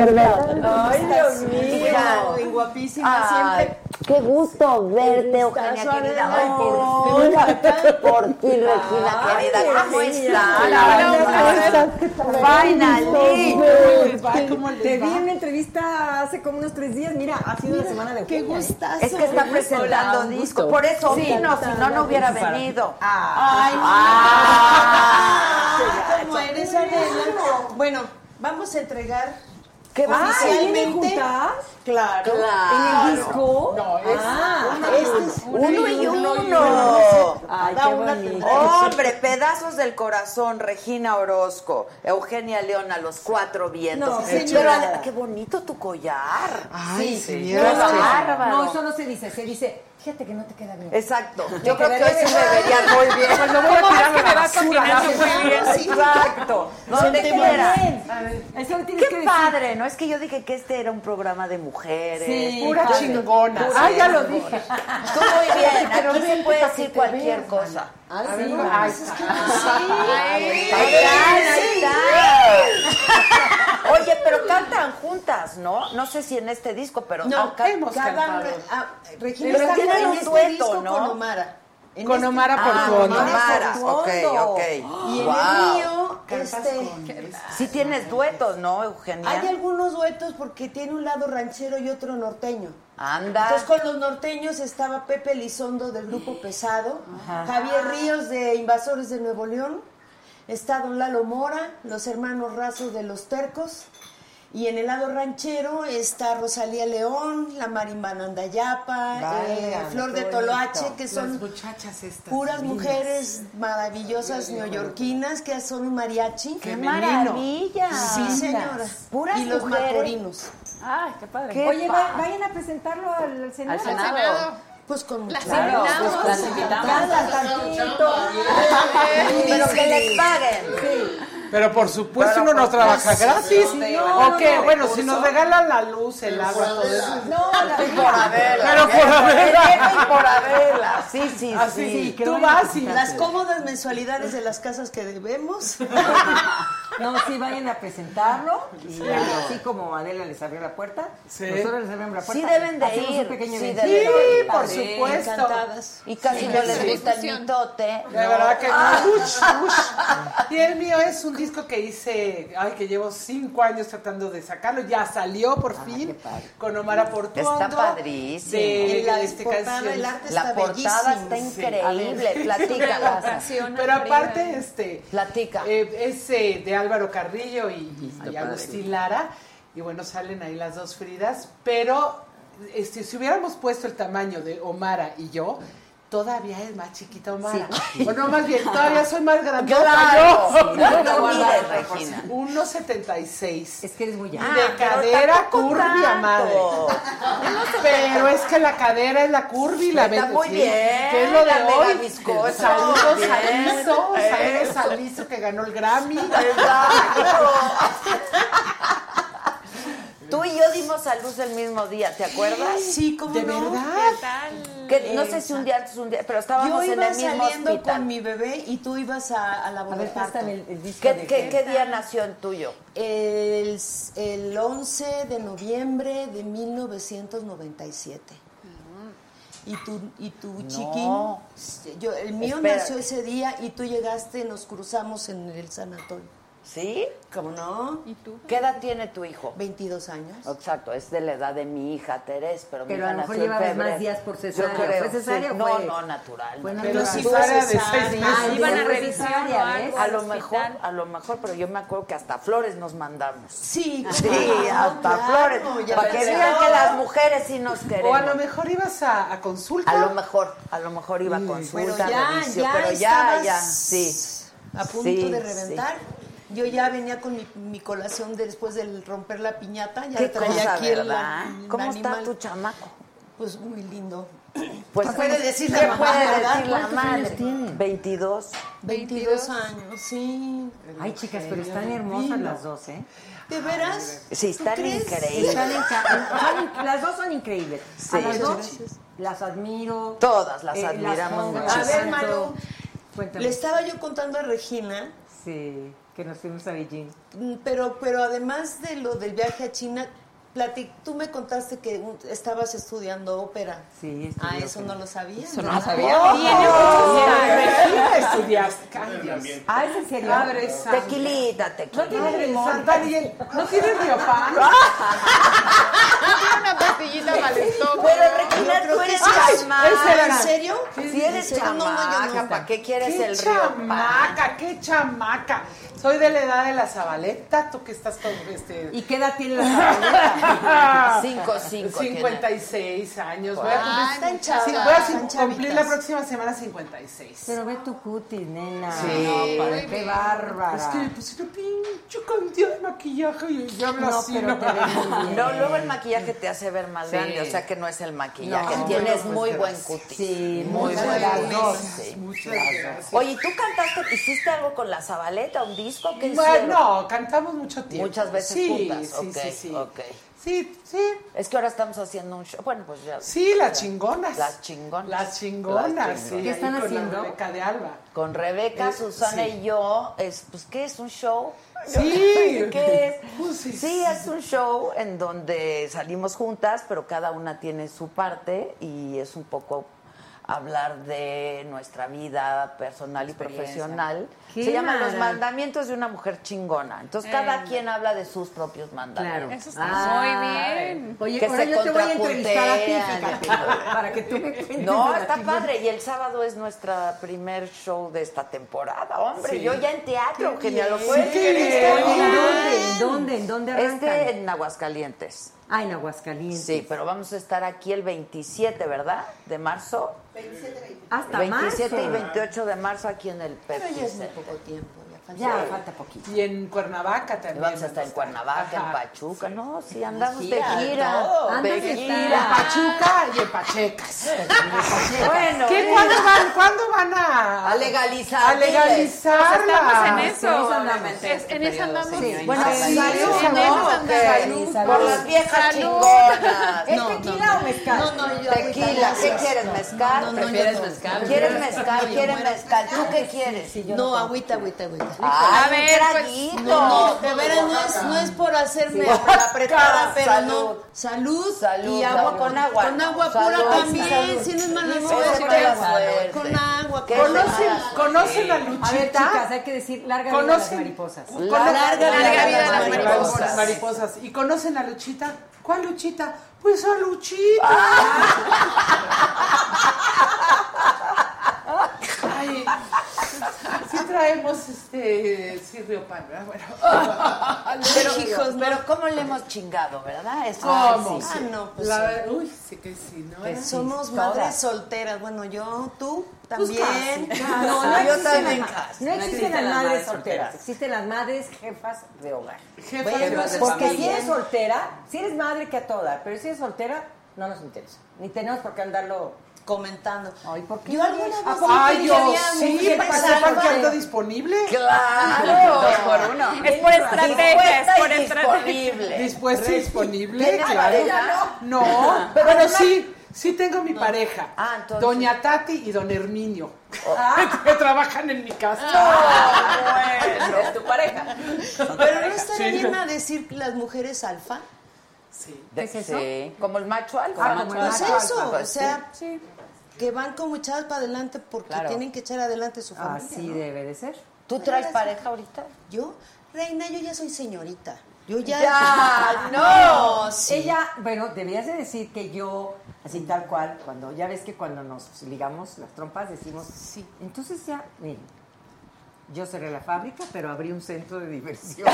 Speaker 5: Ay, Dios
Speaker 3: Hija.
Speaker 5: mío, guapísima
Speaker 3: Ay,
Speaker 5: siempre.
Speaker 3: qué gusto verte, Eugenia
Speaker 5: gustazo,
Speaker 3: querida.
Speaker 5: Adela.
Speaker 3: Ay, por ti, Regina. por ti, Regina querida. ¿Cómo estás? Hola, hola. Finally.
Speaker 5: Como te vi en una entrevista hace como unos tres días, mira, ha sido la semana de Qué gustazo.
Speaker 3: Es que está presentando disco. Por eso vino, si no, no hubiera venido.
Speaker 5: Ay,
Speaker 3: Ah.
Speaker 5: ¿cómo eres, Adela? Bueno, vamos a entregar
Speaker 3: ¡Qué
Speaker 5: oficialmente. Claro. ¿En el disco? No, es
Speaker 3: Ah. Este Uno y uno. Hombre, pedazos del corazón, Regina Orozco, Eugenia León a los cuatro vientos.
Speaker 5: No,
Speaker 3: Pero,
Speaker 5: señora.
Speaker 3: Ad- qué bonito tu collar.
Speaker 5: Ay,
Speaker 3: Qué bárbaro.
Speaker 5: No, eso no se dice, se dice, fíjate que no te queda bien.
Speaker 3: Exacto. Yo creo que
Speaker 5: quedaría
Speaker 3: hoy sí me vería muy bien. Exacto. Donde quieras.
Speaker 5: Eso lo tienes que
Speaker 3: Qué
Speaker 5: decir.
Speaker 3: padre, ¿no? Es que yo dije que este era un programa de mujeres.
Speaker 5: Sí,
Speaker 3: Pura
Speaker 5: padre.
Speaker 3: chingona.
Speaker 5: Ah, ya lo dije.
Speaker 3: Tú muy bien. Aquí se puede decir cualquier cosa.
Speaker 5: Ah, sí.
Speaker 3: Ahí está, ahí está. Oye, pero cantan juntas, ¿no? No sé si en este disco, pero no, hemos
Speaker 5: Ah, Regina este
Speaker 3: Pero tienen un dueto, ¿no?
Speaker 5: Omara. En
Speaker 8: Con
Speaker 5: este-
Speaker 8: Omara
Speaker 5: Ah,
Speaker 8: Portuondo.
Speaker 5: con Omara
Speaker 3: ok,
Speaker 5: Portuondo.
Speaker 3: ok.
Speaker 5: Y en
Speaker 3: Wow.
Speaker 5: el mío, este,
Speaker 3: Sí tienes duetos, ¿no, Eugenia?
Speaker 8: Hay algunos duetos porque tiene un lado ranchero y otro norteño.
Speaker 3: Anda.
Speaker 8: Entonces con los norteños estaba Pepe Elizondo del grupo Pesado, Javier
Speaker 3: Ah.
Speaker 8: Ríos de Invasores de Nuevo León, está Don Lalo Mora, los hermanos Rasos de los Tercos, y en el lado ranchero está Rosalía León, la Marimba Nandayapa,
Speaker 3: Vale,
Speaker 8: eh, Flor de
Speaker 3: qué
Speaker 8: Toloache,
Speaker 3: bonito.
Speaker 8: que son puras mujeres maravillosas neoyorquinas que son un mariachi.
Speaker 3: ¡Qué maravilla!
Speaker 8: Sí, señora.
Speaker 3: Puras
Speaker 8: y los
Speaker 3: mujeres.
Speaker 8: macorinos.
Speaker 2: Ay, qué padre.
Speaker 3: Qué
Speaker 5: Oye, va-
Speaker 3: padre.
Speaker 5: vayan a presentarlo al, al Senado.
Speaker 8: Pues con
Speaker 2: Las
Speaker 8: claro,
Speaker 2: invitamos.
Speaker 8: pues,
Speaker 2: Las
Speaker 8: invitamos.
Speaker 3: Pero que les paguen.
Speaker 9: Pero por supuesto
Speaker 3: Pero
Speaker 9: uno no
Speaker 3: por
Speaker 9: trabaja gratis.
Speaker 5: no,
Speaker 9: ¿O qué?
Speaker 5: no,
Speaker 9: bueno, si nos regalan la luz, el agua, todo eso.
Speaker 5: No, la
Speaker 3: Por Adela.
Speaker 9: Pero por
Speaker 3: Adela.
Speaker 9: Adela.
Speaker 3: Por Adela. Ah, Sí, sí,
Speaker 9: Así,
Speaker 3: sí.
Speaker 5: Ah, qué
Speaker 9: tú
Speaker 5: bueno
Speaker 9: vas y
Speaker 8: Las cómodas mensualidades de las casas que debemos.
Speaker 5: No, sí, vayan a presentarlo. Y así como Adela les abrió la puerta,
Speaker 9: Sí.
Speaker 5: nosotros les abrimos la
Speaker 3: Sí
Speaker 5: puerta.
Speaker 3: deben de
Speaker 5: Hacemos
Speaker 3: ir,
Speaker 5: Un pequeño
Speaker 3: sí
Speaker 5: evento.
Speaker 3: deben de
Speaker 9: Sí, por
Speaker 3: Padre,
Speaker 9: supuesto.
Speaker 8: Encantadas.
Speaker 3: Y casi no les gusta el mitote.
Speaker 9: De verdad que no. Ah,
Speaker 3: Ah.
Speaker 9: Ush, ush. Y el mío es un disco que hice, ay, que llevo cinco años tratando de sacarlo. Ya salió por fin con Omar Portuondo.
Speaker 3: Ah, Está padrísimo.
Speaker 9: De,
Speaker 8: Y la
Speaker 9: este,
Speaker 8: portada,
Speaker 9: canciones.
Speaker 8: el arte
Speaker 3: La
Speaker 8: está
Speaker 3: portada
Speaker 8: bellísima.
Speaker 3: está increíble. Platícala.
Speaker 9: Pero aparte, este.
Speaker 3: Platica.
Speaker 9: eh, es eh, de Álvaro Carrillo y, y- y Agustín Lara. Y bueno, salen ahí las dos Fridas. Pero este, si hubiéramos puesto el tamaño de Omara y yo. Todavía es más chiquita Omara. O no, más bien, todavía soy más grande.
Speaker 3: Claro.
Speaker 9: yo.
Speaker 3: Sí, no, no mides, Regina.
Speaker 9: 1,76.
Speaker 5: Es que eres muy
Speaker 9: Y
Speaker 5: alta.
Speaker 9: de
Speaker 3: Ah, pero
Speaker 9: cadera
Speaker 3: tampoco
Speaker 9: curvia,
Speaker 3: tanto.
Speaker 9: madre. Pero es que la cadera es la curvy y la
Speaker 3: Está
Speaker 9: ven-
Speaker 3: muy
Speaker 9: sí,
Speaker 3: bien,
Speaker 9: Que es lo de
Speaker 3: la
Speaker 9: hoy.
Speaker 3: mega viscosa,
Speaker 9: Saludos
Speaker 3: muy bien.
Speaker 9: a Lizo, saludos
Speaker 3: Eso.
Speaker 9: a Lizo que ganó el Grammy.
Speaker 3: Tú y yo dimos a luz el mismo día, ¿te acuerdas?
Speaker 8: Sí, ¿cómo
Speaker 9: ¿De
Speaker 8: no?
Speaker 9: verdad?
Speaker 3: Que no sé si un día antes, un día, pero
Speaker 8: Yo
Speaker 3: estábamos en
Speaker 8: iba
Speaker 3: el mismo
Speaker 8: saliendo
Speaker 3: hospital.
Speaker 8: con mi bebé y tú ibas a, a la
Speaker 5: A ver,
Speaker 8: boda.
Speaker 5: pásame el, el disco.
Speaker 3: ¿Qué,
Speaker 5: de
Speaker 3: qué,
Speaker 5: Ger.
Speaker 3: qué día nació el tuyo?
Speaker 8: El, s- el 11 de noviembre de 1997. Y tu, y tu
Speaker 3: No.
Speaker 8: chiquín, yo, el mío
Speaker 3: Espérate.
Speaker 8: nació ese día y tú llegaste, nos cruzamos en el sanatorio.
Speaker 3: ¿Sí?
Speaker 8: ¿Cómo no?
Speaker 3: ¿Qué edad tiene tu hijo?
Speaker 8: 22 años.
Speaker 3: Exacto, es de la edad de mi hija Terés, pero, mi
Speaker 5: Pero
Speaker 3: hija
Speaker 5: a lo mejor
Speaker 3: nació en
Speaker 5: llevabas más
Speaker 3: febrero.
Speaker 5: días por
Speaker 3: Yo
Speaker 5: cesárea.
Speaker 3: creo,
Speaker 5: ¿Fue cesárea
Speaker 3: sí.
Speaker 5: o
Speaker 3: No,
Speaker 5: fue-
Speaker 3: no, natural.
Speaker 5: Bueno,
Speaker 9: Pero si
Speaker 5: tú-
Speaker 8: fue
Speaker 9: fuera de
Speaker 8: cesárea.
Speaker 9: seis
Speaker 5: Ah,
Speaker 9: meses.
Speaker 2: Iban a
Speaker 5: fue
Speaker 2: revisión
Speaker 5: cesárea,
Speaker 2: o
Speaker 8: ¿eh?
Speaker 2: algo.
Speaker 5: ¿ves?
Speaker 3: A
Speaker 2: al
Speaker 3: lo
Speaker 2: hospital.
Speaker 3: mejor, a lo mejor, pero yo me acuerdo que hasta flores nos mandamos.
Speaker 8: Sí,
Speaker 3: Sí, hasta flores. Para que vean que las mujeres sí nos
Speaker 9: O
Speaker 3: queremos.
Speaker 9: a lo mejor ibas a, a consulta.
Speaker 3: A lo mejor, a lo mejor iba a consulta,
Speaker 8: Pero ya,
Speaker 3: revisión,
Speaker 8: ya
Speaker 3: pero ya,
Speaker 8: estabas-
Speaker 3: ya, sí.
Speaker 8: a punto
Speaker 3: Sí,
Speaker 8: de
Speaker 3: sí.
Speaker 8: reventar. Yo ya venía con mi, mi colación de- después del romper la piñata, ya
Speaker 3: Qué
Speaker 8: traía
Speaker 3: cosa,
Speaker 8: aquí
Speaker 3: ¿verdad?
Speaker 8: el,
Speaker 3: ¿Cómo está
Speaker 8: tu
Speaker 3: chamaco?
Speaker 8: Pues muy lindo.
Speaker 3: Pues,
Speaker 8: ¿Qué puede decir
Speaker 3: ¿qué
Speaker 8: la mamá?
Speaker 3: puede
Speaker 8: verdad?
Speaker 3: decir la
Speaker 8: ¿Cuántos años
Speaker 3: madre?
Speaker 8: tiene?
Speaker 3: 22.
Speaker 8: 22 años, sí.
Speaker 5: Ay, chicas, pero están hermosas las dos, ¿eh?
Speaker 8: ¿De veras?
Speaker 3: Sí,
Speaker 8: ¿Tú
Speaker 3: están
Speaker 8: crees?
Speaker 3: increíbles.
Speaker 5: Están enca- son in- las dos son increíbles.
Speaker 3: Sí.
Speaker 5: A las dos
Speaker 3: Gracias.
Speaker 5: las admiro.
Speaker 3: Todas las
Speaker 5: las
Speaker 3: admiramos
Speaker 5: pongo
Speaker 3: muchísimo.
Speaker 8: A ver,
Speaker 5: tanto.
Speaker 8: Maru,
Speaker 5: Cuéntame.
Speaker 8: le estaba yo contando a Regina
Speaker 5: Sí, que nos fuimos a Beijing.
Speaker 8: Mm, Pero, pero además de lo del viaje a China, plati- tú me contaste que un- estabas estudiando ópera.
Speaker 5: Sí, estudié
Speaker 8: Ah, eso
Speaker 5: ópera.
Speaker 8: no lo sabía. ¡Oh!
Speaker 5: Eso no
Speaker 8: ¿verdad?
Speaker 5: lo sabía. Tiene
Speaker 9: Regina estudiaste. Cambias.
Speaker 5: Ah, ¿es en serio?
Speaker 9: Padre santo.
Speaker 3: Tequilita, tequilita.
Speaker 5: No tiene limón.
Speaker 9: Santa Ariel, ¿no tienes riopan?
Speaker 8: Ah,
Speaker 10: una pastillita para el estómago.
Speaker 3: Pero Regina, tú eres
Speaker 9: ¡Ay! Ese
Speaker 3: chamaca.
Speaker 9: era.
Speaker 8: ¿En serio?
Speaker 3: Si eres
Speaker 8: No, no, yo no.
Speaker 3: chamaca, ¿para qué quieres
Speaker 9: ¡Qué
Speaker 3: el río?
Speaker 9: chamaca! ¡Qué chamaca! Soy de la edad de la Zabaleta, tú que estás todo este...
Speaker 5: ¿Y qué edad tiene la Zabaleta?
Speaker 3: Cinco, cinco,
Speaker 9: 56 años. Voy a
Speaker 10: Ay,
Speaker 9: cumplir,
Speaker 8: están chavas,
Speaker 9: sí, voy a
Speaker 8: están
Speaker 9: cum- cumplir la
Speaker 8: chavitas.
Speaker 9: próxima semana 56.
Speaker 5: Pero ve tu cutis, nena.
Speaker 9: Sí.
Speaker 5: No, padre,
Speaker 10: Muy
Speaker 5: qué
Speaker 10: bien.
Speaker 5: bárbara.
Speaker 9: Es que pues yo pincho cantidad de maquillaje y yo hablo
Speaker 5: No,
Speaker 9: así.
Speaker 5: pero te ves muy bien.
Speaker 3: No, luego el maquillaje te hace ver más grande, o sea que no es el maquillaje.
Speaker 5: No.
Speaker 3: Tienes
Speaker 9: Bueno,
Speaker 3: muy
Speaker 9: pues,
Speaker 3: buen
Speaker 9: gracias.
Speaker 3: cutis.
Speaker 5: Sí,
Speaker 3: muy
Speaker 5: muy
Speaker 3: buen
Speaker 5: buenas
Speaker 3: cutis,
Speaker 5: dos.
Speaker 3: sí.
Speaker 9: Muchas gracias.
Speaker 3: Oye, ¿y ¿tú cantaste, hiciste algo con la Zabaleta, un disco que hicieron?
Speaker 9: Bueno, cantamos mucho tiempo.
Speaker 3: Muchas veces
Speaker 9: sí,
Speaker 3: juntas,
Speaker 9: Sí,
Speaker 3: ok,
Speaker 9: sí, sí.
Speaker 3: ok.
Speaker 9: Sí, sí.
Speaker 3: Es que ahora estamos haciendo un show. Bueno, pues ya.
Speaker 9: Sí, las chingonas.
Speaker 3: Las chingonas.
Speaker 9: Las chingonas,
Speaker 3: Las
Speaker 9: sí.
Speaker 3: chingonas.
Speaker 5: ¿Qué están
Speaker 9: ahí con la
Speaker 5: haciendo?
Speaker 9: Rebeca de Alba.
Speaker 3: Con Rebeca,
Speaker 9: Eh,
Speaker 3: Susana
Speaker 9: sí.
Speaker 3: y yo, es, pues, ¿qué es? ¿Un show?
Speaker 9: Sí.
Speaker 3: ¿Qué
Speaker 9: Pues,
Speaker 3: es?
Speaker 9: sí.
Speaker 3: Sí, es un show en donde salimos juntas, pero cada una tiene su parte y es un poco hablar de nuestra vida personal y profesional.
Speaker 5: ¡Qué Eh.
Speaker 3: Se llama Los
Speaker 5: maravilla!
Speaker 3: mandamientos de una mujer chingona. Entonces, cada quien habla de sus propios mandamientos.
Speaker 10: Eso está muy bien.
Speaker 5: Ah, eh. Oye,
Speaker 3: Que
Speaker 5: ahora
Speaker 3: se
Speaker 5: yo te voy a entrevistar a ti,
Speaker 3: contrapuntean.
Speaker 5: fíjate, para que tú me cuentes.
Speaker 3: No,
Speaker 5: de la
Speaker 3: está
Speaker 5: tuya.
Speaker 3: padre. Y el sábado es nuestra primer show de esta temporada. Hombre, yo ya en teatro, Eugenia, ¿lo puedes
Speaker 9: qué
Speaker 3: creer?
Speaker 9: bien.
Speaker 5: Oye, ¿en dónde? ¿En dónde? ¿En dónde arrancan?
Speaker 3: Este en Aguascalientes.
Speaker 5: Ah, en Aguascalientes.
Speaker 3: Sí, pero vamos a estar aquí el 27, ¿verdad? De marzo.
Speaker 5: Hasta
Speaker 3: 27
Speaker 5: marzo.
Speaker 3: y 28 de marzo aquí en el
Speaker 8: Pero ya es muy
Speaker 3: Pepsi.
Speaker 8: poco tiempo. Ya falta.
Speaker 5: Ya, falta poquito.
Speaker 9: Y en Cuernavaca también.
Speaker 3: Vamos a estar en Cuernavaca, en
Speaker 9: Ajá.
Speaker 3: Pachuca. No, sí, andamos
Speaker 5: Gira,
Speaker 3: de gira.
Speaker 5: todo.
Speaker 3: De
Speaker 5: Andas de
Speaker 9: En
Speaker 3: gira.
Speaker 5: gira.
Speaker 9: Pachuca y en Pachecas.
Speaker 3: Bueno,
Speaker 9: ¿Qué?
Speaker 3: eh,
Speaker 9: ¿Cuándo van, ¿cuándo van a,
Speaker 3: a legalizar.
Speaker 9: a
Speaker 3: diles.
Speaker 4: Pues
Speaker 9: legalizarla?
Speaker 10: Estamos en
Speaker 5: en
Speaker 10: eso.
Speaker 5: eso andamos.
Speaker 10: Es- en eso andamos.
Speaker 5: señor.
Speaker 3: Bueno,
Speaker 10: en
Speaker 9: Sí,
Speaker 3: salud, ¿no?
Speaker 10: eso
Speaker 3: Ok.
Speaker 10: andamos.
Speaker 3: Por las viejas
Speaker 10: Salud.
Speaker 3: chingonas.
Speaker 5: ¿Es tequila o mezcal?
Speaker 8: No, no, yo
Speaker 3: Tequila, ¿qué quieres? ¿Mezcal?
Speaker 8: No, no,
Speaker 3: ¿Prefieres
Speaker 8: yo no.
Speaker 3: mezcal?
Speaker 8: Yo
Speaker 3: ¿Quieres
Speaker 8: no.
Speaker 3: mezcal?
Speaker 8: Yo
Speaker 3: ¿Quieres
Speaker 8: muero.
Speaker 3: mezcal? ¿Tú qué quieres?
Speaker 8: No, no, agüita, agüita, agüita.
Speaker 3: Ay,
Speaker 10: A
Speaker 3: un
Speaker 10: ver, pues,
Speaker 3: traguito.
Speaker 8: No, no, de veras no es, no es por hacerme la apretada, pero
Speaker 3: Salud.
Speaker 8: no. Salud,
Speaker 3: Salud,
Speaker 8: y agua
Speaker 3: salud.
Speaker 8: con agua.
Speaker 3: Con
Speaker 8: Con
Speaker 3: agua
Speaker 8: agua
Speaker 3: Salud,
Speaker 8: pura
Speaker 3: pura también,
Speaker 8: también,
Speaker 3: salud.
Speaker 8: si no es mala
Speaker 3: No,
Speaker 8: suerte.
Speaker 3: no es mala suerte.
Speaker 8: Con agua,
Speaker 3: ¿Qué
Speaker 8: con
Speaker 3: es
Speaker 9: ¿Conocen,
Speaker 3: Ah,
Speaker 9: ¿Conocen a
Speaker 5: A ver, chicas,
Speaker 9: Luchita?
Speaker 5: hay que decir larga vida a las
Speaker 9: ¿Conocen?
Speaker 5: mariposas.
Speaker 9: ¿Cono-
Speaker 3: Larga vida a las mariposas.
Speaker 9: mariposas. mariposas. ¿Y conocen a Luchita? ¿Cuál Luchita? Pues a Luchita. Ay, sí traemos este sirrio pan, ¿verdad? Bueno.
Speaker 3: Pero,
Speaker 8: hijos, no.
Speaker 3: pero ¿cómo le hemos chingado, verdad? Eso
Speaker 9: ¿Cómo?
Speaker 3: sí.
Speaker 8: Ah, no, pues
Speaker 9: La-
Speaker 8: sí.
Speaker 9: uy, sí que sí, ¿no?
Speaker 3: Que sí.
Speaker 8: Somos
Speaker 3: Todas. Pues
Speaker 8: madres solteras. Bueno, yo, tú también.
Speaker 5: No, no
Speaker 3: yo
Speaker 5: existen
Speaker 3: también.
Speaker 5: las- No existen las madres solteras, existen las madres jefas de hogar.
Speaker 9: Jefa
Speaker 8: Bueno,
Speaker 9: de
Speaker 8: pues,
Speaker 9: madre
Speaker 5: Porque si
Speaker 9: familia.
Speaker 5: eres soltera, si eres madre que a toda, pero si eres soltera, no nos interesa. Ni tenemos por qué andarlo.
Speaker 8: Comentando.
Speaker 5: Ay, ¿por qué
Speaker 8: Yo
Speaker 5: no?
Speaker 8: alguna vez.
Speaker 5: ¿A poco
Speaker 9: Ay, yo
Speaker 8: yo había
Speaker 9: sí,
Speaker 8: mujer
Speaker 9: para que
Speaker 8: pasada,
Speaker 9: sepan que
Speaker 8: madre.
Speaker 9: ando disponible.
Speaker 3: Claro.
Speaker 10: Dos por uno. Es por estrategia, es
Speaker 3: Dispuesta
Speaker 10: por
Speaker 3: y
Speaker 10: estrategia.
Speaker 3: disponible.
Speaker 9: Dispuesta y disponible,
Speaker 3: ¿Tienes
Speaker 9: claro.
Speaker 3: pareja?
Speaker 9: No, pero, sí, sí tengo mi pareja.
Speaker 3: Ah, entonces.
Speaker 9: Doña Tati y Don Herminio. Que trabajan en mi casa.
Speaker 6: Es tu pareja.
Speaker 8: Pero no estaría
Speaker 9: Sí.
Speaker 8: bien a decir las mujeres alfa.
Speaker 9: Sí.
Speaker 3: De-
Speaker 5: ¿Es eso?
Speaker 3: Sí, como el macho alfa.
Speaker 5: Ah, como el
Speaker 8: Pues
Speaker 5: macho
Speaker 8: eso,
Speaker 5: alfa,
Speaker 8: o sea, que van como echadas para adelante porque
Speaker 3: Claro.
Speaker 8: tienen que echar adelante su familia.
Speaker 5: Así
Speaker 8: ¿no?
Speaker 5: debe de ser.
Speaker 3: ¿Tú traes pareja ahorita?
Speaker 8: Yo, reina, yo ya soy señorita. Yo ya.
Speaker 3: Ya,
Speaker 8: no, sí.
Speaker 5: Ella, bueno, debías de decir que yo, así tal cual, cuando ya ves que cuando nos ligamos las trompas decimos, sí. Entonces ya, miren, yo cerré la fábrica, pero abrí un centro de diversión.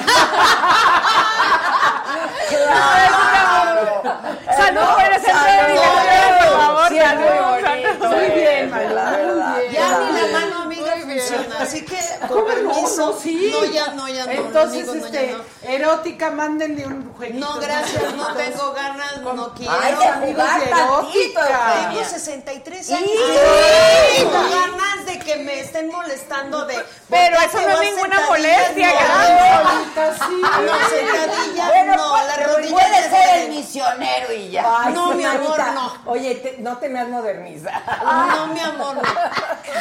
Speaker 10: Salud por ese
Speaker 3: Salud.
Speaker 10: por favor.
Speaker 3: Sí, es muy
Speaker 10: Salud.
Speaker 3: bonito.
Speaker 10: salud.
Speaker 9: Muy bien, Maylin, muy bien.
Speaker 8: Ya ni la mano amiga funciona. Así que, con
Speaker 9: ¿Cómo
Speaker 8: permiso,
Speaker 9: no, sí.
Speaker 8: No, ya no, ya no,
Speaker 9: Entonces,
Speaker 8: amigos, no, ya
Speaker 9: este,
Speaker 8: no.
Speaker 9: erótica, mándenle un jueguito.
Speaker 8: No, gracias, no tengo ganas, no quiero.
Speaker 9: Ay, de jugar tantito, Eugenia.
Speaker 8: Tengo 63
Speaker 9: Y-
Speaker 8: años.
Speaker 9: ¡Sí!
Speaker 8: Tengo ganas de que me estén molestando de...
Speaker 2: Pero
Speaker 8: ¿por qué
Speaker 2: eso
Speaker 8: te
Speaker 2: no es
Speaker 8: vas
Speaker 2: ninguna
Speaker 8: sentadilla?
Speaker 2: molestia,
Speaker 8: No,
Speaker 2: Gabriela.
Speaker 8: ahorita sí. No, sentadilla,
Speaker 3: Bueno,
Speaker 8: no,
Speaker 3: pues,
Speaker 8: la rodilla...
Speaker 3: puede
Speaker 8: es-
Speaker 3: ser el misionero y ya.
Speaker 11: Ay,
Speaker 8: No, mi amor,
Speaker 11: Susanita,
Speaker 8: no.
Speaker 11: Oye, te- no te me has modernizado.
Speaker 8: No, mi amor, no.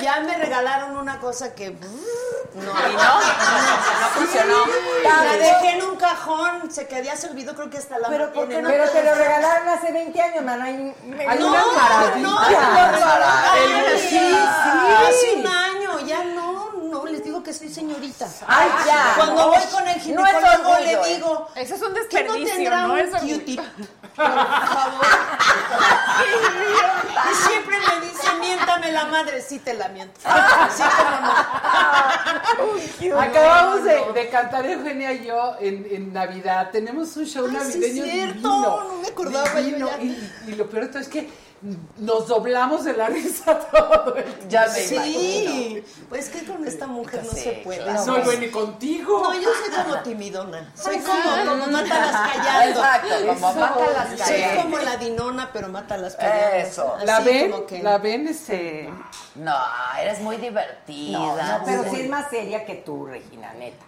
Speaker 8: Ya me regalaron una cosa que...
Speaker 6: ¿Y
Speaker 8: No,
Speaker 6: no? No funcionó.
Speaker 8: La dejé en un cajón, se quedé servido, creo que hasta la
Speaker 12: Pero, ¿por qué
Speaker 8: tiene,
Speaker 12: no?
Speaker 11: Pero te lo regalaron hace 20 años, man. Hay,
Speaker 8: Ay,
Speaker 11: no,
Speaker 8: no, No,
Speaker 11: maravillas.
Speaker 8: no, no,
Speaker 11: Ay,
Speaker 8: no,
Speaker 11: sí,
Speaker 8: Hace
Speaker 11: sí.
Speaker 8: un año, ya no, no, les digo que soy señorita.
Speaker 11: Ay, ya.
Speaker 8: Cuando
Speaker 11: No,
Speaker 8: voy con
Speaker 11: no
Speaker 8: el
Speaker 11: es
Speaker 8: ginecólogo
Speaker 11: orgullo, eh.
Speaker 8: le digo,
Speaker 2: Eso es un
Speaker 8: ¿qué no
Speaker 2: desperdicio,
Speaker 8: tendrá
Speaker 2: ¿no?
Speaker 8: un
Speaker 2: Es orgullo.
Speaker 8: cutie? Por favor. Y siempre me dice, miéntame la madre, sí te la miento. Sí, como no.
Speaker 9: Acabamos de, de cantar Eugenia y yo en, en Navidad. Tenemos un show
Speaker 8: Ay, sí,
Speaker 9: navideño
Speaker 8: cierto,
Speaker 9: divino.
Speaker 8: no me acordaba yo
Speaker 9: divino.
Speaker 8: ya.
Speaker 9: Y, y lo peor de todo es que nos doblamos de la risa todo el tiempo.
Speaker 3: Ya me
Speaker 8: Sí, pues que con esta mujer no se puede.
Speaker 9: No,
Speaker 8: Soy-
Speaker 9: güey, ni contigo.
Speaker 8: No, yo soy como timidona. Soy como, como mátalas callando.
Speaker 3: Exacto, como
Speaker 9: Eso.
Speaker 3: mátalas
Speaker 8: Soy
Speaker 3: callando.
Speaker 8: como la dinona, pero mátalas callando.
Speaker 3: Eso.
Speaker 8: Así
Speaker 9: ¿La ven?
Speaker 8: como que-
Speaker 9: ¿La ven? Este...
Speaker 3: No, eres muy divertida.
Speaker 11: No, pero sí
Speaker 3: Sí.
Speaker 11: es más seria que tú, Regina, neta.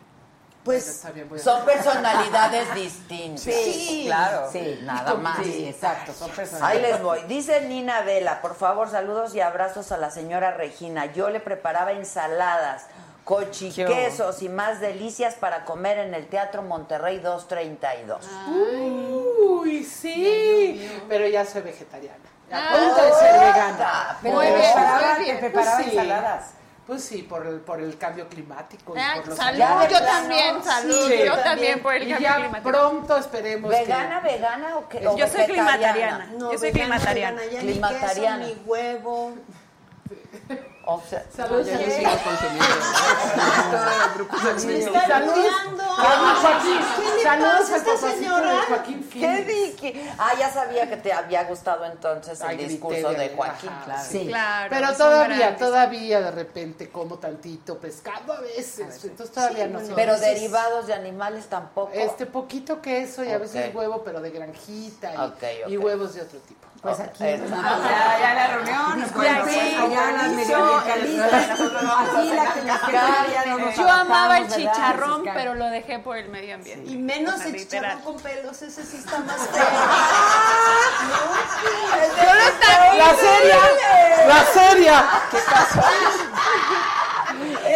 Speaker 8: Pues,
Speaker 3: Son personalidades distintas.
Speaker 8: Sí.
Speaker 3: claro.
Speaker 11: Sí.
Speaker 3: Nada más.
Speaker 11: Sí, exacto, son personas.
Speaker 3: Ahí les voy. Dice Nina Vela, por favor, saludos y abrazos a la señora Regina. Yo le preparaba ensaladas, cochiquesos y más delicias para comer en el Teatro Monterrey 232.
Speaker 2: Ah.
Speaker 9: Uy, sí. Pero ya soy vegetariana. A punto de ser vegana.
Speaker 11: Pero
Speaker 2: Muy
Speaker 11: te
Speaker 2: bien,
Speaker 11: preparaba,
Speaker 2: muy bien.
Speaker 11: te preparaba
Speaker 9: Pues sí.
Speaker 11: ensaladas.
Speaker 9: Pues sí, por el, por el cambio climático. y
Speaker 2: Ah,
Speaker 9: por los
Speaker 2: salud,
Speaker 9: alimentos.
Speaker 2: yo también, salud,
Speaker 9: Sí,
Speaker 2: yo también por el
Speaker 9: Y
Speaker 2: cambio
Speaker 9: ya
Speaker 2: climático.
Speaker 9: pronto esperemos que-
Speaker 3: ¿Vegana, vegana o qué? o
Speaker 2: Yo soy
Speaker 3: vegetariana?
Speaker 2: climatariana. Yo soy
Speaker 8: vegana,
Speaker 2: climatariana.
Speaker 8: vegana, ya
Speaker 3: Climatariana.
Speaker 8: Ni queso, ni huevo.
Speaker 3: O sea,
Speaker 9: Saludos, yo sigo consumiendo.
Speaker 8: Me están cuidando.
Speaker 9: Saludos, Joaquín.
Speaker 8: ¿Qué le
Speaker 9: Saludos al
Speaker 8: pasa a esta
Speaker 9: papacito
Speaker 8: señora?
Speaker 9: de Joaquín
Speaker 3: ¿Qué
Speaker 9: Phoenix.
Speaker 3: dije? Ah, ya sabía que te había gustado entonces el
Speaker 9: Ay, grité
Speaker 3: discurso
Speaker 9: de-
Speaker 3: de Joaquín,
Speaker 9: ajá,
Speaker 3: claro.
Speaker 11: Sí.
Speaker 2: Claro.
Speaker 9: Pero
Speaker 2: son
Speaker 9: todavía,
Speaker 2: grandes.
Speaker 9: todavía de repente como tantito pescado a veces. Entonces todavía no sé.
Speaker 3: Pero derivados de animales tampoco.
Speaker 9: Este poquito queso y a veces
Speaker 3: Ok.
Speaker 9: huevo, pero de granjita y,
Speaker 3: Ok, ok.
Speaker 9: y huevos de otro tipo.
Speaker 3: pues aquí.
Speaker 11: Ya, ya la reunión. allá las medioambientalistas. Aquí la que nos quedaba no nos
Speaker 2: Yo amaba el
Speaker 11: adaptamos, ¿verdad?
Speaker 2: chicharrón,
Speaker 11: Sus
Speaker 2: pero lo dejé por el medio ambiente.
Speaker 8: Y menos
Speaker 2: O sea,
Speaker 8: el
Speaker 2: literal.
Speaker 8: chicharrón con pelos, ese sí está más feo. No, el de-
Speaker 2: Yo lo estaba-
Speaker 9: ¡La seria! ¡La seria!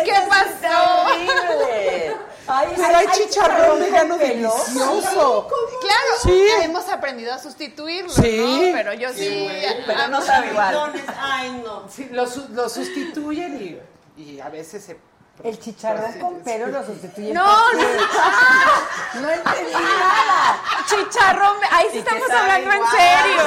Speaker 2: ¿Qué pasó?
Speaker 3: Horrible.
Speaker 11: Ay,
Speaker 9: Pero hay chicharrón vegano delicioso.
Speaker 2: Claro,
Speaker 9: Sí.
Speaker 2: hemos aprendido a sustituirlo,
Speaker 9: Sí.
Speaker 2: ¿no? Pero yo sí. Ah,
Speaker 3: Pero no sabe igual.
Speaker 8: Millones, Ay, no.
Speaker 9: Sí, lo, su- lo sustituyen y, y a veces se...
Speaker 11: El chicharrón con pelo lo sustituye.
Speaker 2: No, Ah, no,
Speaker 11: No entendí nada.
Speaker 2: chicharrón, ahí sí estamos hablando en serio.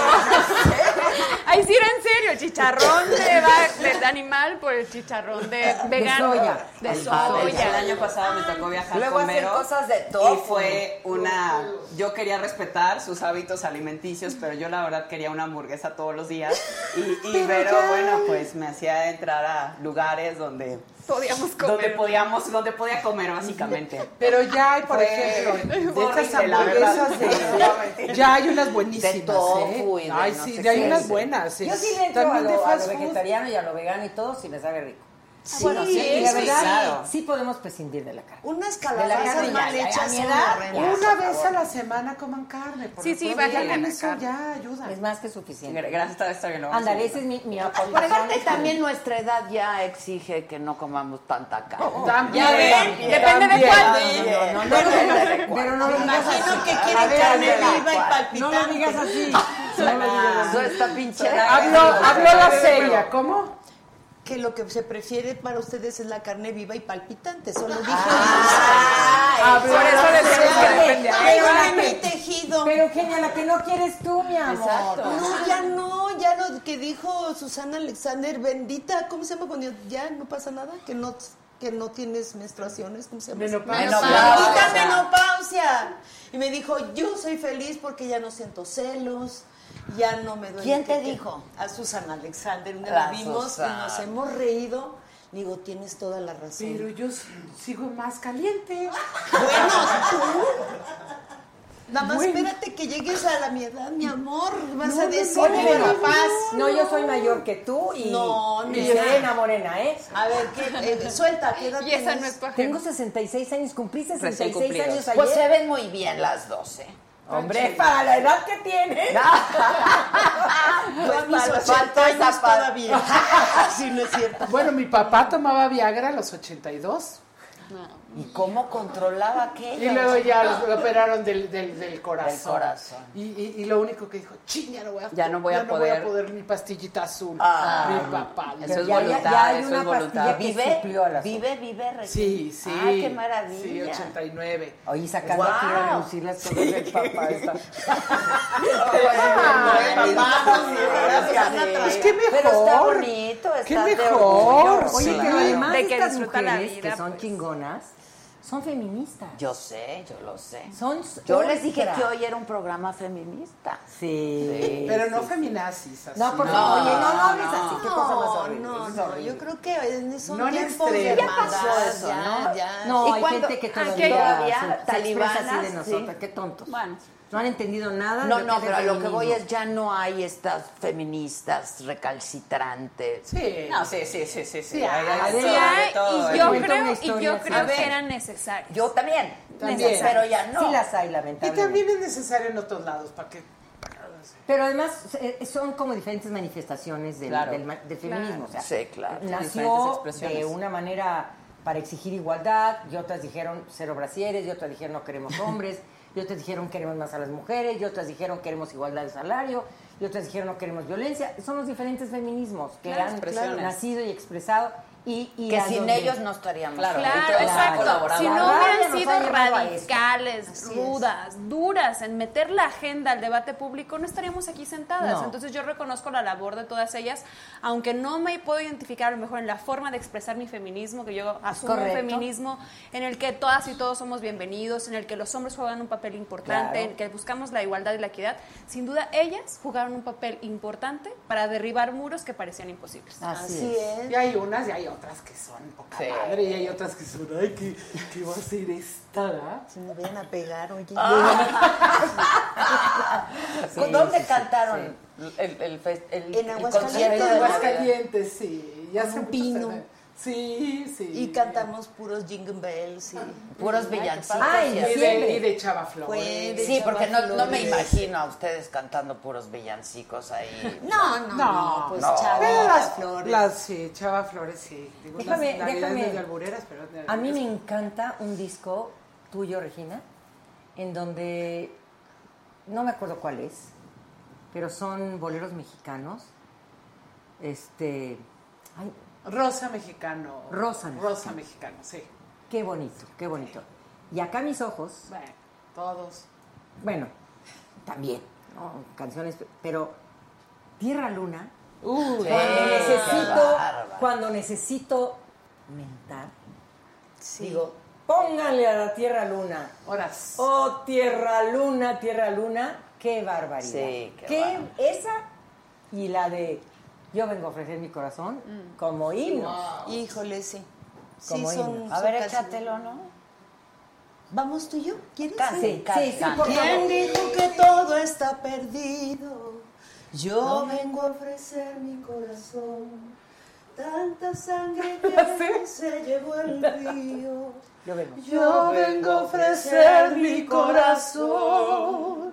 Speaker 2: Ahí sí era en serio, el chicharrón de, va- de animal por el chicharrón de vegano.
Speaker 11: soya.
Speaker 2: De
Speaker 8: padre,
Speaker 6: El
Speaker 2: soya.
Speaker 6: año pasado me tocó viajar
Speaker 3: Luego
Speaker 6: con
Speaker 3: hacen
Speaker 6: Vero
Speaker 3: cosas de
Speaker 6: y
Speaker 3: tofu.
Speaker 6: fue una... Yo quería respetar sus hábitos alimenticios, pero yo la verdad quería una hamburguesa todos los días. Y, y Vero, bueno, pues me hacía entrar a lugares donde,
Speaker 2: Podíamos
Speaker 6: donde
Speaker 2: comer.
Speaker 6: podíamos, donde podía comer básicamente.
Speaker 9: Pero ya hay, por
Speaker 6: Fue
Speaker 9: ejemplo, de
Speaker 6: horrible,
Speaker 9: estas
Speaker 6: la
Speaker 9: hamburguesas
Speaker 6: verdad.
Speaker 9: de... Ya hay unas buenísimas,
Speaker 3: De tofu
Speaker 9: ¿eh?
Speaker 3: y de
Speaker 9: Ay,
Speaker 3: no
Speaker 9: sí,
Speaker 3: sé
Speaker 9: ya hay
Speaker 3: qué.
Speaker 9: unas buenas. sí.
Speaker 11: Yo sí le entro a
Speaker 9: También de
Speaker 11: lo, a lo
Speaker 9: fast food.
Speaker 11: vegetariano y a lo vegano y todo si me sabe rico.
Speaker 8: Sí, bueno, sí,
Speaker 11: y la
Speaker 8: sí,
Speaker 11: verdad,
Speaker 8: claro.
Speaker 11: sí podemos prescindir de la carne.
Speaker 8: Unas
Speaker 11: carne
Speaker 8: calabazas
Speaker 11: ya,
Speaker 8: mal
Speaker 11: ya, ya, a
Speaker 8: hechas
Speaker 11: mi
Speaker 8: son
Speaker 11: edad,
Speaker 8: horrendas.
Speaker 9: Una vez a la semana coman carne. por
Speaker 2: Sí, sí,
Speaker 9: favor, ya
Speaker 2: bájale
Speaker 9: con
Speaker 2: la
Speaker 9: eso
Speaker 2: carne.
Speaker 9: ya ayuda.
Speaker 11: Es más que
Speaker 6: Gra-
Speaker 11: suficiente.
Speaker 6: Gracias a esto que lo vamos a
Speaker 11: Ándale, ese
Speaker 6: hacer.
Speaker 11: es mi, mi
Speaker 3: Por
Speaker 11: aportación.
Speaker 3: aparte, también nuestra edad ya exige que no comamos tanta carne.
Speaker 9: También,
Speaker 6: Ya ven,
Speaker 2: depende de cuál.
Speaker 3: También.
Speaker 11: No, no, no, pero no lo digas
Speaker 8: Imagino
Speaker 11: así.
Speaker 8: que
Speaker 11: A
Speaker 8: quieren
Speaker 11: ver,
Speaker 8: carne
Speaker 11: Adela,
Speaker 8: viva y palpitante.
Speaker 11: No lo digas así.
Speaker 3: Eso está pinche.
Speaker 9: Habló, habló la seria, ¿cómo?
Speaker 8: Que lo que se prefiere para ustedes es la carne viva y palpitante. Solo dije
Speaker 11: Ah,
Speaker 9: Habló
Speaker 2: Por eso
Speaker 9: la
Speaker 2: decimos que
Speaker 9: seria.
Speaker 2: depende.
Speaker 8: eso.
Speaker 11: Pero la
Speaker 8: Pero mi
Speaker 11: que-
Speaker 8: tejido.
Speaker 11: Pero Genia, la que no quieres tú, mi amor.
Speaker 8: No, ya no, ya lo que dijo Susana Alexander, bendita, ¿cómo se llama cuando ya no pasa nada? Que no, que no tienes menstruaciones, ¿cómo se llama?
Speaker 9: Menopausia.
Speaker 3: Menopausia.
Speaker 8: Bendita menopausia. Y me dijo, yo soy feliz porque ya no siento celos, ya no me duele.
Speaker 3: ¿Quién te
Speaker 8: que-
Speaker 3: dijo?
Speaker 8: A Susana Alexander, una
Speaker 3: La
Speaker 8: la vimos
Speaker 3: Susana.
Speaker 8: y nos hemos reído
Speaker 13: Digo, tienes toda la razón.
Speaker 9: Pero yo s- sigo más caliente.
Speaker 13: Bueno,
Speaker 8: Nada más
Speaker 9: Bueno.
Speaker 8: espérate que llegues a la mi edad, mi amor. Vas
Speaker 5: No,
Speaker 8: a
Speaker 5: no,
Speaker 8: decir,
Speaker 5: no, no,
Speaker 8: bueno,
Speaker 5: no,
Speaker 8: paz.
Speaker 5: no, yo soy mayor que tú y-
Speaker 8: No,
Speaker 5: y
Speaker 8: mi
Speaker 5: Serena Morena, ¿eh?
Speaker 8: A ver, ¿qué, eh, suelta, ¿qué edad
Speaker 5: Y esa
Speaker 8: tienes?
Speaker 5: no es tu ajeno. Tengo 66 años, cumplí
Speaker 3: Recién
Speaker 5: 66
Speaker 3: cumplidos.
Speaker 5: años ayer.
Speaker 3: Pues se ven muy bien las ¿eh? 12.
Speaker 5: Hombre, para la edad que tienes.
Speaker 3: Pues
Speaker 5: mis
Speaker 3: para los
Speaker 5: 80
Speaker 3: 80
Speaker 5: años
Speaker 3: pa-
Speaker 5: todavía.
Speaker 9: sí, no es cierto. Bueno, mi papá tomaba Viagra a los 82.
Speaker 3: ¿Y cómo controlaba aquello?
Speaker 9: Y luego ya los- lo operaron del, del- del corazón.
Speaker 3: Del corazón.
Speaker 9: Y, y- y lo único que dijo, ching, ya no voy a,
Speaker 3: Ya no voy a poder".
Speaker 9: mi pastillita azul.
Speaker 3: Ah,
Speaker 9: mi papá.
Speaker 3: Eso
Speaker 9: Ya-
Speaker 3: es
Speaker 9: ya-
Speaker 3: voluntad,
Speaker 9: ya hay
Speaker 3: eso
Speaker 9: una
Speaker 3: es voluntad.
Speaker 9: pastilla que
Speaker 3: Vive,
Speaker 9: suplió al azul.
Speaker 3: vive, vive, Regina.
Speaker 9: Sí, sí.
Speaker 3: Ay, qué
Speaker 9: Sí,
Speaker 3: maravilla.
Speaker 9: 89.
Speaker 5: Oye, sacando aquí a relucir las cosas del papá. Está.
Speaker 9: Pues qué mejor.
Speaker 3: Pero está bonito,
Speaker 9: Qué
Speaker 3: está de
Speaker 9: mejor.
Speaker 3: orgullo.
Speaker 5: Oye, pero además
Speaker 3: De que
Speaker 5: estas
Speaker 3: disfruta la
Speaker 5: mujeres
Speaker 3: vida,
Speaker 5: que son chingonas son feministas.
Speaker 3: Yo sé, yo lo sé.
Speaker 5: Son
Speaker 3: Yo les dije
Speaker 5: ultra.
Speaker 3: que hoy era un programa feminista.
Speaker 5: Sí.
Speaker 9: Pero no feminazis. así.
Speaker 5: No, por favor, oye, no, no hables así. Qué cosa más horrible.
Speaker 8: No,
Speaker 5: Es
Speaker 8: no,
Speaker 5: horrible.
Speaker 8: yo creo que en esos
Speaker 9: No en
Speaker 8: tiempos de
Speaker 9: extremo.
Speaker 8: hermandad,
Speaker 9: Ya pasó eso,
Speaker 8: ya,
Speaker 5: ¿no?
Speaker 8: ya.
Speaker 5: No,
Speaker 8: ¿Y
Speaker 5: hay
Speaker 8: cuando-
Speaker 5: gente que
Speaker 8: ah,
Speaker 5: todavía, se, se expresa así de nosotros. Qué tontos.
Speaker 11: Bueno.
Speaker 5: No han entendido nada. de
Speaker 3: No,
Speaker 5: lo
Speaker 3: no,
Speaker 5: es el
Speaker 3: pero a lo que
Speaker 5: feminismo.
Speaker 3: voy es ya no hay estas feministas recalcitrantes.
Speaker 9: Sí.
Speaker 11: No, sí, sí, sí, sí. sí.
Speaker 3: Sí,
Speaker 11: Hay-
Speaker 3: hay-
Speaker 11: hay
Speaker 3: sí
Speaker 11: de todo,
Speaker 3: hay,
Speaker 11: de todo,
Speaker 2: y yo
Speaker 11: ¿eh?
Speaker 2: creo, y yo creo
Speaker 3: así.
Speaker 2: que eran necesarios.
Speaker 3: Yo también,
Speaker 9: También.
Speaker 3: pero ya no.
Speaker 5: Sí las hay,
Speaker 9: Y
Speaker 5: lamentablemente.
Speaker 9: también es necesario en otros lados, ¿para qué?
Speaker 5: Pero además eh, son como diferentes manifestaciones del,
Speaker 3: Claro.
Speaker 5: del ma- del feminismo.
Speaker 3: Claro.
Speaker 5: o sea,
Speaker 3: Sí, claro. Diferentes
Speaker 5: Nació
Speaker 3: expresiones.
Speaker 5: de una manera para exigir igualdad, y otras dijeron cero brasieres, y otras dijeron no queremos hombres, y otras dijeron queremos más a las mujeres, y otras dijeron queremos igualdad de salario, y otras dijeron no queremos violencia. Son los diferentes feminismos que
Speaker 11: Claro,
Speaker 5: han
Speaker 11: expresiones.
Speaker 5: nacido y expresado. Y, y
Speaker 3: Que
Speaker 5: a
Speaker 3: sin
Speaker 5: donde-
Speaker 3: ellos no estaríamos.
Speaker 11: Claro,
Speaker 3: aquí.
Speaker 11: y
Speaker 2: Claro,
Speaker 11: todos han
Speaker 2: exacto.
Speaker 11: colaborado.
Speaker 2: Si
Speaker 5: La
Speaker 2: no
Speaker 5: rabia
Speaker 2: hubieran
Speaker 5: nos
Speaker 2: sido
Speaker 5: ha llevado a esto.
Speaker 2: radicales, rudas, duras en meter la agenda al debate público, no estaríamos aquí sentadas.
Speaker 5: No.
Speaker 2: Entonces yo reconozco la labor de todas ellas, aunque no me puedo identificar a lo mejor en la forma de expresar mi feminismo, que yo asumo un
Speaker 5: correcto.
Speaker 2: feminismo en el que todas y todos somos bienvenidos, en el que los hombres juegan un papel importante,
Speaker 5: Claro.
Speaker 2: en el que buscamos la igualdad y la equidad. Sin duda ellas jugaron un papel importante para derribar muros que parecían imposibles.
Speaker 5: Así,
Speaker 8: Así
Speaker 5: es.
Speaker 8: es.
Speaker 9: Y hay unas y hay otras que son poca
Speaker 3: Sí.
Speaker 9: madre, y hay otras que son, ay, ¿qué, qué va a ser esta? ah?"
Speaker 8: Si me ven a pegar, oye.
Speaker 3: Ah. ¿Con ¿Dónde cantaron el, el, fest- el-
Speaker 8: En
Speaker 3: el
Speaker 8: Aguascalientes.
Speaker 3: concierto de Navidad?
Speaker 9: Aguascalientes, sí. Ya hace
Speaker 8: un
Speaker 9: muchos
Speaker 8: pino.
Speaker 9: años. Sí, sí.
Speaker 8: Y cantamos puros jingle bells. y-
Speaker 3: Puros villancicos.
Speaker 5: Ay,
Speaker 9: Y
Speaker 3: y así.
Speaker 9: de, y de Chava Flores.
Speaker 8: Fue de
Speaker 3: Sí, porque no, no me
Speaker 8: Flores.
Speaker 3: imagino a ustedes cantando puros villancicos ahí.
Speaker 8: No, no, no, pues
Speaker 3: no.
Speaker 9: Pero
Speaker 8: Chavita
Speaker 9: las
Speaker 8: Flores.
Speaker 9: Las, sí, Chava Flores, sí. Digo, las
Speaker 5: Déjame,
Speaker 9: navidades
Speaker 5: déjame.
Speaker 9: medio albureras, pero...
Speaker 5: A mí me encanta un disco tuyo, Regina, en donde no me acuerdo cuál es, pero son boleros mexicanos. Este, ay,
Speaker 9: Rosa Mexicano.
Speaker 5: Rosa Mexicano.
Speaker 9: Rosa Mexicano, sí.
Speaker 5: qué bonito, qué bonito. Y acá mis ojos,
Speaker 9: Bueno, todos.
Speaker 5: bueno, también, ¿no? canciones, pero Tierra Luna,
Speaker 9: Uh,
Speaker 5: cuando
Speaker 3: qué
Speaker 5: necesito,
Speaker 3: bárbaro.
Speaker 5: cuando necesito mentar,
Speaker 8: Sí.
Speaker 5: digo, pónganle a la Tierra Luna.
Speaker 9: horas.
Speaker 5: Oh, tierra luna, tierra luna, qué barbaridad.
Speaker 3: Sí, qué bárbaro.
Speaker 5: Esa y la de Yo vengo a ofrecer mi corazón como himnos.
Speaker 8: Híjole, sí. Sí,
Speaker 5: Como
Speaker 8: son,
Speaker 5: himno.
Speaker 3: A
Speaker 8: son
Speaker 3: ver,
Speaker 8: canciones.
Speaker 3: échatelo, ¿no?
Speaker 8: ¿Vamos tú y yo? ¿Quieres?
Speaker 3: Casi.
Speaker 8: Sí.
Speaker 5: Sí, sí, sí,
Speaker 3: Cantan.
Speaker 5: por
Speaker 8: ¿Quién
Speaker 5: favor.
Speaker 8: dijo que todo está perdido? Yo vengo a ofrecer mi corazón. Tanta sangre que se llevó el río.
Speaker 5: Yo vengo.
Speaker 8: Yo vengo a ofrecer mi corazón.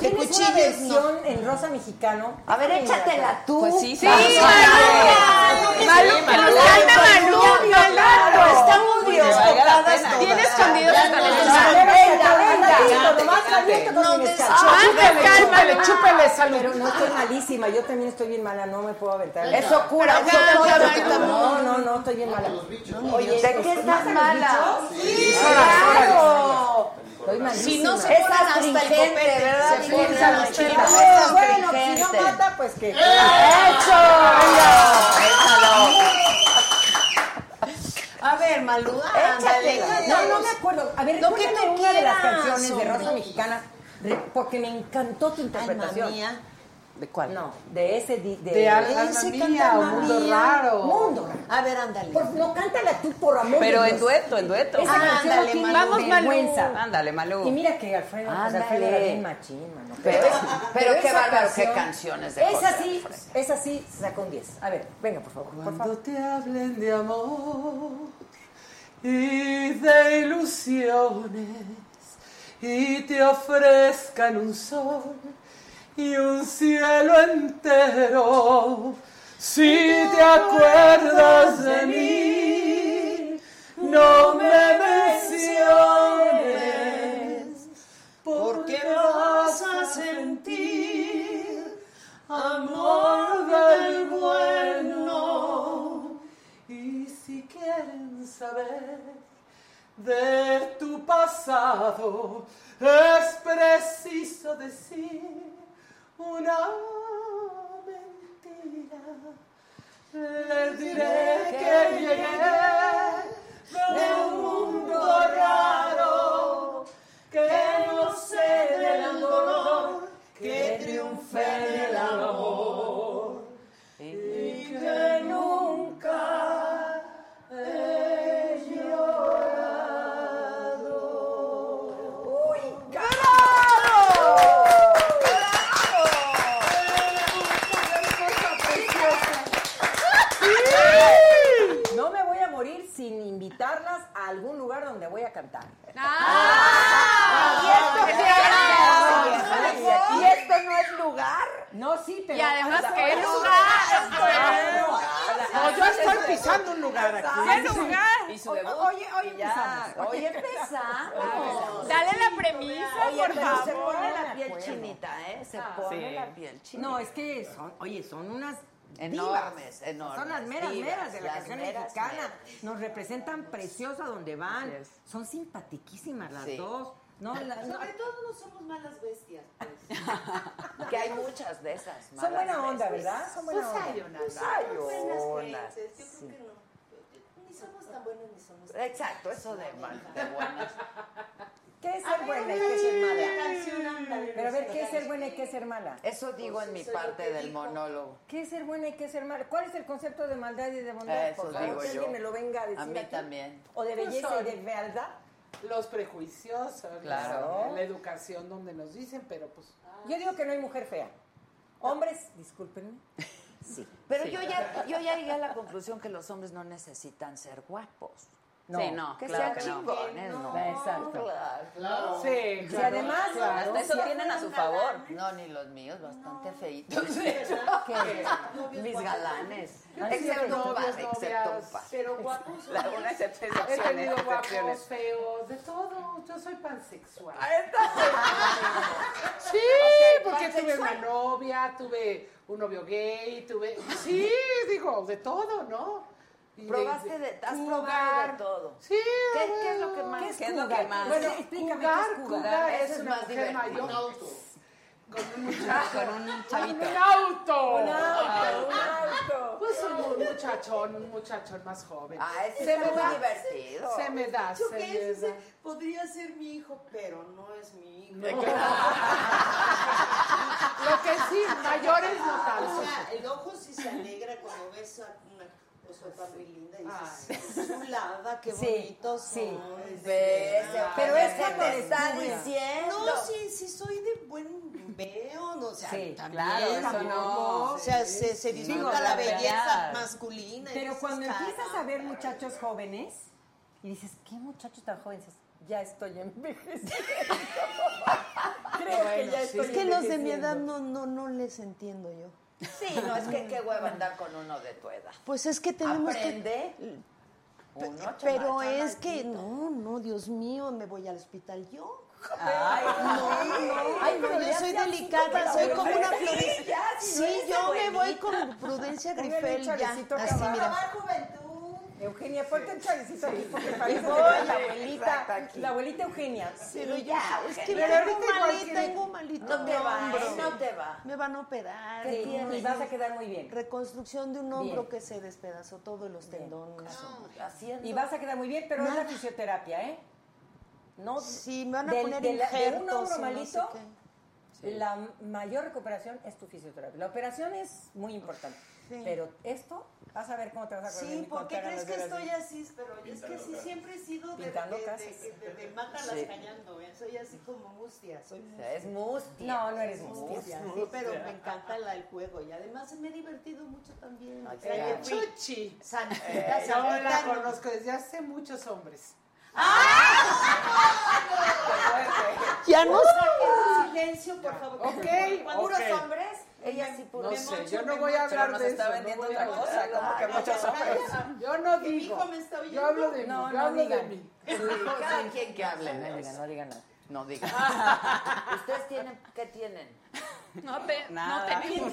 Speaker 5: ¿Qué una versión en rosa mexicano?
Speaker 3: A ver, échatela tú.
Speaker 11: Pues sí, sí.
Speaker 2: Malu, que nos canta Malú, Malú.
Speaker 8: Estamos bien tocadas todas.
Speaker 2: Tiene escondido su talento.
Speaker 5: Venga, venga,
Speaker 3: venga,
Speaker 5: venga, nomás abierto con mi
Speaker 8: No
Speaker 5: mezcal.
Speaker 8: des-
Speaker 4: Ah,
Speaker 2: Más mezcal, Malú.
Speaker 9: Chúpele, de salud.
Speaker 5: Pero no estoy malísima, yo también estoy bien mala, no me puedo aventar.
Speaker 3: Eso cura,
Speaker 5: Pero
Speaker 3: eso
Speaker 5: ya, ya,
Speaker 3: cura.
Speaker 5: ya, No, no, no, estoy bien mala. Oye,
Speaker 3: ¿De qué
Speaker 5: ¿nos
Speaker 3: estás
Speaker 5: matan los
Speaker 3: mala?
Speaker 5: bichos?
Speaker 3: Sí,
Speaker 5: Sí,
Speaker 3: claro.
Speaker 5: claro. Estoy malísima.
Speaker 3: Si no se ponen
Speaker 5: Esa
Speaker 3: hasta el
Speaker 5: astringente,
Speaker 3: copete,
Speaker 5: ¿verdad?
Speaker 3: se
Speaker 5: Sí,
Speaker 3: ponen
Speaker 5: esa
Speaker 3: hasta el
Speaker 5: astringente.
Speaker 3: copete.
Speaker 5: Ah, Bueno, si no
Speaker 3: Astringente.
Speaker 5: mata, pues que...
Speaker 11: A ver, Malú,
Speaker 5: Échate.
Speaker 11: ándale.
Speaker 5: No, no me acuerdo. A ver,
Speaker 11: Lo que
Speaker 5: recuérdame
Speaker 11: tú
Speaker 5: una de las
Speaker 11: quieras,
Speaker 5: canciones de Rosa
Speaker 11: hombre.
Speaker 5: Mexicana, re- porque me encantó tu interpretación.
Speaker 11: mía.
Speaker 5: ¿De cuál? No, de ese... di- De,
Speaker 9: De Al-
Speaker 5: ese
Speaker 9: Alma Mía,
Speaker 5: canta
Speaker 9: o Mundo Raro.
Speaker 5: Mundo Raro.
Speaker 11: A ver, ándale.
Speaker 5: Por- Pues, no, cántala tú, por amor
Speaker 6: Pero
Speaker 5: de
Speaker 6: en
Speaker 5: Dios.
Speaker 6: dueto, en dueto.
Speaker 5: Esa canción no tiene
Speaker 6: Vamos, Malú.
Speaker 5: vergüenza.
Speaker 6: Ándale, Malú.
Speaker 5: Y mira que Alfredo, pues
Speaker 3: Ándale.
Speaker 5: Alfredo era bien machín, mano.
Speaker 3: Pero- pero qué
Speaker 5: esa
Speaker 3: bárbaro, qué canciones de José
Speaker 5: Esa sí, esa sí sacó un 10. A ver, venga, por favor, por
Speaker 9: Cuando
Speaker 5: favor.
Speaker 9: te hablen de amor y de ilusiones y te ofrezcan un sol y un cielo entero, si te acuerdas de mí, no me menciones porque vas a sentir amor del bueno. Y si quieren saber de tu pasado, es preciso decir una mentira. Les diré que llegué de un mundo raro, que no sé del dolor, que triunfe el amor y que nunca he llorado. ¡Uy,
Speaker 5: No me voy a morir sin invitarlas a algún lugar donde voy a cantar.
Speaker 3: ¡Ah! ¿Y esto no es lugar?
Speaker 5: No, sí, pero...
Speaker 10: Y además,
Speaker 5: Ah,
Speaker 10: ¿qué
Speaker 5: no,
Speaker 10: lugar?
Speaker 5: no, no,
Speaker 9: No, yo estoy pisando un lugar
Speaker 10: ¿Qué
Speaker 9: aquí.
Speaker 10: lugar?
Speaker 5: Oye, oye,
Speaker 6: pues,
Speaker 5: empezamos.
Speaker 3: Hoy empezamos.
Speaker 10: Dale la premisa,
Speaker 3: Oye,
Speaker 10: por
Speaker 3: pero se
Speaker 10: favor.
Speaker 3: pone la piel chinita, ¿eh? Se pone la piel chinita.
Speaker 5: No, es que son, oye, son unas
Speaker 3: Enormes,
Speaker 5: divas.
Speaker 3: enormes,
Speaker 5: Son las meras
Speaker 3: divas,
Speaker 5: meras de la
Speaker 3: las
Speaker 5: canción
Speaker 3: meras,
Speaker 5: mexicana.
Speaker 3: meras.
Speaker 5: Nos representan preciosa donde van.
Speaker 3: Así es.
Speaker 5: Son simpatiquísimas las
Speaker 3: Sí.
Speaker 5: dos. No, la- no,
Speaker 11: Sobre todo no somos malas bestias. pues.
Speaker 3: Que hay muchas de esas.
Speaker 5: son
Speaker 3: malas
Speaker 5: buena onda,
Speaker 3: veces.
Speaker 5: ¿verdad? Son buena onda.
Speaker 11: Pues somos buenas gentes, yo creo que no. Ni somos tan buenos ni somos tan
Speaker 3: Exacto, eso de, mal, de buenas.
Speaker 5: ¿Qué es
Speaker 11: A
Speaker 5: ser
Speaker 11: ver,
Speaker 5: buena y
Speaker 11: una
Speaker 5: qué es ser
Speaker 11: linda
Speaker 5: mala?
Speaker 11: canción, ándale,
Speaker 5: Pero a ver,
Speaker 11: nos
Speaker 5: ¿qué es ser
Speaker 11: pegamos.
Speaker 5: buena y qué es ser mala?
Speaker 3: Eso digo en mi
Speaker 11: Pues eso es lo
Speaker 3: parte
Speaker 11: que
Speaker 3: del
Speaker 11: dijo.
Speaker 3: monólogo.
Speaker 5: ¿Qué es ser buena y qué es ser mala? ¿Cuál es el concepto de maldad y de bondad?
Speaker 3: Eso
Speaker 5: Por favor,
Speaker 3: digo
Speaker 5: que
Speaker 3: yo.
Speaker 5: alguien me lo venga a decir.
Speaker 3: A mí
Speaker 5: aquí.
Speaker 3: también.
Speaker 5: O de
Speaker 9: Pues
Speaker 5: belleza y
Speaker 9: son-
Speaker 5: de fealdad.
Speaker 9: Los prejuiciosos,
Speaker 3: Claro.
Speaker 9: la, la educación donde nos dicen, pero pues...
Speaker 5: Yo digo que no hay mujer fea. Hombres, discúlpenme.
Speaker 3: Pero yo, ya, yo ya llegué a la conclusión que los hombres no necesitan ser guapos.
Speaker 5: No.
Speaker 6: Sí, no,
Speaker 3: Que
Speaker 6: claro
Speaker 3: sean
Speaker 6: que no.
Speaker 3: chingones, ¿no?
Speaker 5: Exacto.
Speaker 3: Claro.
Speaker 9: Sí,
Speaker 5: Y además,
Speaker 6: Hasta eso tienen a su favor.
Speaker 3: No, ni los míos, bastante feitos.
Speaker 9: Ah,
Speaker 3: Mis galanes.
Speaker 9: Excepto
Speaker 3: Excepto un par, excepto un par.
Speaker 9: Pero guapos.
Speaker 6: La- una excepción,
Speaker 9: He tenido
Speaker 6: excepciones,
Speaker 9: guapos,
Speaker 6: excepciones.
Speaker 9: feos, de todo. Yo soy pansexual. Sí, porque tuve una novia, tuve un novio gay, tuve. Sí, digo, de todo, ¿no? Y
Speaker 3: Probaste de- has probado de todo.
Speaker 9: Sí,
Speaker 3: ¿Qué-
Speaker 9: bueno.
Speaker 3: qué es lo que más- qué es lo que
Speaker 9: cougar?
Speaker 3: más?
Speaker 9: Bueno,
Speaker 5: Explícame qué
Speaker 9: cougar,
Speaker 5: es cougar.
Speaker 9: cougar
Speaker 3: Eso
Speaker 9: es,
Speaker 3: es
Speaker 9: una
Speaker 3: más
Speaker 9: mujer
Speaker 3: divertido.
Speaker 9: mayor. Con un muchacho.
Speaker 3: Con un
Speaker 9: Un
Speaker 3: chavito.
Speaker 9: auto. Ah.
Speaker 5: Un auto, un auto.
Speaker 9: Pues un muchachón, un muchachón más joven.
Speaker 3: Ah, ese
Speaker 9: Se
Speaker 3: está
Speaker 9: me
Speaker 3: muy
Speaker 9: da,
Speaker 3: divertido.
Speaker 9: Se me da,
Speaker 11: Yo
Speaker 9: se
Speaker 11: que
Speaker 9: me
Speaker 11: ese
Speaker 9: da.
Speaker 11: podría ser mi hijo, pero no es mi hijo.
Speaker 9: Lo que sí, mayores no
Speaker 11: O
Speaker 9: tanto.
Speaker 11: sea, el ojo sí se alegra cuando ves a una cosa muy linda y dices, chulada, qué
Speaker 5: Sí,
Speaker 11: bonitos
Speaker 5: sí.
Speaker 11: son.
Speaker 3: Ves,
Speaker 5: Pero
Speaker 3: oye,
Speaker 5: es
Speaker 3: ¿qué
Speaker 5: cuando
Speaker 3: te
Speaker 5: les
Speaker 3: está
Speaker 5: dura.
Speaker 3: diciendo.
Speaker 11: No, sí, sí soy de buen veo, no, o sea,
Speaker 5: Sí,
Speaker 11: también,
Speaker 6: claro, eso no.
Speaker 11: O sea, se, se disfruta
Speaker 5: no,
Speaker 11: la
Speaker 5: la
Speaker 11: belleza
Speaker 6: verdad.
Speaker 11: masculina. y
Speaker 5: Pero
Speaker 11: dices,
Speaker 5: cuando
Speaker 11: "Cara".
Speaker 5: empiezas a ver muchachos jóvenes y dices, ¿qué muchachos tan jóvenes? Dices, Ya estoy envejeciendo. Creo que ya estoy
Speaker 11: Es que los de mi
Speaker 5: envejeciendo.
Speaker 11: edad no, no, no les entiendo yo.
Speaker 3: Sí, no, es que qué hueva andar con uno de tu edad.
Speaker 11: Pues es que tenemos
Speaker 3: Aprende.
Speaker 11: que...
Speaker 3: Uno, chama-
Speaker 11: Pero es
Speaker 3: chamaquito.
Speaker 11: que, no, no, Dios mío, me voy al hospital yo. Ay,
Speaker 8: no, no.
Speaker 11: Ay,
Speaker 8: pero
Speaker 11: pero
Speaker 8: yo
Speaker 11: ya
Speaker 8: soy
Speaker 11: sea
Speaker 8: delicada,
Speaker 11: asunto,
Speaker 8: soy
Speaker 11: pero
Speaker 8: como
Speaker 11: bueno,
Speaker 8: una
Speaker 11: sí,
Speaker 8: Florencia.
Speaker 11: ya, si no
Speaker 8: Sí,
Speaker 11: eres
Speaker 8: yo me
Speaker 11: abuelita.
Speaker 8: voy como Prudencia
Speaker 11: Póngale
Speaker 8: Grifel
Speaker 11: un
Speaker 8: ya.
Speaker 11: chalecito que
Speaker 8: Así,
Speaker 11: abajo.
Speaker 8: mira.
Speaker 5: Eugenia, ponte el chalecito aquí porque parece que
Speaker 11: Voy.
Speaker 5: eres la abuelita,
Speaker 11: Exacto, aquí.
Speaker 5: la abuelita Eugenia.
Speaker 8: Pero ya, es que
Speaker 5: Pero
Speaker 8: me tengo
Speaker 5: ahorita igual
Speaker 8: malita,
Speaker 5: tiene-
Speaker 8: tengo malito.
Speaker 5: No te va,
Speaker 8: hombro.
Speaker 5: ¿eh? No te va.
Speaker 8: Me van a operar.
Speaker 5: Sí,
Speaker 8: entonces,
Speaker 5: y vas a quedar muy bien.
Speaker 8: Reconstrucción de un hombro
Speaker 5: Bien.
Speaker 8: que se despedazó todos los tendones.
Speaker 5: Y vas a quedar muy bien, pero es la fisioterapia, ¿eh? No,
Speaker 8: sí, me van a poner
Speaker 5: de, la- de un
Speaker 8: injertos
Speaker 5: hombro
Speaker 8: o no
Speaker 5: malito,
Speaker 8: sé qué. Sí.
Speaker 5: la mayor recuperación es tu fisioterapia. La operación es muy importante,
Speaker 8: Sí.
Speaker 5: pero esto, vas a ver cómo te vas a acordar de
Speaker 8: Sí,
Speaker 5: mí cuando
Speaker 8: ¿por qué
Speaker 5: te hagan
Speaker 8: crees
Speaker 5: los
Speaker 8: que
Speaker 5: deberes.
Speaker 8: estoy así? Pero es que
Speaker 5: Pintando
Speaker 8: sí,
Speaker 5: casas.
Speaker 8: siempre he sido de, de,
Speaker 5: Pintando
Speaker 8: de-
Speaker 5: casas.
Speaker 8: de- de- de mátalas
Speaker 5: Sí.
Speaker 8: callando. ¿eh? Soy así como mustia. Soy mustia.
Speaker 3: Es mustia.
Speaker 5: No, no eres
Speaker 8: Mustia,
Speaker 5: mustia.
Speaker 8: Sí, pero me encanta la- el juego y además me he divertido mucho también.
Speaker 3: Ay,
Speaker 8: Era
Speaker 9: Calle
Speaker 8: yo fui
Speaker 9: Chuchi.
Speaker 8: Santita,
Speaker 9: Eh, Yo la
Speaker 8: Santita, no.
Speaker 9: conozco desde hace muchos hombres.
Speaker 8: Ya no
Speaker 11: Saquen silencio, por favor.
Speaker 9: Ok,
Speaker 11: Cuando
Speaker 9: ok.
Speaker 11: puros hombres, ella sí pudo.
Speaker 9: No
Speaker 11: Me
Speaker 9: sé,
Speaker 11: mocho,
Speaker 9: yo no
Speaker 11: me
Speaker 9: voy a
Speaker 11: mocho,
Speaker 9: hablar
Speaker 11: nos
Speaker 9: de
Speaker 11: está
Speaker 9: eso.
Speaker 11: vendiendo
Speaker 9: no voy a
Speaker 11: otra
Speaker 9: hablar.
Speaker 11: cosa, como que
Speaker 9: Ay,
Speaker 11: muchos hombres.
Speaker 9: Yo no
Speaker 11: Que mi
Speaker 9: digo.
Speaker 11: hijo me está oyendo.
Speaker 9: Yo hablo de mí.
Speaker 11: No,
Speaker 9: yo
Speaker 11: no
Speaker 9: hablo de
Speaker 11: digan.
Speaker 9: mí.
Speaker 3: Sí, cada quien que hable.
Speaker 5: No digan, no digan nada.
Speaker 3: No digan. ¿Ustedes tienen qué tienen?
Speaker 10: No, te, no
Speaker 3: Nada.
Speaker 10: tenemos.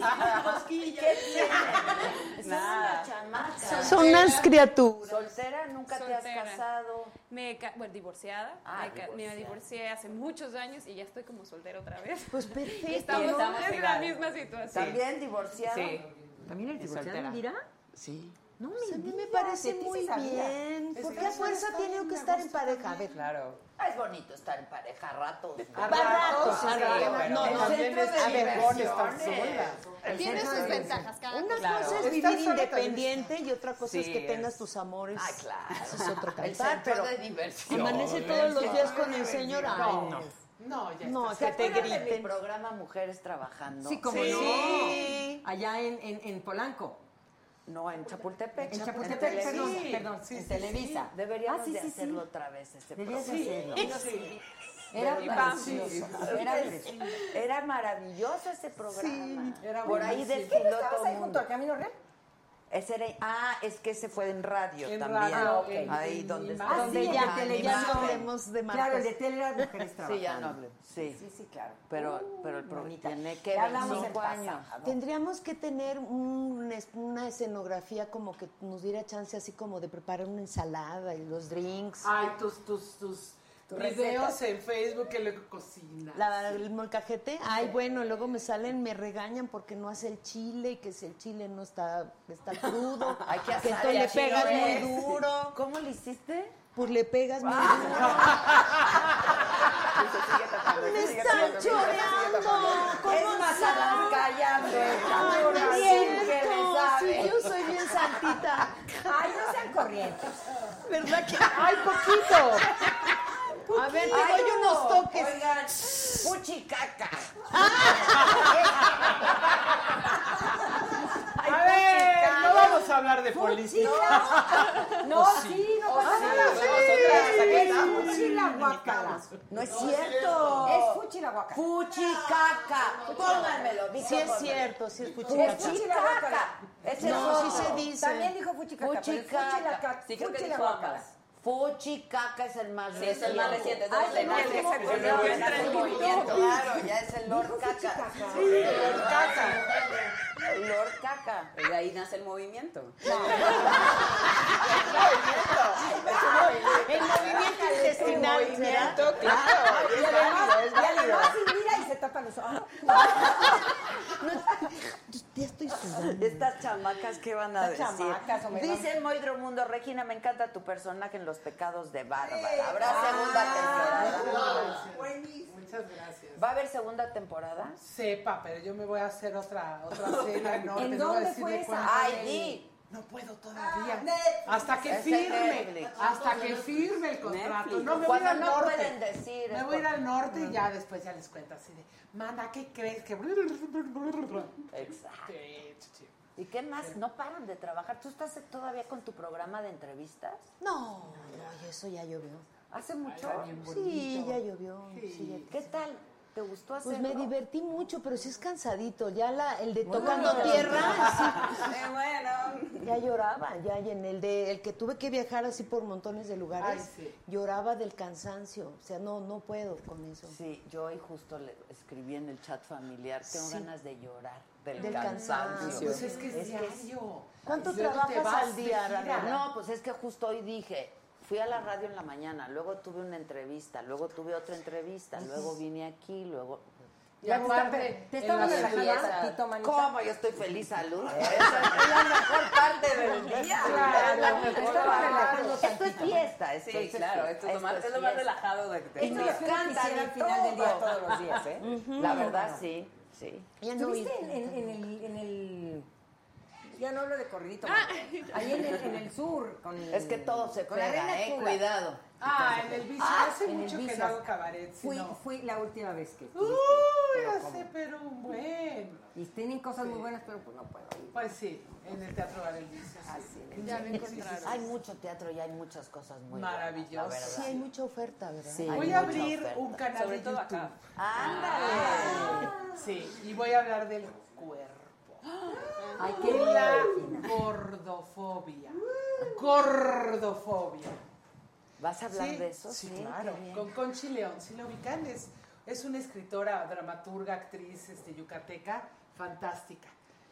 Speaker 11: ¿Qué tiene? Son
Speaker 3: Nada.
Speaker 11: una chamaca.
Speaker 8: Son unas criaturas.
Speaker 3: Soltera, nunca te
Speaker 10: Soltera.
Speaker 3: has casado.
Speaker 10: Me ca- bueno, divorciada.
Speaker 3: Ah,
Speaker 10: me, ca- me
Speaker 3: divorciada.
Speaker 10: divorcié hace muchos años y ya estoy como soltera otra vez.
Speaker 8: Pues perfecto.
Speaker 10: Y estamos,
Speaker 3: Y estamos
Speaker 10: es la
Speaker 3: igual.
Speaker 10: misma situación.
Speaker 3: ¿También divorciada?
Speaker 6: Sí.
Speaker 5: ¿También el
Speaker 3: Es soltera. Sí.
Speaker 5: No,
Speaker 8: Pues A mí me
Speaker 5: digas,
Speaker 8: parece
Speaker 5: de ti se
Speaker 8: muy
Speaker 5: sabía.
Speaker 8: bien.
Speaker 5: Es
Speaker 8: ¿Por
Speaker 5: que
Speaker 8: qué a
Speaker 5: no
Speaker 8: fuerza
Speaker 5: está
Speaker 8: tiene
Speaker 5: bien
Speaker 8: que
Speaker 5: a
Speaker 8: estar en
Speaker 5: gusto
Speaker 8: pareja? A
Speaker 5: también.
Speaker 8: ver,
Speaker 5: Claro.
Speaker 3: Ah, es bonito estar en pareja a ratos. ¿no?
Speaker 9: A
Speaker 8: Baratos,
Speaker 9: ratos,
Speaker 8: a
Speaker 9: sí,
Speaker 8: ratos.
Speaker 9: pero
Speaker 8: No, no,
Speaker 9: también
Speaker 8: centro
Speaker 9: es
Speaker 8: de
Speaker 9: chingón estar
Speaker 3: diversiones.
Speaker 9: sola.
Speaker 10: Tiene sus ventajas cada
Speaker 8: Una
Speaker 3: Claro.
Speaker 8: cosa es
Speaker 9: Estar
Speaker 8: vivir
Speaker 9: sola también
Speaker 8: independiente y otra cosa es
Speaker 3: Sí,
Speaker 8: que tengas
Speaker 3: es-
Speaker 8: tus amores.
Speaker 3: Ay, claro.
Speaker 8: Eso es otro
Speaker 3: El
Speaker 8: cantar,
Speaker 3: centro
Speaker 8: pero
Speaker 3: de diversión.
Speaker 8: amanece todos los días con el señor. Ay, no.
Speaker 9: No, ya
Speaker 8: No,
Speaker 9: está.
Speaker 8: que te
Speaker 3: ¿Te de mi
Speaker 8: griten.
Speaker 3: programa Mujeres Trabajando?
Speaker 5: Sí, como
Speaker 9: Sí.
Speaker 5: no. Allá en, en, en Polanco.
Speaker 3: No, en Chapultepec.
Speaker 5: En Chapultepec,
Speaker 3: Televisa.
Speaker 5: perdón,
Speaker 9: Sí.
Speaker 5: perdón,
Speaker 9: Sí,
Speaker 5: en
Speaker 9: sí,
Speaker 5: Televisa.
Speaker 3: Deberíamos
Speaker 5: Ah, sí,
Speaker 3: de
Speaker 5: sí, sí.
Speaker 3: hacerlo otra vez este
Speaker 5: Deberías
Speaker 3: programa.
Speaker 5: hacerlo.
Speaker 9: Sí.
Speaker 5: Era
Speaker 9: Y vamos.
Speaker 5: precioso. Era precioso.
Speaker 3: Era maravilloso ese programa.
Speaker 9: era
Speaker 3: Por ahí
Speaker 9: buenísimo.
Speaker 5: ¿Qué no
Speaker 3: desfiló
Speaker 5: estabas
Speaker 3: todo
Speaker 5: ahí
Speaker 3: el
Speaker 5: junto
Speaker 3: mundo.
Speaker 5: al Camino Real?
Speaker 3: Ese era, ah, es que ese fue en radio
Speaker 9: En
Speaker 3: también.
Speaker 9: radio,
Speaker 3: Ah,
Speaker 9: ok.
Speaker 3: ok. Ahí
Speaker 9: En
Speaker 3: donde
Speaker 9: Lima.
Speaker 3: está.
Speaker 9: Ah,
Speaker 8: Donde
Speaker 9: sí,
Speaker 8: ya,
Speaker 9: en
Speaker 8: ya
Speaker 9: Televisa.
Speaker 8: no hablemos de marcas.
Speaker 5: Claro, el de tele era mujeres trabajando.
Speaker 3: Sí, ya no hablé. Sí.
Speaker 5: Sí, sí, claro.
Speaker 3: Pero, pero el programa
Speaker 5: Bonita.
Speaker 3: tiene que
Speaker 5: Ya hablamos en
Speaker 3: 25 años.
Speaker 5: pasado.
Speaker 8: Tendríamos que tener un es- una escenografía como que nos diera chance así como de preparar una ensalada y los drinks.
Speaker 9: Ay, tus, tus, tus videos en Facebook que luego cocinas.
Speaker 3: Ah,
Speaker 8: La- el molcajete, ay bueno, luego me salen, me regañan porque no hace el chile y que si el chile no está, está crudo,
Speaker 3: Hay que asar,
Speaker 8: entonces le
Speaker 3: así no
Speaker 8: pegas
Speaker 3: es.
Speaker 8: muy duro,
Speaker 3: ¿Cómo le hiciste?
Speaker 8: pues le pegas muy duro. ¡Me están choreando! ¿Cómo
Speaker 3: Es más callando.
Speaker 8: Ay,
Speaker 3: esta
Speaker 8: no
Speaker 3: morra,
Speaker 8: es
Speaker 3: bien que
Speaker 8: cierto,
Speaker 3: le sabe.
Speaker 8: sí, yo soy bien santita,
Speaker 5: Ay, no sean corrientes.
Speaker 8: ¿verdad que?
Speaker 9: ¡Ay, poquito!
Speaker 8: A ver, te
Speaker 3: Ay,
Speaker 8: doy
Speaker 3: no.
Speaker 8: unos toques.
Speaker 3: Oigan, puchicaca.
Speaker 9: A ver, no vamos a hablar de política.
Speaker 5: No,
Speaker 4: Oh,
Speaker 5: Oh, sí, no pasa nada. Es fuchi la guacala.
Speaker 3: No es cierto.
Speaker 5: Es fuchi la guacala.
Speaker 3: Puchicaca. Pónganmelo.
Speaker 8: Sí es cierto, sí es
Speaker 5: Es
Speaker 8: puchicaca.
Speaker 5: fuchi la guacala.
Speaker 3: Ese es
Speaker 8: No, sí
Speaker 3: otro.
Speaker 8: se dice.
Speaker 5: También dijo fuchi caca, pero es fuchi la
Speaker 3: Fuchicaca.
Speaker 5: caca.
Speaker 6: Sí, creo que
Speaker 5: fuchi la
Speaker 6: dijo
Speaker 5: guacala.
Speaker 6: ambas.
Speaker 3: Fuchicaca es el más reciente.
Speaker 6: es el más reciente, es de
Speaker 3: Ay,
Speaker 6: los de
Speaker 3: no,
Speaker 6: Nacho.
Speaker 3: el que se
Speaker 6: Yo
Speaker 3: volvió
Speaker 6: creo que
Speaker 3: a
Speaker 6: Nacho
Speaker 3: hacer
Speaker 6: lo
Speaker 3: movimiento. Claro, ya es el Lord Caca. El Lord Caca.
Speaker 6: Y de ahí nace el movimiento.
Speaker 8: El movimiento intestinal, ¿será?
Speaker 9: claro.
Speaker 5: Y además, y además, y mira, y se tapan los ojos.
Speaker 8: Ya estoy sudando.
Speaker 3: Estas chamacas, ¿qué van a
Speaker 5: Estas
Speaker 3: decir?
Speaker 5: chamacas, o me van-
Speaker 3: Dice Moidro Mundo, Regina, me encanta tu personaje en Los Pecados de Bárbara. ¿Habrá segunda temporada?
Speaker 9: Muchas gracias.
Speaker 3: Ah. ¿Va a haber segunda temporada?
Speaker 9: Sepa, pero yo me voy a hacer otra, otra cena enorme.
Speaker 5: ¿En
Speaker 9: les voy a
Speaker 5: dónde
Speaker 9: decir
Speaker 5: fue
Speaker 9: de
Speaker 5: esa?
Speaker 9: cuánto.
Speaker 3: Ay, di.
Speaker 9: No puedo todavía.
Speaker 5: Netflix.
Speaker 9: hasta que
Speaker 3: Es de
Speaker 9: firme.
Speaker 3: Netflix.
Speaker 9: Hasta que firme el contrato.
Speaker 6: Netflix.
Speaker 9: No, me voy a ir
Speaker 3: Cuando
Speaker 9: al
Speaker 3: no
Speaker 9: norte.
Speaker 3: pueden decir.
Speaker 9: Me voy a ir al norte y ya después ya les cuento así de, mana, ¿qué crees? Que...
Speaker 3: Exacto.
Speaker 9: Sí, sí.
Speaker 3: ¿Y qué más? No paran de trabajar. ¿Tú estás todavía con tu programa de entrevistas?
Speaker 8: No, no, y eso ya llovió.
Speaker 3: Hace mucho.
Speaker 8: Sí, ya llovió. sí, ya-
Speaker 3: ¿Qué tal? ¿Te gustó
Speaker 8: Pues
Speaker 3: hacerlo?
Speaker 8: me divertí mucho, pero sí es cansadito. Ya la, el de
Speaker 3: Bueno,
Speaker 8: tocando
Speaker 3: no.
Speaker 8: tierra,
Speaker 3: Sí,
Speaker 8: bueno. ya lloraba, ya y en el de el que tuve que viajar así por montones de lugares,
Speaker 3: Ay, sí.
Speaker 8: lloraba del cansancio. O sea, no, no puedo con eso.
Speaker 3: Sí, yo hoy justo le escribí en el chat familiar, tengo
Speaker 8: Sí.
Speaker 3: ganas de llorar del,
Speaker 8: Del
Speaker 3: cansancio.
Speaker 8: cansancio. Pues es
Speaker 9: que es diario.
Speaker 3: ¿Cuánto
Speaker 8: Es diario te
Speaker 3: trabajas
Speaker 8: vas
Speaker 3: al
Speaker 8: de
Speaker 3: día,
Speaker 8: gira.
Speaker 3: Rafa? No, pues es que justo hoy dije, fui a la radio en la mañana, luego tuve una entrevista, luego tuve otra entrevista, luego vine aquí, luego...
Speaker 5: Y Ya te aparte, está pe- te en estaba la relajando fiesta. un ratito, manita.
Speaker 3: ¿Cómo? Yo estoy feliz, salud. Esa es la mejor parte del día.
Speaker 5: Claro,
Speaker 3: La mejor
Speaker 5: te estaba
Speaker 3: parte.
Speaker 5: relajando
Speaker 3: Esto es fiesta.
Speaker 6: Sí,
Speaker 3: entonces,
Speaker 6: claro, esto es lo más, es lo más
Speaker 3: fiesta.
Speaker 6: relajado de, de
Speaker 3: Esto
Speaker 6: un
Speaker 3: me
Speaker 6: día.
Speaker 3: encanta,
Speaker 5: quisiera al
Speaker 3: ni
Speaker 5: final del día
Speaker 3: todo.
Speaker 5: todos los días, ¿eh? Ujú.
Speaker 3: La verdad,
Speaker 5: No, no.
Speaker 3: sí, sí.
Speaker 5: ¿Tuviste en, en- en el, en el- Ya no hablo de corridito.
Speaker 9: Ah.
Speaker 5: Marta. Ahí en el, en el sur. Con,
Speaker 3: Es que todo se
Speaker 5: con la
Speaker 3: pega,
Speaker 5: reina
Speaker 3: eh,
Speaker 5: Cuba.
Speaker 3: cuidado.
Speaker 9: Ah, en el bici.
Speaker 5: Ah,
Speaker 9: Hace
Speaker 5: en el
Speaker 9: mucho que
Speaker 5: Vicious.
Speaker 9: no hago cabaret. si
Speaker 5: Fui,
Speaker 9: no.
Speaker 5: fui la última vez que
Speaker 9: Uy,
Speaker 5: estuviste. Pero
Speaker 9: hace
Speaker 5: como-
Speaker 9: pero un buen.
Speaker 5: Y tienen cosas muy buenas, pero pues no puedo ir.
Speaker 9: Pues sí, en el Teatro Gabriel Vicious.
Speaker 3: Así
Speaker 9: Sí,
Speaker 3: es.
Speaker 9: sí, sí, sí, sí.
Speaker 3: Hay mucho teatro y hay muchas cosas muy
Speaker 9: Maravilloso.
Speaker 3: buenas, la verdad.
Speaker 8: Sí, hay mucha oferta, ¿verdad?
Speaker 3: Sí,
Speaker 9: Voy
Speaker 3: hay
Speaker 9: a
Speaker 3: mucha
Speaker 9: abrir
Speaker 3: oferta.
Speaker 9: un canal
Speaker 3: Sobre
Speaker 9: de
Speaker 3: todo
Speaker 9: YouTube.
Speaker 3: acá.
Speaker 9: ¡Ándale! Sí, y voy a hablar del cuerpo.
Speaker 3: Ay, qué
Speaker 9: De la
Speaker 3: bien.
Speaker 9: gordofobia. Gordofobia.
Speaker 3: ¿Vas a hablar
Speaker 9: Sí,
Speaker 3: de eso?
Speaker 9: Sí,
Speaker 3: qué
Speaker 9: claro.
Speaker 3: bien.
Speaker 9: Con Conchi León, si la ubican, es, es una escritora, dramaturga, actriz este, yucateca, fantástica.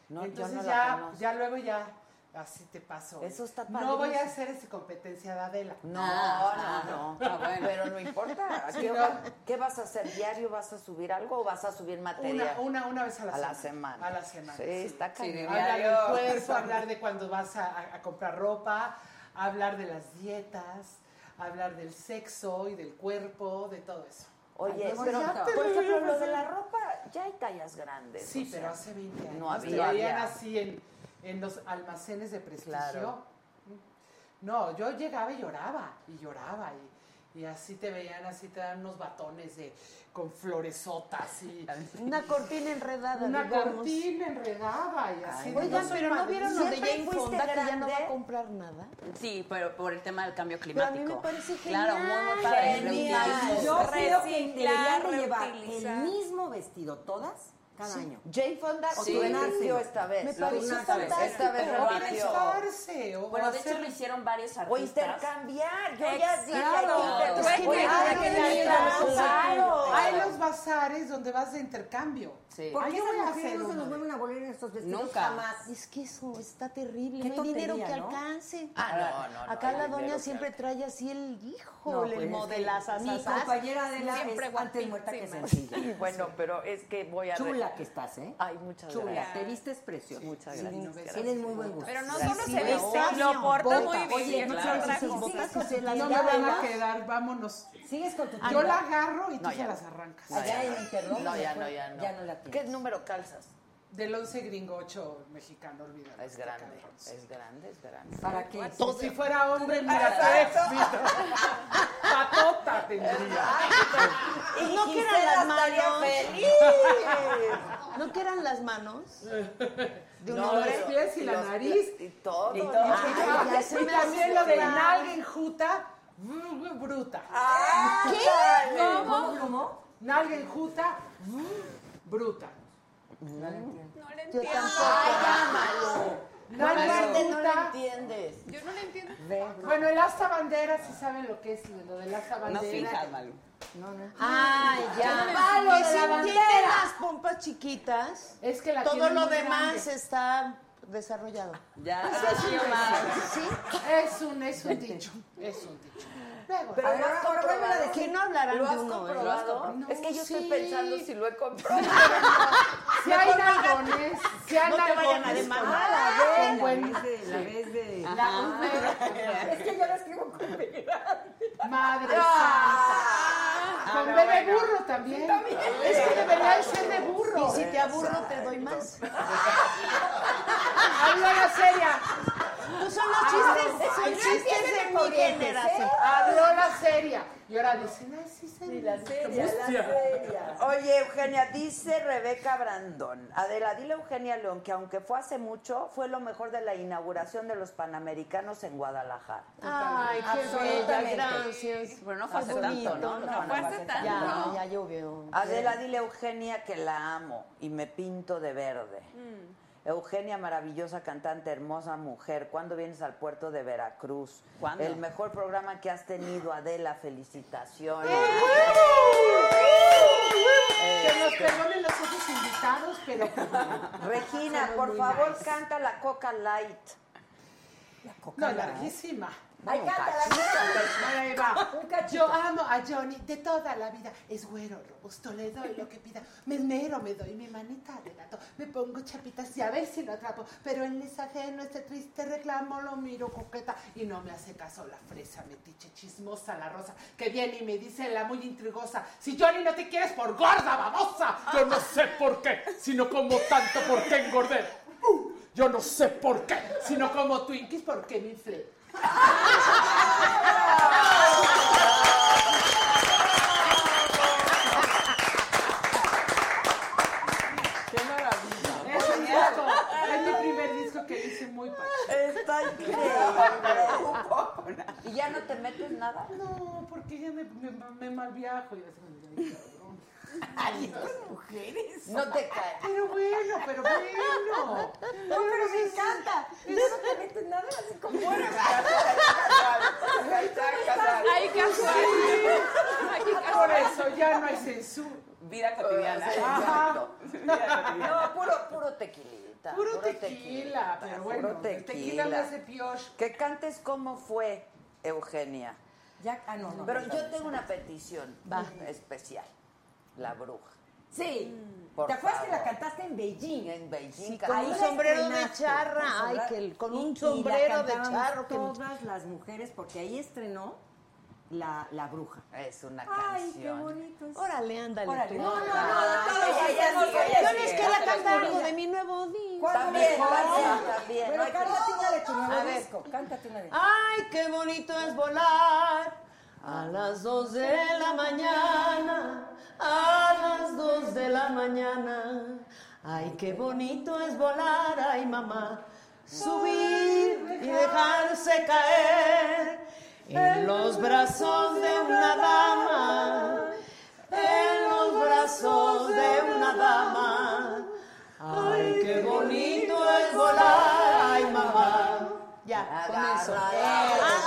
Speaker 3: No, yo
Speaker 9: Entonces
Speaker 3: no la
Speaker 9: ya,
Speaker 3: conozco.
Speaker 9: ya luego ya, así te paso. ¿eh?
Speaker 3: Eso está
Speaker 9: No voy a
Speaker 3: padrísimo.
Speaker 9: hacer esa competencia de Adela.
Speaker 3: No,
Speaker 9: Ah,
Speaker 3: no, no.
Speaker 9: ah, bueno.
Speaker 3: Pero no importa. ¿A
Speaker 9: Ah, Sí,
Speaker 3: ¿Qué,
Speaker 9: no.
Speaker 3: va- qué vas a hacer? ¿Diario vas a subir algo o vas a subir material?
Speaker 9: Una, una, una vez a la semana.
Speaker 3: A la semana.
Speaker 9: A la semana.
Speaker 3: Sí, está
Speaker 9: Sí,
Speaker 3: cañón.
Speaker 9: Hablar
Speaker 3: Diario.
Speaker 9: del cuerpo, hablar de cuando vas a, a- a comprar ropa, hablar de las dietas, hablar del sexo y del cuerpo, de todo eso.
Speaker 3: Oye,
Speaker 9: Ay, qué
Speaker 3: pero
Speaker 9: bonito.
Speaker 3: por ejemplo, lo de la ropa, ya hay tallas grandes.
Speaker 9: Sí,
Speaker 3: o
Speaker 9: pero
Speaker 3: sea,
Speaker 9: hace 20 años.
Speaker 3: No
Speaker 9: Te
Speaker 3: había.
Speaker 9: veían
Speaker 3: ya.
Speaker 9: así en, en los almacenes de prestigio.
Speaker 3: Claro.
Speaker 9: No, yo llegaba y lloraba, y lloraba, y, y así te veían, así te dan unos batones de, con floresotas y
Speaker 8: Una cortina enredada.
Speaker 9: una
Speaker 8: digamos.
Speaker 9: cortina enredada y así. de,
Speaker 8: Oigan,
Speaker 9: no soy
Speaker 8: pero no
Speaker 9: madre.
Speaker 8: vieron lo de
Speaker 9: Siempre
Speaker 8: Jane
Speaker 9: fuiste
Speaker 8: Fonda que ya no va a
Speaker 9: grande.
Speaker 8: comprar nada.
Speaker 6: Sí, pero por el tema del cambio
Speaker 8: Pero a
Speaker 6: climático.
Speaker 8: mí me parece genial.
Speaker 6: Claro, muy, muy padre. Reutilizar.
Speaker 5: Yo creo que
Speaker 6: Reciclar,
Speaker 5: deberían de llevar
Speaker 6: reutilizar.
Speaker 5: el mismo vestido todas cada
Speaker 3: Sí.
Speaker 5: año.
Speaker 3: Jane Fonda
Speaker 5: O
Speaker 3: sí
Speaker 5: turnárselo.
Speaker 3: repitió esta vez.
Speaker 5: Me pareció
Speaker 3: Esta vez- Esta vez
Speaker 9: O
Speaker 3: repitió.
Speaker 9: prestarse, o
Speaker 6: Bueno, de hecho
Speaker 9: hacer-
Speaker 6: lo hicieron varios
Speaker 3: O
Speaker 6: artistas.
Speaker 3: intercambiar. Yo ya dije
Speaker 6: Claro.
Speaker 3: hay
Speaker 6: Pues,
Speaker 3: que intercambiar.
Speaker 6: pues,
Speaker 3: Ay,
Speaker 6: hay que
Speaker 3: mira,
Speaker 6: intercambiar.
Speaker 3: claro.
Speaker 9: Hay los bazares donde vas de intercambio.
Speaker 6: Sí.
Speaker 5: ¿Por
Speaker 9: Ay,
Speaker 5: qué
Speaker 9: yo voy a
Speaker 5: esas
Speaker 9: hacer
Speaker 5: mujeres no se
Speaker 9: uno
Speaker 5: nos
Speaker 9: de-
Speaker 5: vuelven a volver en estos vestidos
Speaker 6: Nunca.
Speaker 5: jamás?
Speaker 8: Es que eso está terrible.
Speaker 5: Qué
Speaker 8: no hay dinero
Speaker 5: tontería,
Speaker 8: que
Speaker 5: ¿no?
Speaker 8: alcance.
Speaker 3: Ah, no, no, no,
Speaker 8: Acá
Speaker 3: hay
Speaker 8: la
Speaker 3: dinero
Speaker 8: doña
Speaker 3: que
Speaker 8: siempre
Speaker 3: alcance.
Speaker 8: trae así el hijo,
Speaker 5: No, pues,
Speaker 8: el
Speaker 5: es
Speaker 8: modelazo.
Speaker 5: que Mi compañera de la
Speaker 10: Siempre
Speaker 5: es antes muerta que
Speaker 10: guapísima.
Speaker 5: sencilla.
Speaker 3: Bueno, pero es que voy a... re-
Speaker 5: Chula que estás, ¿eh?
Speaker 3: Ay, muchas
Speaker 5: Chula,
Speaker 3: gracias.
Speaker 5: te vistes preciosa.
Speaker 3: Muchas
Speaker 5: Sí,
Speaker 3: gracias,
Speaker 5: Tienes
Speaker 3: gracias.
Speaker 5: muy buen gusto.
Speaker 10: Pero no
Speaker 3: Gracias.
Speaker 10: solo
Speaker 3: Sí,
Speaker 10: se viste,
Speaker 5: gracias.
Speaker 10: lo porta muy bien.
Speaker 5: Oye, no
Speaker 10: claro.
Speaker 5: sabes si
Speaker 10: Otra cosa.
Speaker 5: botas se las
Speaker 9: No me van a
Speaker 5: llevas.
Speaker 9: quedar, vámonos.
Speaker 5: Sigues con tu
Speaker 9: Yo
Speaker 5: tía.
Speaker 9: la agarro y
Speaker 3: Ah,
Speaker 9: tú
Speaker 3: No,
Speaker 9: se
Speaker 3: ya.
Speaker 9: las arrancas.
Speaker 3: No,
Speaker 5: Allá
Speaker 3: ya
Speaker 5: en
Speaker 3: no.
Speaker 5: Interlomas,
Speaker 3: No, ya no,
Speaker 5: después,
Speaker 3: ya no.
Speaker 5: ya no la
Speaker 3: ¿Qué
Speaker 5: tienes.
Speaker 3: número calzas?
Speaker 9: Del 11 gringo 8 mexicano, olvídalo.
Speaker 3: Es
Speaker 9: está
Speaker 3: grande,
Speaker 9: cabrón.
Speaker 3: es grande, es grande.
Speaker 5: ¿Para qué?
Speaker 9: Todo si fuera hombre, mira, qué éxito. Patota tendría.
Speaker 8: Y no que eran
Speaker 3: Gisela
Speaker 8: las
Speaker 3: estaría
Speaker 8: manos.
Speaker 3: feliz.
Speaker 8: No que eran las manos. De un
Speaker 9: No,
Speaker 8: hombre.
Speaker 9: los pies y la
Speaker 3: los-
Speaker 9: nariz.
Speaker 3: Y todo.
Speaker 9: Y,
Speaker 3: ¿no?
Speaker 9: todo.
Speaker 8: Ay, ya se
Speaker 9: y
Speaker 8: me
Speaker 9: también
Speaker 8: hace
Speaker 9: lo de
Speaker 8: claro.
Speaker 9: nalga enjuta, br- br- bruta.
Speaker 3: Dale.
Speaker 5: ¿Cómo? ¿Cómo?
Speaker 9: Nalga enjuta, br- bruta.
Speaker 5: No la entiendo.
Speaker 10: No le
Speaker 8: Yo
Speaker 10: entiendo.
Speaker 8: tampoco.
Speaker 9: Nalga
Speaker 3: Aparte, no lo
Speaker 9: enjuta.
Speaker 3: entiendes.
Speaker 10: Yo no le entiendo.
Speaker 9: Bueno, el asta bandera, sí saben lo que es lo del asta bandera.
Speaker 8: Ay, ya.
Speaker 9: Palo de la
Speaker 8: Que Pues si
Speaker 9: bandera.
Speaker 8: tiene las pompas chiquitas,
Speaker 9: Es que la
Speaker 8: todo
Speaker 9: tienen
Speaker 8: lo
Speaker 9: muy
Speaker 8: demás
Speaker 9: grande. Ah,
Speaker 8: está desarrollado.
Speaker 6: Ya, Rocío Márquez.
Speaker 8: ¿Sí?
Speaker 9: es un, es un dicho, es un dicho. Luego,
Speaker 3: Pero
Speaker 9: ahora-
Speaker 3: lo has
Speaker 8: ahora vuelve a
Speaker 3: comprobado.
Speaker 8: decir, no hablarán
Speaker 3: ¿Lo
Speaker 8: de
Speaker 3: has
Speaker 8: uno, ¿eh?
Speaker 3: comprobado?
Speaker 9: No,
Speaker 3: es que yo estoy
Speaker 9: sí.
Speaker 3: pensando si lo he comprobado.
Speaker 9: si hay nalgones, si hay
Speaker 8: No te vayan a
Speaker 9: nalgones con-
Speaker 4: Ah,
Speaker 8: demandar.
Speaker 9: con buen-
Speaker 5: La vez de...
Speaker 9: La-
Speaker 5: Es que yo la escribo con
Speaker 9: Madre
Speaker 4: Ah,
Speaker 9: santa.
Speaker 3: Ah,
Speaker 9: Con B Ah, de burro también. Es que debería de ser de burro.
Speaker 8: Y si te aburro, te doy más.
Speaker 9: Habla la seria.
Speaker 3: Ah,
Speaker 4: ¿eh?
Speaker 8: Pues son los chistes, son chistes de mi generación.
Speaker 9: Habló la la seria. Y ahora dicen, ay, sí, seria.
Speaker 3: la
Speaker 9: Qué
Speaker 3: seria, la
Speaker 9: angustia.
Speaker 3: seria. Oye, Eugenia, dice Rebeca Brandón. Adela, dile a Eugenia León que aunque fue hace mucho, fue lo mejor de la inauguración de los Panamericanos en Guadalajara.
Speaker 8: Ay, qué bella, gracias.
Speaker 6: Bueno, no fue hace tanto, ¿no?
Speaker 8: No fue hace tanto.
Speaker 3: Ya,
Speaker 14: llovió.
Speaker 3: Adela, dile a Eugenia que la amo y me pinto de verde.
Speaker 11: Mm.
Speaker 3: Eugenia, maravillosa cantante, hermosa mujer, ¿cuándo vienes al puerto de Veracruz?
Speaker 6: ¿Cuándo?
Speaker 3: El mejor programa que has tenido, Adela, felicitaciones.
Speaker 9: Que
Speaker 3: Este.
Speaker 15: Este.
Speaker 9: nos perdonen los otros invitados, pero.
Speaker 3: Regina, por
Speaker 9: muy
Speaker 3: favor,
Speaker 9: nice.
Speaker 3: canta la Coca Light.
Speaker 9: No, larguísima.
Speaker 3: Ay, cántala, cántala.
Speaker 9: Ahí va.
Speaker 3: Un cachito.
Speaker 9: Yo amo a Johnny de toda la vida. Es güero, robusto, le doy lo que pida. Me esmero, me doy mi manita de gato. Me pongo chapitas y a ver si lo atrapo. Pero él es ajeno, este triste reclamo lo miro coqueta. Y no me hace caso la fresa metiche chismosa, la rosa. Que viene y me dice la muy intrigosa. Si Johnny no te quieres por gorda, babosa.
Speaker 15: Yo no sé por qué, sino como tanto porque engordé. Uh, yo no sé por qué,
Speaker 9: Sino como Twinkies porque me inflé.
Speaker 3: ¡Qué maravilla!
Speaker 9: Es un disco. Es mi primer disco que hice muy pacho.
Speaker 3: Está increíble. ¿Y ya no te metes nada?
Speaker 9: No, porque ya me, me, me malviajo. Ya se me olvidó, cabrón.
Speaker 3: No te caes.
Speaker 9: Pero bueno, pero
Speaker 11: No,
Speaker 9: bueno.
Speaker 11: pero me encanta. No te metes nada así como
Speaker 8: Ay, casual. Ay,
Speaker 3: Ah,
Speaker 9: Por
Speaker 8: casual.
Speaker 9: eso ya no hay censura.
Speaker 6: Vida cotidiana.
Speaker 9: Sí,
Speaker 6: Exacto. Vida cotidiana.
Speaker 3: No, puro, puro tequilita.
Speaker 9: Puro tequila, pero bueno,
Speaker 3: Puro
Speaker 9: el tequila me hace pioche.
Speaker 3: Que cantes cómo fue, Eugenia.
Speaker 5: Ya, ah, no, no.
Speaker 3: Pero
Speaker 5: no,
Speaker 3: yo
Speaker 5: no,
Speaker 3: tengo
Speaker 5: no.
Speaker 3: una petición
Speaker 5: Va.
Speaker 3: especial. La bruja.
Speaker 5: Sí.
Speaker 3: Por
Speaker 5: ¿Te acuerdas que la
Speaker 3: favor.
Speaker 5: cantaste en Beijing?
Speaker 3: En
Speaker 5: con
Speaker 3: Beijing. cantaba-
Speaker 5: un sombrero de charra, ay, que el- con un sombrero de charro. Todas las mujeres, porque ahí estrenó la, la bruja.
Speaker 3: Es una
Speaker 5: Ay, qué
Speaker 3: canción.
Speaker 5: bonito. es.
Speaker 8: Órale, ándale.
Speaker 5: Órale.
Speaker 8: tú.
Speaker 5: No, no, no,
Speaker 3: todos hacemos
Speaker 8: Yo les
Speaker 3: sí,
Speaker 8: quería
Speaker 3: no te
Speaker 8: cantar
Speaker 3: las
Speaker 8: algo de
Speaker 3: ponía.
Speaker 8: mi nuevo disco.
Speaker 3: También, también, también.
Speaker 5: Pero
Speaker 3: no hay
Speaker 5: cántate
Speaker 3: problema.
Speaker 5: una de tu
Speaker 3: A
Speaker 5: nuevo
Speaker 3: ver.
Speaker 5: disco. Cántate una de
Speaker 8: Ay, qué bonito es volar a las dos de la mañana, a las dos de la mañana. Ay, qué bonito es volar, ay mamá, subir y dejarse caer en los brazos de una dama, en los brazos de una dama. Ay, qué bonito es volar, ay mamá. Ya, con eso. Ah,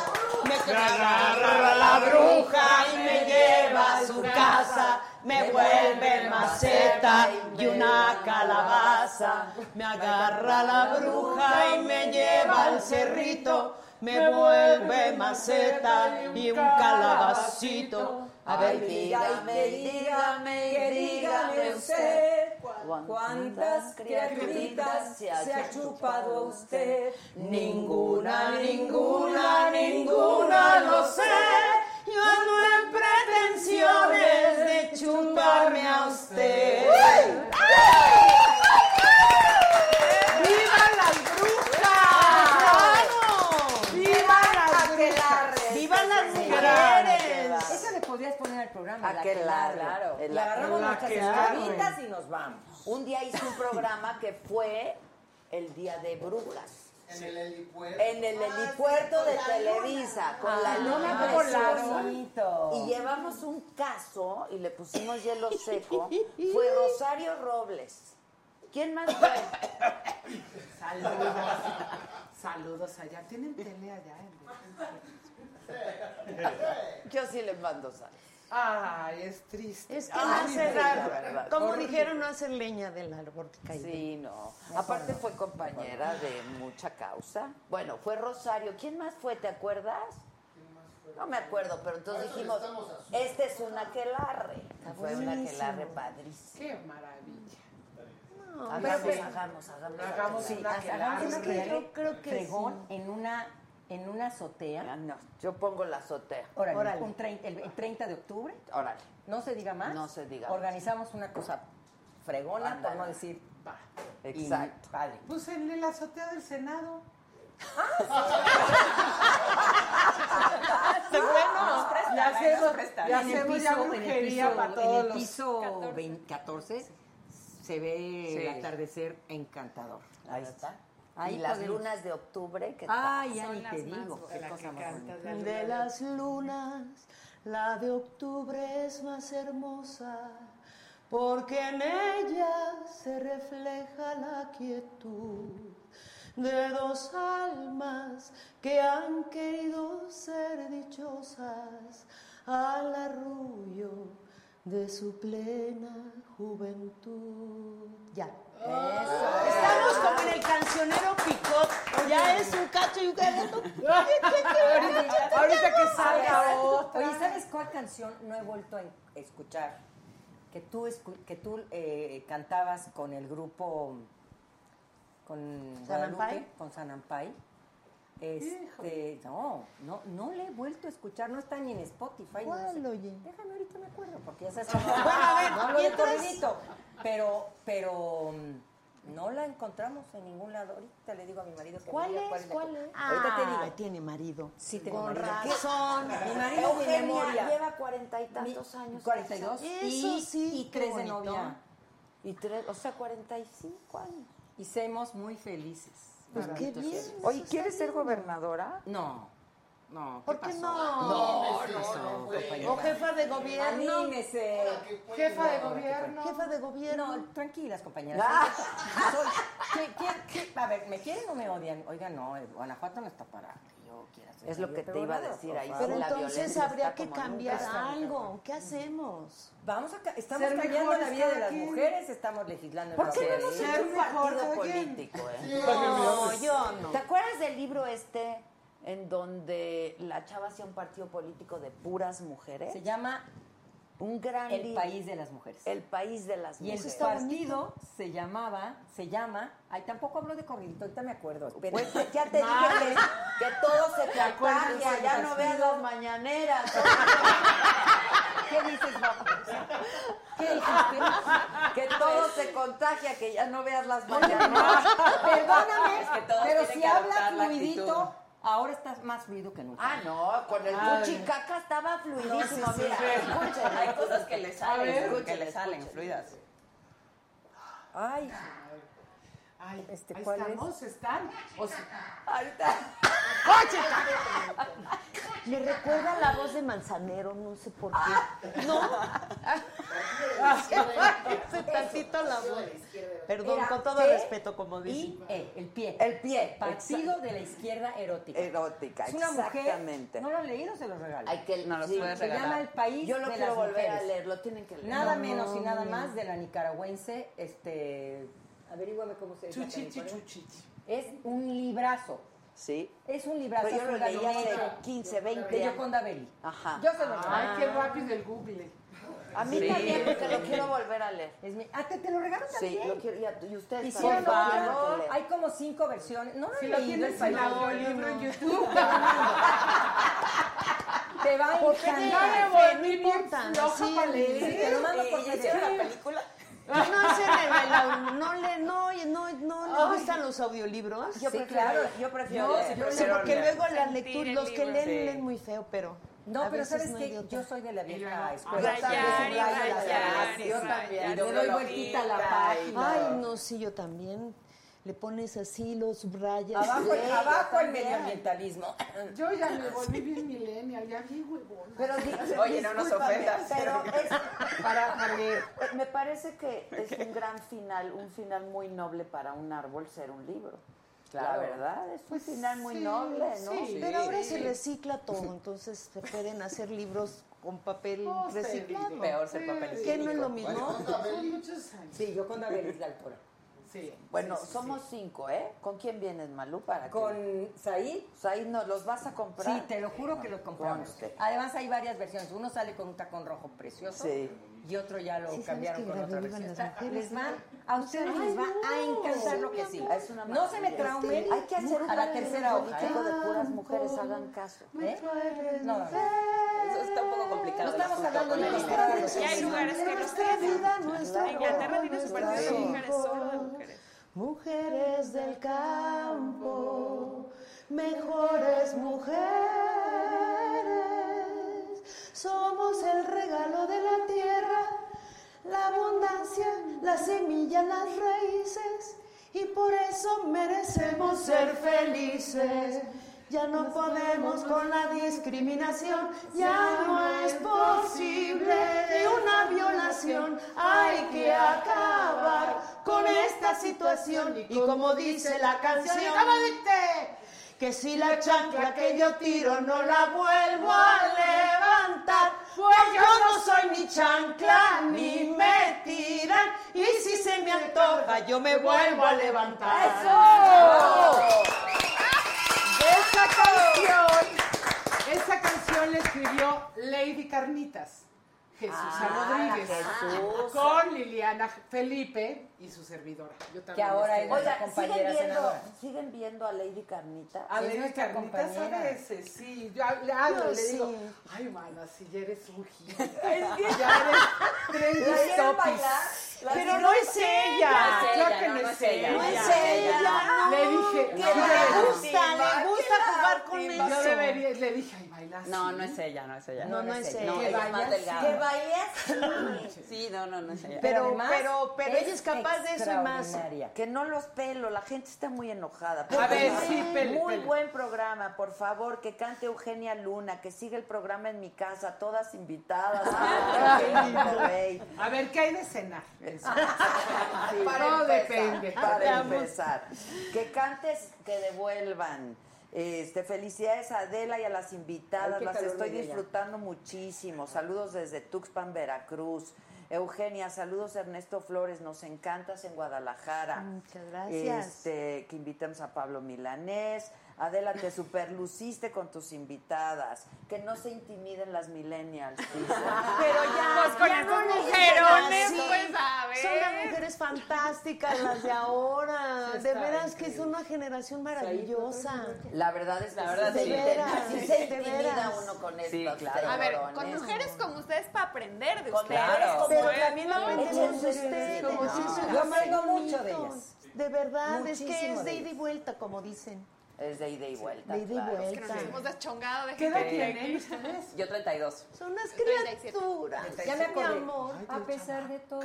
Speaker 8: Me agarra la bruja y me lleva a su casa, me vuelve maceta y una calabaza. Me agarra la bruja y me lleva al cerrito, me vuelve maceta y un calabacito. A ver,
Speaker 3: dígame, dígame, dígame usted cuántas criaturitas se ha chupado usted.
Speaker 8: Ninguna, ninguna, ninguna, lo sé. Yo ando en pretensiones de chuparme a usted. ¡Viva las brujas! ¡Viva las brujas! ¡Viva las mujeres!
Speaker 5: Esa le podrías poner al programa.
Speaker 3: Ah,
Speaker 5: la
Speaker 3: que
Speaker 5: que
Speaker 3: la-
Speaker 5: larga.
Speaker 3: claro.
Speaker 5: Y
Speaker 3: La-
Speaker 5: agarramos
Speaker 3: la
Speaker 5: nuestras
Speaker 3: que larga.
Speaker 5: escobitas y nos vamos.
Speaker 3: Un día hice un programa que fue el Día de Brujas.
Speaker 9: En el helipuerto.
Speaker 3: En
Speaker 5: Ah,
Speaker 3: el helipuerto de Televisa, con la luna preciosa. Y llevamos un caso y le pusimos hielo seco. Fue Rosario Robles. ¿Quién más fue?
Speaker 9: Saludos. Saludos allá. ¿Tienen tele allá? en-
Speaker 3: Yo sí les mando sal.
Speaker 9: Ay, es triste.
Speaker 8: Es que no
Speaker 3: Ay,
Speaker 8: hace
Speaker 3: sí, la verdad.
Speaker 8: leña, como
Speaker 3: Horrible.
Speaker 8: dijeron, no hace leña del árbol que caído.
Speaker 3: Sí, no. Aparte fue compañera de mucha causa. Bueno, fue Rosario. ¿Quién más fue? ¿Te acuerdas? No me acuerdo, pero entonces dijimos, este es un aquelarre. Fue un aquelarre padrísimo.
Speaker 9: Qué maravilla.
Speaker 3: Hagamos, hagamos, hagamos.
Speaker 9: Hagamos un
Speaker 3: aquelarre.
Speaker 9: aquelarre.
Speaker 5: Es que yo creo que
Speaker 8: fregón
Speaker 5: en una en una azotea.
Speaker 3: Ah, No, yo pongo la azotea.
Speaker 5: Órale,
Speaker 8: Órale.
Speaker 5: un trein- el, el 30 de octubre,
Speaker 3: Órale.
Speaker 5: no se diga más.
Speaker 3: No se diga más.
Speaker 5: Organizamos una cosa fregona,
Speaker 3: Ándale.
Speaker 5: por no decir.
Speaker 9: Va.
Speaker 5: y
Speaker 3: Exacto.
Speaker 5: padre.
Speaker 9: Pues en la azotea del Senado.
Speaker 5: Bueno,
Speaker 9: hacemos- le
Speaker 16: en el
Speaker 9: hacemos
Speaker 16: piso-
Speaker 9: ya
Speaker 16: en el
Speaker 9: brujería
Speaker 16: piso-
Speaker 9: para todos
Speaker 16: En el
Speaker 9: los-
Speaker 16: piso 20 14, se ve
Speaker 3: Sí.
Speaker 16: el atardecer encantador.
Speaker 3: Ahí está.
Speaker 16: Ahí
Speaker 3: y las
Speaker 16: podemos-
Speaker 3: lunas de octubre que
Speaker 16: Ay, ya ni te digo, qué cosa más bonita.
Speaker 11: De las lunas, la de octubre es más hermosa, porque en ella se refleja la quietud de dos almas que han querido ser dichosas al arrullo de su plena juventud. Ya. Estamos como en el cancionero picot. Ya es un cacho y un cacho.
Speaker 9: Ahorita- ahorita que salga
Speaker 5: otra. Oye, ¿sabes cuál canción no he vuelto a en- escuchar? Que tú, escu- que tú eh, cantabas con el grupo. con Guadalupe,
Speaker 11: Ampai?
Speaker 5: Con San Ampai. Este, no, no, no le he vuelto a escuchar, no está ni en Spotify.
Speaker 11: ¿Cuál,
Speaker 5: oye? Déjame ahorita me acuerdo, porque ya sabes que
Speaker 8: Ah.
Speaker 11: Bueno, a ver,
Speaker 5: no lo de
Speaker 11: mientras-
Speaker 5: corridito, pero, pero mm, no la encontramos en ningún lado. Ahorita le digo a mi marido que me
Speaker 11: ¿Cuál
Speaker 5: diga
Speaker 11: es?
Speaker 5: la
Speaker 11: ¿Cuál
Speaker 5: que-
Speaker 11: es?
Speaker 5: Ahorita te digo.
Speaker 8: Ah, tiene marido.
Speaker 5: Sí, tengo
Speaker 8: Con
Speaker 5: marido. ¿Qué?
Speaker 8: razón.
Speaker 5: Mi marido mi
Speaker 8: Eugenia
Speaker 5: memoria.
Speaker 8: lleva cuarenta y tantos años.
Speaker 5: 42
Speaker 8: Eso
Speaker 5: y,
Speaker 8: sí,
Speaker 5: y
Speaker 8: qué
Speaker 5: tres de
Speaker 8: bonito.
Speaker 5: novia.
Speaker 8: Y tres, o sea, 45 años.
Speaker 5: Y seamos muy felices.
Speaker 8: Pues qué
Speaker 5: Maldito
Speaker 8: bien,
Speaker 5: sea.
Speaker 3: Oye, ¿quieres ser gobernadora?
Speaker 5: No. No,
Speaker 3: ¿Por
Speaker 5: qué
Speaker 3: qué
Speaker 5: pasó?
Speaker 3: no?
Speaker 5: No,
Speaker 3: ¿Qué
Speaker 5: no,
Speaker 3: pasó,
Speaker 5: no,
Speaker 3: compañera?
Speaker 5: O jefa de gobierno.
Speaker 11: Anímese.
Speaker 5: Jefa de
Speaker 11: Ahora que
Speaker 5: gobierno.
Speaker 11: puede. Jefa de gobierno.
Speaker 5: No, tranquilas, compañeras. Soy- ¿qué- qué- qué? A ver, ¿me quieren o me odian? Oiga, no, el Guanajuato no está para que yo quiera ser
Speaker 3: Es lo que te iba a
Speaker 5: gobernadora,
Speaker 3: decir
Speaker 5: por
Speaker 3: ahí.
Speaker 5: favor.
Speaker 8: Pero entonces habría que cambiar algo. ¿Qué hacemos?
Speaker 5: Vamos a ca- estamos
Speaker 8: Ser
Speaker 5: cambiando la
Speaker 8: mejores
Speaker 5: vida de
Speaker 8: cada
Speaker 5: las
Speaker 8: quien.
Speaker 5: mujeres, estamos legislando.
Speaker 8: ¿Por qué no
Speaker 5: en
Speaker 8: nos
Speaker 5: favor de
Speaker 8: ser
Speaker 5: ellas.
Speaker 8: mejor cada
Speaker 5: ¿eh?
Speaker 3: No,
Speaker 5: Sí.
Speaker 3: yo no. ¿Te acuerdas del libro este en donde la chava hacía un partido político de puras mujeres?
Speaker 5: Se llama
Speaker 3: un gran
Speaker 5: El
Speaker 3: libro.
Speaker 5: país de las mujeres.
Speaker 3: El país de las
Speaker 5: Y el
Speaker 3: mujeres.
Speaker 5: este partido se llamaba, se llama, ay, tampoco hablo de corridito, ahorita me acuerdo. Ah. espera.
Speaker 3: Pues ya te dije que, que todo se te acuerda, ya no veas las mañaneras.
Speaker 5: ¿Qué dices, guapo? ¿Qué dices?
Speaker 3: Que todo
Speaker 5: Pues,
Speaker 3: se contagia, que ya no veas las mañaneras.
Speaker 5: Perdóname,
Speaker 3: Es que todos
Speaker 5: pero
Speaker 3: tienen
Speaker 5: si
Speaker 3: que
Speaker 5: habla
Speaker 3: adoptar la actitud.
Speaker 5: fluidito, ahora estás más fluido que nunca.
Speaker 3: Ah, no, con el
Speaker 5: Ay.
Speaker 3: cuchicaca estaba fluidísimo.
Speaker 5: No, sí, sí,
Speaker 3: mira,
Speaker 5: sí.
Speaker 3: escuchen.
Speaker 6: Hay cosas que le
Speaker 3: les
Speaker 6: salen, que le salen fluidas.
Speaker 5: Ay.
Speaker 9: Ay,
Speaker 5: Este,
Speaker 9: ahí
Speaker 5: ¿cuál es?
Speaker 9: estamos, están. O sea,
Speaker 3: ahorita.
Speaker 8: Me recuerda la voz de Manzanero, no sé por
Speaker 5: Ah.
Speaker 8: qué. No. Ese tantito la voz. Perdón,
Speaker 5: Era
Speaker 8: con todo
Speaker 5: P
Speaker 8: respeto, como dice.
Speaker 5: Y E, el pie.
Speaker 3: El pie.
Speaker 5: Partido
Speaker 3: exacto.
Speaker 5: de la izquierda erótica.
Speaker 3: Erótica,
Speaker 5: Es una mujer-
Speaker 3: exactamente.
Speaker 5: ¿No lo han leído? Se los regalo.
Speaker 3: Hay que
Speaker 5: no
Speaker 3: los
Speaker 5: puedes Se regalar. llama El país
Speaker 3: Yo lo
Speaker 5: de
Speaker 3: quiero
Speaker 5: las
Speaker 3: volver a
Speaker 5: mujeres.
Speaker 3: leer, lo tienen que leer.
Speaker 5: Nada menos y nada más de la nicaragüense, este, averígüame cómo se dice.
Speaker 9: Chuchichi,
Speaker 5: California.
Speaker 9: chuchichi.
Speaker 5: Es un librazo.
Speaker 3: Sí.
Speaker 5: Es un librazo.
Speaker 3: Pero yo
Speaker 5: es
Speaker 3: lo
Speaker 5: un
Speaker 3: leí hace
Speaker 5: galonero.
Speaker 3: 15, 20
Speaker 5: De
Speaker 3: años.
Speaker 5: Yoconda Belli.
Speaker 3: Ajá.
Speaker 5: Yo se lo
Speaker 9: Ay,
Speaker 5: regalo.
Speaker 9: qué rápido el Google.
Speaker 3: A mí
Speaker 5: Sí.
Speaker 3: también, porque lo quiero volver a leer.
Speaker 5: Es mi- Ah, ¿te, te lo regalo
Speaker 3: Sí,
Speaker 5: también.
Speaker 3: lo quiero. Y, a- y ustedes
Speaker 5: Hicieron
Speaker 3: también lo
Speaker 5: otra.
Speaker 3: tienen que leer.
Speaker 5: Hay como cinco versiones. No, no
Speaker 9: Si lo tienes en audio, libro en YouTube.
Speaker 5: Te va a encantar.
Speaker 9: Ya me
Speaker 8: No
Speaker 9: volví bien
Speaker 8: importa,
Speaker 9: floja
Speaker 8: sí,
Speaker 9: para
Speaker 5: Sí, te lo
Speaker 9: leer.
Speaker 5: mando por
Speaker 3: ¿Y ya hicieron
Speaker 5: PDF.
Speaker 3: la película?
Speaker 8: No se le- la- no le, no, no, no les gustan los audiolibros.
Speaker 5: Yo
Speaker 3: Sí,
Speaker 5: prefiero-
Speaker 3: claro,
Speaker 5: yo prefiero
Speaker 3: yo
Speaker 5: leer.
Speaker 3: sí
Speaker 5: Yo
Speaker 8: Sí,
Speaker 3: prefiero
Speaker 8: porque
Speaker 3: leer.
Speaker 8: luego la
Speaker 17: Sentir
Speaker 8: lectura,
Speaker 17: el
Speaker 8: los que
Speaker 17: libro.
Speaker 8: leen,
Speaker 17: Sí.
Speaker 8: leen muy feo, pero.
Speaker 5: No,
Speaker 8: a
Speaker 5: pero
Speaker 8: veces
Speaker 5: sabes
Speaker 8: no hay de
Speaker 5: que
Speaker 8: otra.
Speaker 5: yo soy de la vieja escuela.
Speaker 17: Rayar y rayar.
Speaker 5: Y
Speaker 17: y rayar.
Speaker 5: le doy vueltita a la página.
Speaker 8: Ay, no, sí, yo también. Le pones así, lo subrayas.
Speaker 5: Abajo,
Speaker 8: Sí,
Speaker 5: abajo el
Speaker 8: también.
Speaker 5: medioambientalismo.
Speaker 9: Yo ya me volví bien millennial, ya vi huevón.
Speaker 3: Pero di-
Speaker 6: Oye, no nos
Speaker 3: discúlpame,
Speaker 6: ofendas.
Speaker 3: Pero es, para, para leer. me parece que es un gran final, un final muy noble para un árbol ser un libro. La
Speaker 5: Claro.
Speaker 3: verdad, es un
Speaker 9: Pues
Speaker 3: final muy
Speaker 9: sí,
Speaker 3: noble, ¿no?
Speaker 9: sí.
Speaker 8: Pero ahora se recicla todo, entonces se pueden hacer libros con papel
Speaker 9: Oh,
Speaker 8: reciclado.
Speaker 9: sí.
Speaker 6: Peor ser papel
Speaker 8: ¿Qué no es
Speaker 6: higiénico.
Speaker 8: lo mismo?
Speaker 9: Son muchos años.
Speaker 5: Sí, yo con Abel es la autora.
Speaker 9: Sí.
Speaker 3: Bueno,
Speaker 9: Sí, sí,
Speaker 3: somos cinco, ¿eh? ¿Con quién vienes, Malú? Para que-
Speaker 5: Con Said.
Speaker 3: O sea, ahí nos los vas a comprar.
Speaker 5: Sí, te lo juro que lo compramos.
Speaker 3: Conste.
Speaker 5: Además hay varias versiones. Uno sale con un tacón rojo precioso
Speaker 3: Sí.
Speaker 5: y otro ya lo
Speaker 8: Sí, sabes
Speaker 5: cambiaron
Speaker 8: que
Speaker 5: con otra
Speaker 8: revivan
Speaker 5: versión.
Speaker 8: las
Speaker 5: Está-
Speaker 8: mujeres,
Speaker 5: les va,
Speaker 8: ¿no?
Speaker 5: a ustedes les va a encantar lo que sí.
Speaker 3: Ah, Es una
Speaker 5: no se me
Speaker 3: maravilla.
Speaker 4: este,
Speaker 5: traumen
Speaker 3: Hay que hacer un
Speaker 5: a la
Speaker 3: gran
Speaker 5: tercera
Speaker 3: libro
Speaker 5: hoja. ¿eh?
Speaker 3: político de puras mujeres, hagan caso.
Speaker 5: ¿Eh? No, no, no.
Speaker 6: Eso está un poco complicado.
Speaker 5: No
Speaker 6: el
Speaker 5: estamos
Speaker 6: asunto
Speaker 5: hablando
Speaker 6: con
Speaker 5: de
Speaker 6: el
Speaker 5: los
Speaker 6: libro.
Speaker 5: caballos.
Speaker 17: Ya hay lugares que los tienen.
Speaker 8: nuestra
Speaker 17: Inglaterra tiene su partido de mujeres, solo de mujeres.
Speaker 8: Mujeres del campo, mejores mujeres, las semillas, las raíces, y por eso merecemos ser felices. Ya no podemos con la discriminación, ya no es posible de una violación. Hay que acabar con esta situación y como dice la canción, ¿cómo dice? Que si la chancla que yo tiro no la vuelvo a levantar, pues yo no soy ni chancla ni me tiran y si se me antoja yo me vuelvo a levantar.
Speaker 9: Esa canción, esa canción la escribió Lady Carnitas, Jesús
Speaker 5: Ah,
Speaker 9: Rodríguez,
Speaker 5: Jesús.
Speaker 9: con Liliana Felipe y su servidora. Yo también
Speaker 5: Que ahora
Speaker 9: estoy
Speaker 5: es
Speaker 9: ahí.
Speaker 5: nuestra compañera senadora.
Speaker 3: ¿Siguen viendo a Lady Carnita?
Speaker 9: A
Speaker 3: Es
Speaker 9: Lady
Speaker 3: nuestra
Speaker 9: Carnitas a
Speaker 3: compañera.
Speaker 9: veces, sí. Yo le hablo,
Speaker 3: Yo
Speaker 9: le digo,
Speaker 3: sí.
Speaker 9: ay, mana, si ya eres un hit. ya eres trendy
Speaker 8: La hicieron
Speaker 9: topics".
Speaker 8: bailar, la
Speaker 9: Pero
Speaker 8: hicieron-
Speaker 9: no es ella.
Speaker 8: No es
Speaker 9: Claro
Speaker 8: ella,
Speaker 9: que
Speaker 8: no,
Speaker 9: no,
Speaker 8: no
Speaker 9: es
Speaker 8: es ella.
Speaker 9: ella.
Speaker 8: No es ella, no.
Speaker 9: Le dije,
Speaker 8: Que
Speaker 9: "No,
Speaker 8: le
Speaker 9: no, no".
Speaker 8: gusta, le gusta
Speaker 9: Qué
Speaker 8: jugar con
Speaker 9: lástima.
Speaker 8: eso.
Speaker 9: Yo le vería- le dije, ay, baila
Speaker 6: No,
Speaker 9: así".
Speaker 6: no es ella, no es ella.
Speaker 8: No, no es ella.
Speaker 6: No,
Speaker 8: Que
Speaker 6: ella es
Speaker 8: baile
Speaker 6: más
Speaker 8: así.
Speaker 6: delgada.
Speaker 8: Que baile
Speaker 6: Sí, no, no, no es ella.
Speaker 3: Pero,
Speaker 6: Además,
Speaker 3: pero, pero
Speaker 6: es
Speaker 3: ella es capaz de eso y más.
Speaker 6: extraordinaria.
Speaker 3: Que no los pelo, la gente está muy enojada.
Speaker 6: A ver,
Speaker 3: Muy-
Speaker 6: sí, pele,
Speaker 3: Muy
Speaker 6: pele.
Speaker 3: buen programa, por favor, que cante Eugenia Luna, que siga el programa en mi casa, todas invitadas.
Speaker 9: Ay,
Speaker 3: Qué lindo,
Speaker 9: lindo.
Speaker 3: güey.
Speaker 9: A ver, ¿qué hay de cenar?
Speaker 3: Sí,
Speaker 9: Para
Speaker 3: todo
Speaker 9: empezar,
Speaker 3: depende.
Speaker 9: para
Speaker 3: Para
Speaker 9: empezar.
Speaker 3: empezar. Que cantes, que devuelvan. Este, felicidades a Adela y a las
Speaker 8: Ay,
Speaker 3: invitadas.
Speaker 8: qué
Speaker 3: las
Speaker 8: calor
Speaker 3: estoy
Speaker 8: me dio ya.
Speaker 3: disfrutando muchísimo. Saludos desde Tuxpan, Veracruz. Eugenia, saludos Ernesto Flores. Nos encantas en Guadalajara.
Speaker 8: Muchas gracias.
Speaker 3: Este, que invitamos a Pablo Milanés. Adela, te superluciste con tus invitadas. Que no se intimiden las millennials. dice.
Speaker 8: Pero ya,
Speaker 3: Pues con
Speaker 8: ya
Speaker 3: estos
Speaker 8: no les
Speaker 3: mujerones,
Speaker 8: dicen así.
Speaker 3: pues, a ver.
Speaker 8: Son las mujeres fantásticas las de ahora.
Speaker 3: Sí,
Speaker 8: de
Speaker 3: está
Speaker 8: veras que es una generación maravillosa.
Speaker 3: La verdad es que
Speaker 8: La verdad,
Speaker 3: sí, se
Speaker 8: sí.
Speaker 3: intenta,
Speaker 8: De veras,
Speaker 3: sí se
Speaker 8: de
Speaker 3: intimida
Speaker 8: veras.
Speaker 3: uno con esto.
Speaker 8: Sí,
Speaker 2: claro. A ver, con mujeres como ustedes para aprender de ustedes.
Speaker 3: claro.
Speaker 2: como
Speaker 8: Pero
Speaker 2: es,
Speaker 8: también la
Speaker 2: ¿no?
Speaker 3: pues,
Speaker 8: aprendemos de ustedes.
Speaker 2: Como si eso
Speaker 8: Yo
Speaker 2: era
Speaker 8: aprendo
Speaker 2: bonito.
Speaker 8: mucho de ellas. De verdad, es que
Speaker 3: Muchísimo
Speaker 8: es
Speaker 3: de
Speaker 8: de ida y
Speaker 3: ellas.
Speaker 8: vuelta, como dicen.
Speaker 3: Es de ida y vuelta.
Speaker 8: De ida y
Speaker 3: claro.
Speaker 8: vuelta.
Speaker 2: Que nos hemos deschongado de
Speaker 8: ¿Qué edad
Speaker 2: gente de
Speaker 8: tienen
Speaker 2: aquí.
Speaker 6: Yo 32.
Speaker 8: Son unas criaturas.
Speaker 5: Ya me acordé.
Speaker 8: Mi amor.
Speaker 5: a pesar de todo.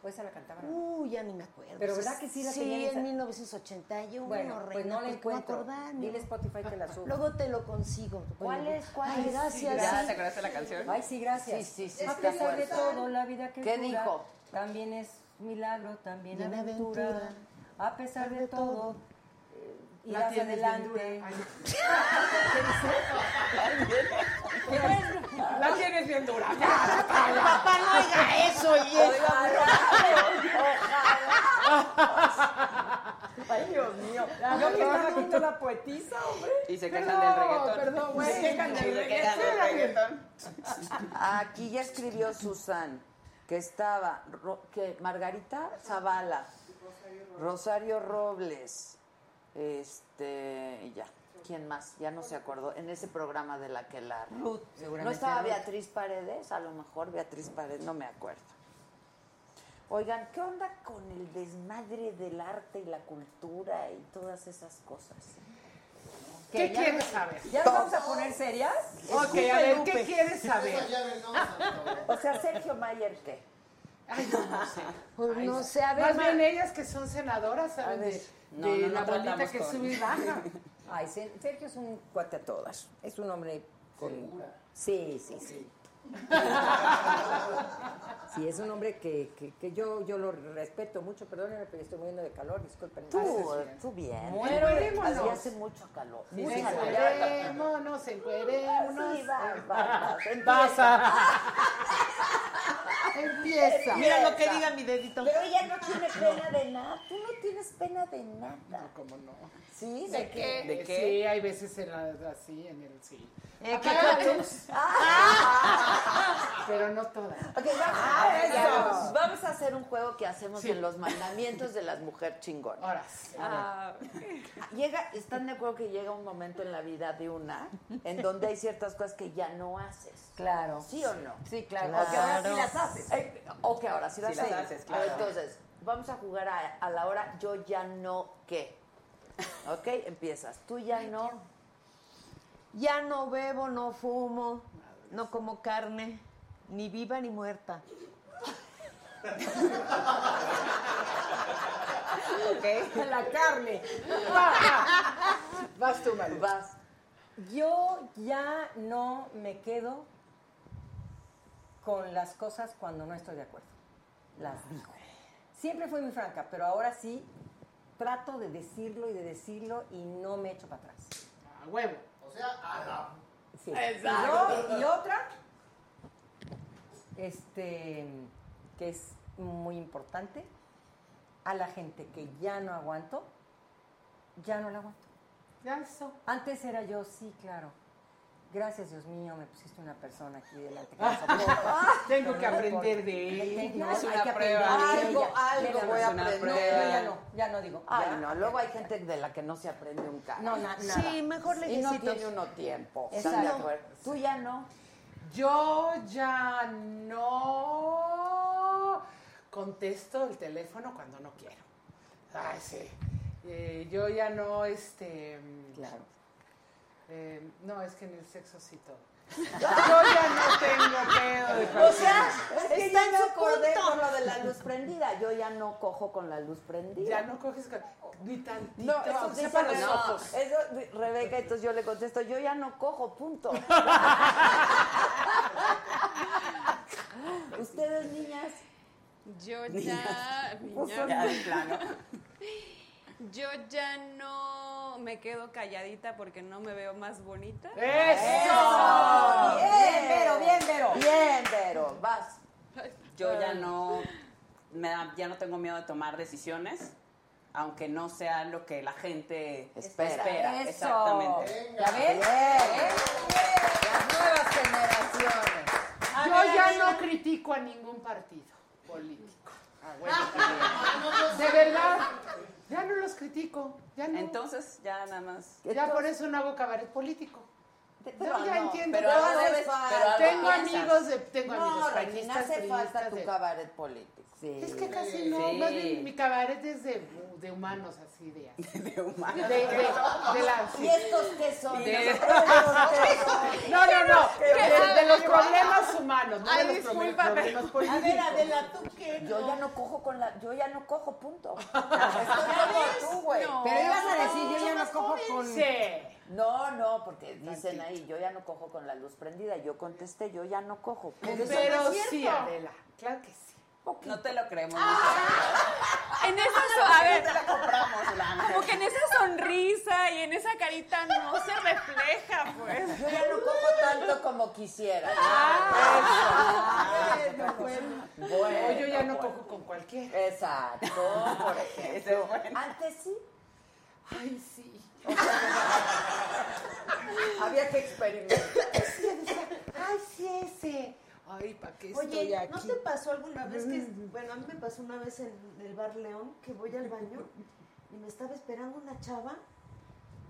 Speaker 5: Pues se la cantaban.
Speaker 8: Uy, ya ni me acuerdo.
Speaker 5: Pero ¿verdad que sí la tenían
Speaker 8: Sí,
Speaker 5: esa-
Speaker 8: en 1981.
Speaker 5: Bueno,
Speaker 8: reina,
Speaker 5: pues no la
Speaker 8: ¿por qué me
Speaker 5: encuentro.
Speaker 8: acordar, mi
Speaker 5: Dile
Speaker 8: amor?
Speaker 5: Spotify que la suba.
Speaker 8: Luego te lo consigo.
Speaker 5: ¿Cuál es? ¿Cuál
Speaker 8: Ay,
Speaker 5: es?
Speaker 8: gracias.
Speaker 5: Ya,
Speaker 8: sí.
Speaker 5: ¿te acordaste de la canción? Ay, sí, gracias.
Speaker 3: Sí, sí, sí.
Speaker 5: A
Speaker 3: está
Speaker 5: pesar de
Speaker 3: fuerte.
Speaker 5: todo, la vida que
Speaker 3: ¿Qué
Speaker 5: dura
Speaker 3: dijo?
Speaker 5: También es milagro, también
Speaker 8: Bien
Speaker 5: aventura.
Speaker 8: aventura.
Speaker 5: A pesar de todo, eh,
Speaker 8: La
Speaker 5: irás
Speaker 8: tienes bien
Speaker 5: adelante.
Speaker 9: La tienes bien dura.
Speaker 8: Papá, no haga eso, y eso.
Speaker 6: Ay, Dios mío.
Speaker 8: Yo que estaba
Speaker 6: viendo la poetisa, hombre. Y se quejan
Speaker 9: Perdón,
Speaker 6: del reggaetón.
Speaker 9: perdón, güey.
Speaker 6: Y se quejan
Speaker 9: Sí,
Speaker 6: del
Speaker 9: se
Speaker 6: reggaetón.
Speaker 9: quejan del reggaetón.
Speaker 3: Aquí ya escribió Susan que estaba Ro- que Margarita Zavala, Rosario Robles, este y ya. ¿Quién más? Ya no se acordó. En ese programa de la que la
Speaker 8: Ruth,
Speaker 3: ¿No
Speaker 8: seguramente
Speaker 3: estaba
Speaker 8: Ruth.
Speaker 3: Beatriz Paredes? A lo mejor Beatriz Paredes, no me acuerdo. Oigan, ¿qué onda con el desmadre del arte y la cultura y todas esas cosas?
Speaker 9: ¿Qué
Speaker 3: ¿Ya
Speaker 9: quieres
Speaker 3: nos-
Speaker 9: saber?
Speaker 3: ¿Ya nos vamos a poner serias?
Speaker 9: Ok, a ver, ¿qué quieres saber? Ah,
Speaker 3: O sea, Sergio Mayer, ¿qué?
Speaker 9: Ay, yo no sé.
Speaker 8: Pues
Speaker 9: Ay,
Speaker 8: no sé, a ver.
Speaker 9: Más
Speaker 8: ma-
Speaker 9: bien ellas que son senadoras, ¿saben?
Speaker 8: A ver.
Speaker 9: De,
Speaker 8: No,
Speaker 9: de
Speaker 8: no, no
Speaker 9: la bolita
Speaker 8: tratamos
Speaker 9: que
Speaker 8: con-
Speaker 9: sube y baja.
Speaker 5: Ay, Ser- Sergio es un cuate a todas. Es un hombre con... Sí, sí, sí. Sí, es un hombre que, que- que yo, yo lo respeto mucho, perdónenme, pero estoy muriendo de calor, disculpen.
Speaker 3: Tú, tú bien.
Speaker 5: Muero.
Speaker 3: Así hace mucho calor.
Speaker 9: Sí,
Speaker 3: mucha calor.
Speaker 9: Encuerémonos, encuerémonos.
Speaker 3: Sí, va, va, va.
Speaker 9: Empieza.
Speaker 8: Mira lo que diga mi dedito.
Speaker 3: Pero ella no tiene pena de nada. Tú no tienes pena de nada.
Speaker 9: No, ¿cómo no?
Speaker 3: ¿Sí?
Speaker 9: ¿De qué?
Speaker 3: ¿De qué?
Speaker 9: Sí, hay veces en la, así, en el sí. Ah,
Speaker 8: Eh,
Speaker 9: Apaga
Speaker 8: ¿qué
Speaker 9: la
Speaker 8: cosa?
Speaker 9: luz. Pero no todas.
Speaker 3: Ok, vamos,
Speaker 9: Ah,
Speaker 3: ya
Speaker 9: eso.
Speaker 3: vamos. Vamos a hacer un juego que hacemos
Speaker 9: Sí.
Speaker 3: en los mandamientos de las mujeres chingonas.
Speaker 9: Ahora sí.
Speaker 3: Ah, llega, ¿Están de acuerdo que llega un momento en la vida de una en donde hay ciertas cosas que ya no haces?
Speaker 5: Claro.
Speaker 3: ¿Sí o no?
Speaker 5: Sí, claro.
Speaker 3: O que ahora sí las
Speaker 5: hace.
Speaker 3: haces. Eh, O que ahora sí las,
Speaker 5: Sí las
Speaker 3: haces.
Speaker 5: haces, claro.
Speaker 3: Entonces, vamos a jugar a, a la hora yo ya no qué. ¿Ok? Empiezas. Tú ya no.
Speaker 8: Ya no bebo, no fumo, no como carne, ni viva ni muerta.
Speaker 5: ok. La carne.
Speaker 9: Vas tú, Maru.
Speaker 5: Vas. Yo ya no me quedo con las cosas cuando no estoy de acuerdo. Las digo. Siempre fui muy franca, pero ahora sí trato de decirlo y de decirlo y no me echo para atrás.
Speaker 9: A huevo.
Speaker 5: O sea, a la... Sí.
Speaker 9: Exacto.
Speaker 5: Y, yo- y otra, este, que es muy importante, a la gente que ya no aguanto, ya no la aguanto.
Speaker 9: Ya eso.
Speaker 5: Antes era yo, sí, claro. Gracias, Dios mío, me pusiste una persona aquí delante. que me soporta.
Speaker 9: Tengo
Speaker 5: No me
Speaker 9: que aprender
Speaker 5: importa.
Speaker 9: de él.
Speaker 5: No,
Speaker 9: Es
Speaker 5: hay
Speaker 9: una
Speaker 5: que
Speaker 9: prueba.
Speaker 5: aprender de
Speaker 3: Algo,
Speaker 5: ella.
Speaker 3: algo
Speaker 5: Ella no
Speaker 3: voy
Speaker 5: es
Speaker 3: a
Speaker 5: una
Speaker 3: aprender.
Speaker 5: prueba. No, ya no, ya no digo. Ah,
Speaker 3: Ay,
Speaker 5: Ya.
Speaker 3: no, luego hay gente de la que no se aprende un carajo.
Speaker 5: No, na- nada.
Speaker 3: Sí, mejor le Y no
Speaker 5: lejecitos.
Speaker 3: tiene uno tiempo.
Speaker 5: Exacto.
Speaker 3: ¿están de acuerdo?
Speaker 9: Tú ya no. Yo ya no contesto el teléfono cuando no quiero. Ay, sí. Eh, yo ya no, este. Claro. no, es que en el sexo sí todo. Yo ya no tengo pedo de
Speaker 3: O sea,
Speaker 9: cualquier-
Speaker 3: es que ya me acordé
Speaker 9: punto.
Speaker 3: con lo de la luz prendida. Yo ya no cojo con la luz prendida.
Speaker 9: Ya no coges con- ni tantito.
Speaker 3: No, eso
Speaker 9: aunque sea
Speaker 3: dice
Speaker 9: para los
Speaker 3: Rebeca.
Speaker 9: ojos.
Speaker 3: Eso, di- Rebeca, entonces yo le contesto, yo ya no cojo, punto. Ustedes, niñas.
Speaker 2: Yo ya. niña. Yo ya no me quedo calladita porque no me veo más bonita.
Speaker 3: ¡Eso!
Speaker 6: Bien,
Speaker 3: Vero,
Speaker 6: bien, Vero.
Speaker 3: Bien, Vero. Vas.
Speaker 6: Yo ya no, me da- ya no tengo miedo de tomar decisiones, aunque no sea lo que la gente espera.
Speaker 3: Eso.
Speaker 6: Exactamente.
Speaker 3: ¿Ya ven? Las nuevas generaciones.
Speaker 9: Yo ya no critico a ningún partido político. Ah, De verdad, ya no los critico. Ya no.
Speaker 6: Entonces, ya nada más.
Speaker 9: ya por eso no hago cabaret político.
Speaker 6: pero
Speaker 9: Yo ya
Speaker 6: no,
Speaker 9: entiendo.
Speaker 6: pero
Speaker 9: todo
Speaker 6: algo
Speaker 9: eso.
Speaker 6: debes- pero algo
Speaker 9: tengo
Speaker 6: piensas.
Speaker 9: amigos de, tengo
Speaker 3: No,
Speaker 9: amigos
Speaker 3: Regina,
Speaker 9: panistas,
Speaker 3: hace falta
Speaker 9: priistas,
Speaker 3: tu
Speaker 9: de-
Speaker 3: cabaret político. Sí.
Speaker 9: Es que casi no,
Speaker 3: Sí.
Speaker 9: más bien mi cabaret es de, de humanos, así de
Speaker 6: De
Speaker 9: De, de, de la- sí.
Speaker 8: ¿Y estos qué son?
Speaker 9: De-
Speaker 8: ¿Nosotros qué somos?
Speaker 9: No, no, no.
Speaker 8: ¿Qué
Speaker 9: De,
Speaker 8: somos?
Speaker 9: de los problemas humanos, no de los problemas,
Speaker 3: discúlpame.
Speaker 9: problemas políticos.
Speaker 3: A ver, Adela,
Speaker 8: ¿tú
Speaker 3: Yo ya no cojo con la, yo ya no cojo, punto. Estoy como tú, güey.
Speaker 9: No. Pero ibas a decir, yo ya no
Speaker 3: Somos
Speaker 9: cojo
Speaker 3: jóvenes.
Speaker 9: con- Sí.
Speaker 3: No, no, porque dicen ahí, yo ya no cojo con la luz prendida. Yo contesté, yo ya no cojo.
Speaker 9: Pero, sí, Adela, claro que sí.
Speaker 6: No te lo creemos.
Speaker 2: En esa so- a ver,
Speaker 6: Te la compramos, Lana.
Speaker 2: como que en esa sonrisa y en esa carita no se refleja, pues.
Speaker 3: Yo ya no cojo tanto como quisiera.
Speaker 9: Ah,
Speaker 3: Eso.
Speaker 9: bueno, bueno.
Speaker 3: Bueno,
Speaker 9: No, yo ya no
Speaker 3: bueno.
Speaker 9: cojo con cualquiera.
Speaker 3: Exacto, por ejemplo. Antes sí.
Speaker 9: Ay, sí.
Speaker 3: Había que experimentar.
Speaker 9: Ay, sí, ese. Ay, ¿para qué estoy
Speaker 8: Oye,
Speaker 9: aquí?
Speaker 8: ¿no te pasó alguna vez que,
Speaker 6: Mm.
Speaker 8: bueno, a mí me pasó una vez en el Bar León que voy al baño y me estaba esperando una chava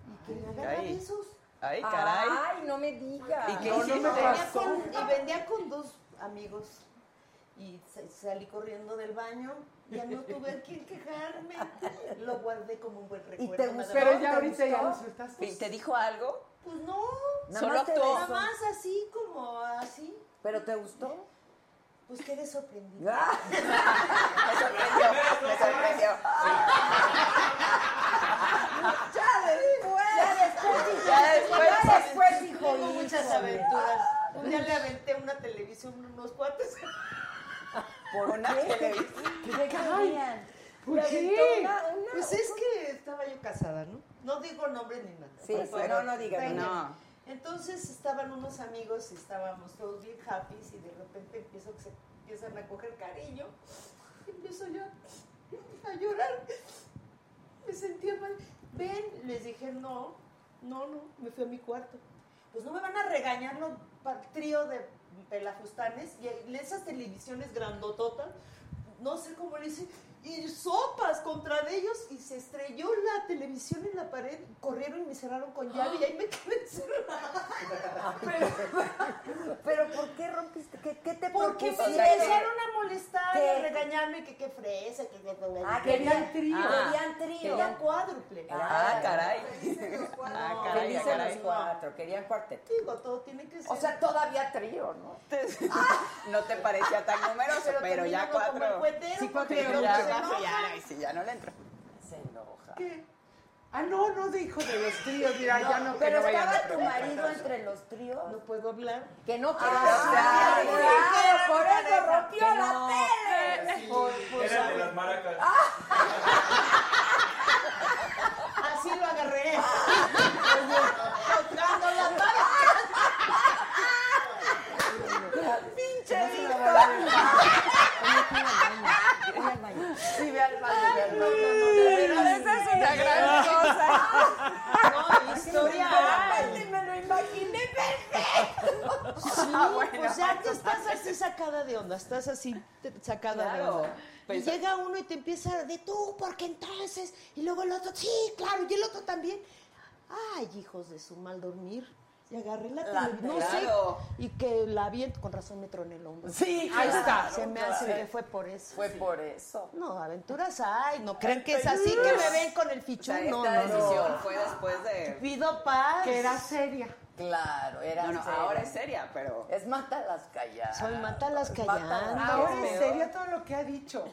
Speaker 8: y que me agarra
Speaker 6: ay.
Speaker 8: besos?
Speaker 6: Ay, caray.
Speaker 5: Ay, no me digas.
Speaker 6: ¿Y qué
Speaker 8: No, no
Speaker 6: hiciste?
Speaker 8: me venía con- y vendía con dos amigos y sa- salí corriendo del baño. Ya no tuve a quien quejarme. Lo guardé como un buen recuerdo. nada más.
Speaker 9: Pero
Speaker 8: ¿Te
Speaker 9: ya ahorita ya
Speaker 8: gustó?
Speaker 9: resultaste.
Speaker 6: ¿Y ¿Te dijo algo?
Speaker 8: Pues no.
Speaker 3: Nada
Speaker 6: Solo
Speaker 3: más te
Speaker 6: actuó.
Speaker 8: Nada más así, como así.
Speaker 3: ¿Pero te gustó?
Speaker 8: Pues quedé sorprendida.
Speaker 3: Ah. Me sorprendió, me sorprendió. Ya
Speaker 8: Ya después,
Speaker 3: después.
Speaker 8: dijo,
Speaker 3: Ya después,
Speaker 8: ya después, dijo,
Speaker 3: Hubo muchas
Speaker 8: híjole. Ah,
Speaker 3: aventuras.
Speaker 8: Un día le aventé una televisión unos cuates.
Speaker 3: Por una televisión.
Speaker 8: ¿De qué
Speaker 3: querían?
Speaker 8: ¿Por
Speaker 9: ¿Por qué?
Speaker 8: Pues es que estaba yo casada, ¿no? No digo nombre ni nada.
Speaker 3: Sí,
Speaker 8: por
Speaker 3: sí,
Speaker 8: favor.
Speaker 3: no, no digas,
Speaker 8: Venga.
Speaker 3: no.
Speaker 8: Entonces estaban unos amigos y estábamos todos bien happy y de repente empiezo que se empiezan a coger cariño. Empiezo yo a llorar. Me sentía mal. Ven, les dije no, no, no, me fui a mi cuarto. Pues no me van a regañar los pa- trío de pelajustanes y esas televisiones grandototas. No sé cómo le hice. Y sopas contra de ellos y se estrelló la televisión en la pared. Corrieron y me cerraron con llave y ahí me quedé encerrada.
Speaker 3: Pero ¿por qué rompiste? ¿Qué, qué te
Speaker 8: Porque me
Speaker 3: propuso? O sea,
Speaker 8: empezaron a molestar y a
Speaker 3: ¿Qué?
Speaker 8: regañarme que qué fresa, que qué
Speaker 3: Ah, querían- ah, querían trío.
Speaker 8: Querían cuádruple.
Speaker 6: Ah, caray.
Speaker 8: Ah,
Speaker 6: Ah, caray,
Speaker 8: felices
Speaker 6: ah, caray.
Speaker 8: los cuatro.
Speaker 6: Querían cuarteto.
Speaker 8: Digo, todo tiene que ser.
Speaker 3: O sea, todavía trío, ¿no?
Speaker 6: no te parecía tan numeroso, pero,
Speaker 8: Pero
Speaker 6: ya
Speaker 8: terminaba
Speaker 6: cuatro.
Speaker 8: como el cuetero,
Speaker 6: sí, cuatro
Speaker 8: porque
Speaker 6: ya,
Speaker 8: luego se
Speaker 6: ya,
Speaker 8: enoja.
Speaker 6: ya, sí, ya no le entro.
Speaker 8: Se enoja.
Speaker 9: ¿Qué? Ah, no, no dijo de los tríos. Mira, ya no que
Speaker 5: pero
Speaker 9: no vayan a
Speaker 5: estaba tu
Speaker 9: preguntar.
Speaker 5: marido entre los tríos. No
Speaker 8: puedo hablar.
Speaker 5: Que no quiero
Speaker 8: Ah,
Speaker 5: hablar.
Speaker 8: claro,
Speaker 5: claro, por eso
Speaker 8: claro, claro.
Speaker 5: rompió
Speaker 8: Que
Speaker 5: la
Speaker 8: no.
Speaker 5: tele. Por- por-
Speaker 18: Era de las maracas.
Speaker 8: Así lo agarré. Tocando las maracas. Pinche
Speaker 6: Sí, ve al baño, ve al baño.
Speaker 8: Esa es una gran cosa. No, historia.
Speaker 5: Aparte me lo imaginé perfecto.
Speaker 8: Sí,
Speaker 6: Ah,
Speaker 8: pues ya que estás así sacada de onda, estás así te- sacada
Speaker 5: Claro,
Speaker 8: de onda.
Speaker 6: Pues,
Speaker 8: Y llega uno y te empieza de tú, porque entonces, y luego el otro, sí, claro, y el otro también. Ay, hijos de su mal dormir. Y agarré la,
Speaker 6: La-
Speaker 8: tele, no
Speaker 6: claro.
Speaker 8: sé, y que la viento, con razón me troné el hombro.
Speaker 6: Sí,
Speaker 8: ahí
Speaker 6: claro,
Speaker 8: está. Se me
Speaker 6: claro.
Speaker 8: hace que fue por eso.
Speaker 6: Fue por eso.
Speaker 8: No, aventuras hay, no crean que es así que me ven con el fichón.
Speaker 6: esta
Speaker 8: no, no, no.
Speaker 6: decisión fue después de...
Speaker 8: Pido paz.
Speaker 6: Que era
Speaker 8: seria.
Speaker 3: Claro, era
Speaker 6: No, no,
Speaker 3: seria.
Speaker 6: ahora es seria, pero...
Speaker 3: Es mátalas calladas.
Speaker 8: Soy mátalas
Speaker 3: Mátalas
Speaker 8: callando.
Speaker 9: Ahora
Speaker 3: calladas.
Speaker 9: es serio todo lo que ha dicho.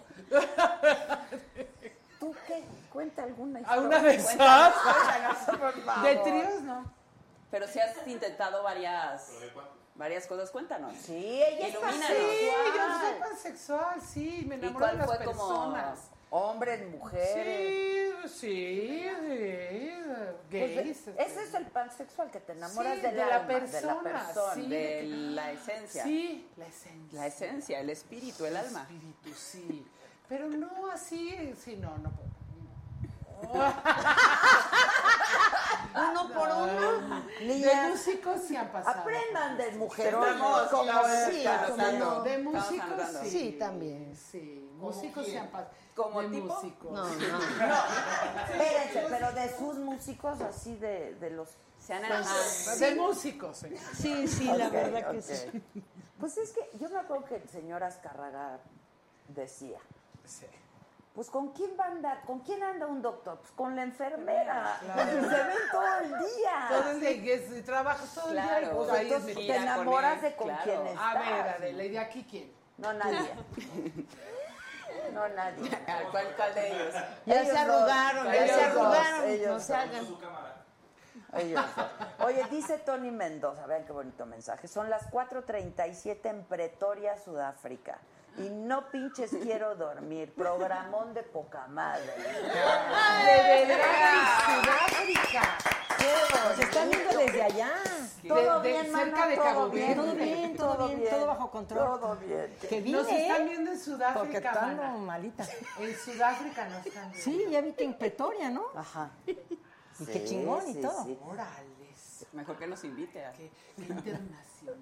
Speaker 6: ¿Tú qué? Cuenta alguna
Speaker 9: ¿A
Speaker 6: historia.
Speaker 9: una de
Speaker 6: Cuéntanos,
Speaker 9: esas?
Speaker 6: cuéntanos, por favor.
Speaker 9: De tríos, no.
Speaker 6: Pero si has intentado varias, varias cosas, cuéntanos.
Speaker 5: Sí, ella
Speaker 9: Sí,
Speaker 6: Ilumínanos.
Speaker 9: yo soy pansexual, sí, me
Speaker 6: ¿Y
Speaker 9: enamoro de
Speaker 6: cuál
Speaker 9: las
Speaker 6: fue
Speaker 9: personas.
Speaker 3: como hombres, mujeres?
Speaker 9: Sí, sí, sí, gays.
Speaker 3: Pues,
Speaker 9: este,
Speaker 3: ese es el pansexual que te enamoras
Speaker 9: Sí,
Speaker 3: del
Speaker 9: de la
Speaker 3: alma,
Speaker 9: persona,
Speaker 3: de la persona.
Speaker 9: sí,
Speaker 6: de
Speaker 9: que-
Speaker 6: la esencia.
Speaker 9: Sí, la esencia.
Speaker 6: La esencia, el espíritu, el alma.
Speaker 9: espíritu, sí. Pero no así, sí, no, no. puedo.
Speaker 8: Uno por uno.
Speaker 9: De músicos sí han pasado.
Speaker 3: Aprendan del mujerón.
Speaker 8: Estamos,
Speaker 3: como
Speaker 8: claro,
Speaker 3: es,
Speaker 8: sí,
Speaker 3: claro,
Speaker 8: como
Speaker 3: claro.
Speaker 8: no.
Speaker 9: De
Speaker 8: Estamos
Speaker 9: músicos
Speaker 6: hablando.
Speaker 9: sí.
Speaker 8: Sí, también.
Speaker 9: Sí, músicos sí
Speaker 8: quién?
Speaker 9: han pasado.
Speaker 6: ¿Como
Speaker 9: de
Speaker 6: tipo?
Speaker 9: músicos.
Speaker 8: No, no.
Speaker 3: Espérense, pero de sus músicos así de, de los... Pues,
Speaker 6: Se han enamorado.
Speaker 9: De músicos. eh.
Speaker 8: Sí, sí, la
Speaker 3: Ok,
Speaker 8: verdad que
Speaker 3: ok.
Speaker 8: sí.
Speaker 3: Pues es que yo me acuerdo que el señor Azcárraga decía,
Speaker 9: Sí.
Speaker 3: pues ¿con quién va a andar? ¿Con quién anda un doctor? Pues con la enfermera. Pues, se ven todo el día.
Speaker 9: Todo el día, que si trabajas todo el día. y
Speaker 6: Claro,
Speaker 9: vos
Speaker 6: o sea,
Speaker 9: ahí es
Speaker 6: entonces
Speaker 9: mi-
Speaker 3: te
Speaker 6: con
Speaker 3: enamoras
Speaker 6: él,
Speaker 3: de con
Speaker 6: claro.
Speaker 3: quién estás.
Speaker 9: A ver, Adela, ¿y de aquí quién?
Speaker 3: No nadie. No nadie.
Speaker 6: ¿Cuál, ¿Cuál de ellos?
Speaker 8: Ya
Speaker 3: Ellos
Speaker 8: se arrugaron,
Speaker 3: dos,
Speaker 8: ya se
Speaker 3: ellos dos,
Speaker 8: arrugaron.
Speaker 3: ellos
Speaker 8: no se
Speaker 3: dos.
Speaker 8: hagan. Ah,
Speaker 3: Ellos dos. Oye, dice Tony Mendoza, vean qué bonito mensaje. Son las 4.37 en Pretoria, Sudáfrica. Y no pinches quiero dormir. Programón de poca madre.
Speaker 9: De Sudáfrica.
Speaker 5: Se están viendo desde allá.
Speaker 9: Todo bien, cerca de Cabo Verde.
Speaker 5: Todo bien, todo bien, todo bajo control.
Speaker 3: Todo bien.
Speaker 5: Que vine,
Speaker 9: Nos están
Speaker 5: ¿eh?
Speaker 9: viendo en
Speaker 5: Porque
Speaker 9: Sudáfrica,
Speaker 5: están
Speaker 9: mana.
Speaker 5: malita.
Speaker 9: En Sudáfrica nos están viendo.
Speaker 5: Sí, ya vi que en Pretoria, ¿no?
Speaker 3: Ajá.
Speaker 5: Y qué chingón y todo.
Speaker 9: Morales.
Speaker 6: Mejor que nos invite. a-
Speaker 9: Qué, qué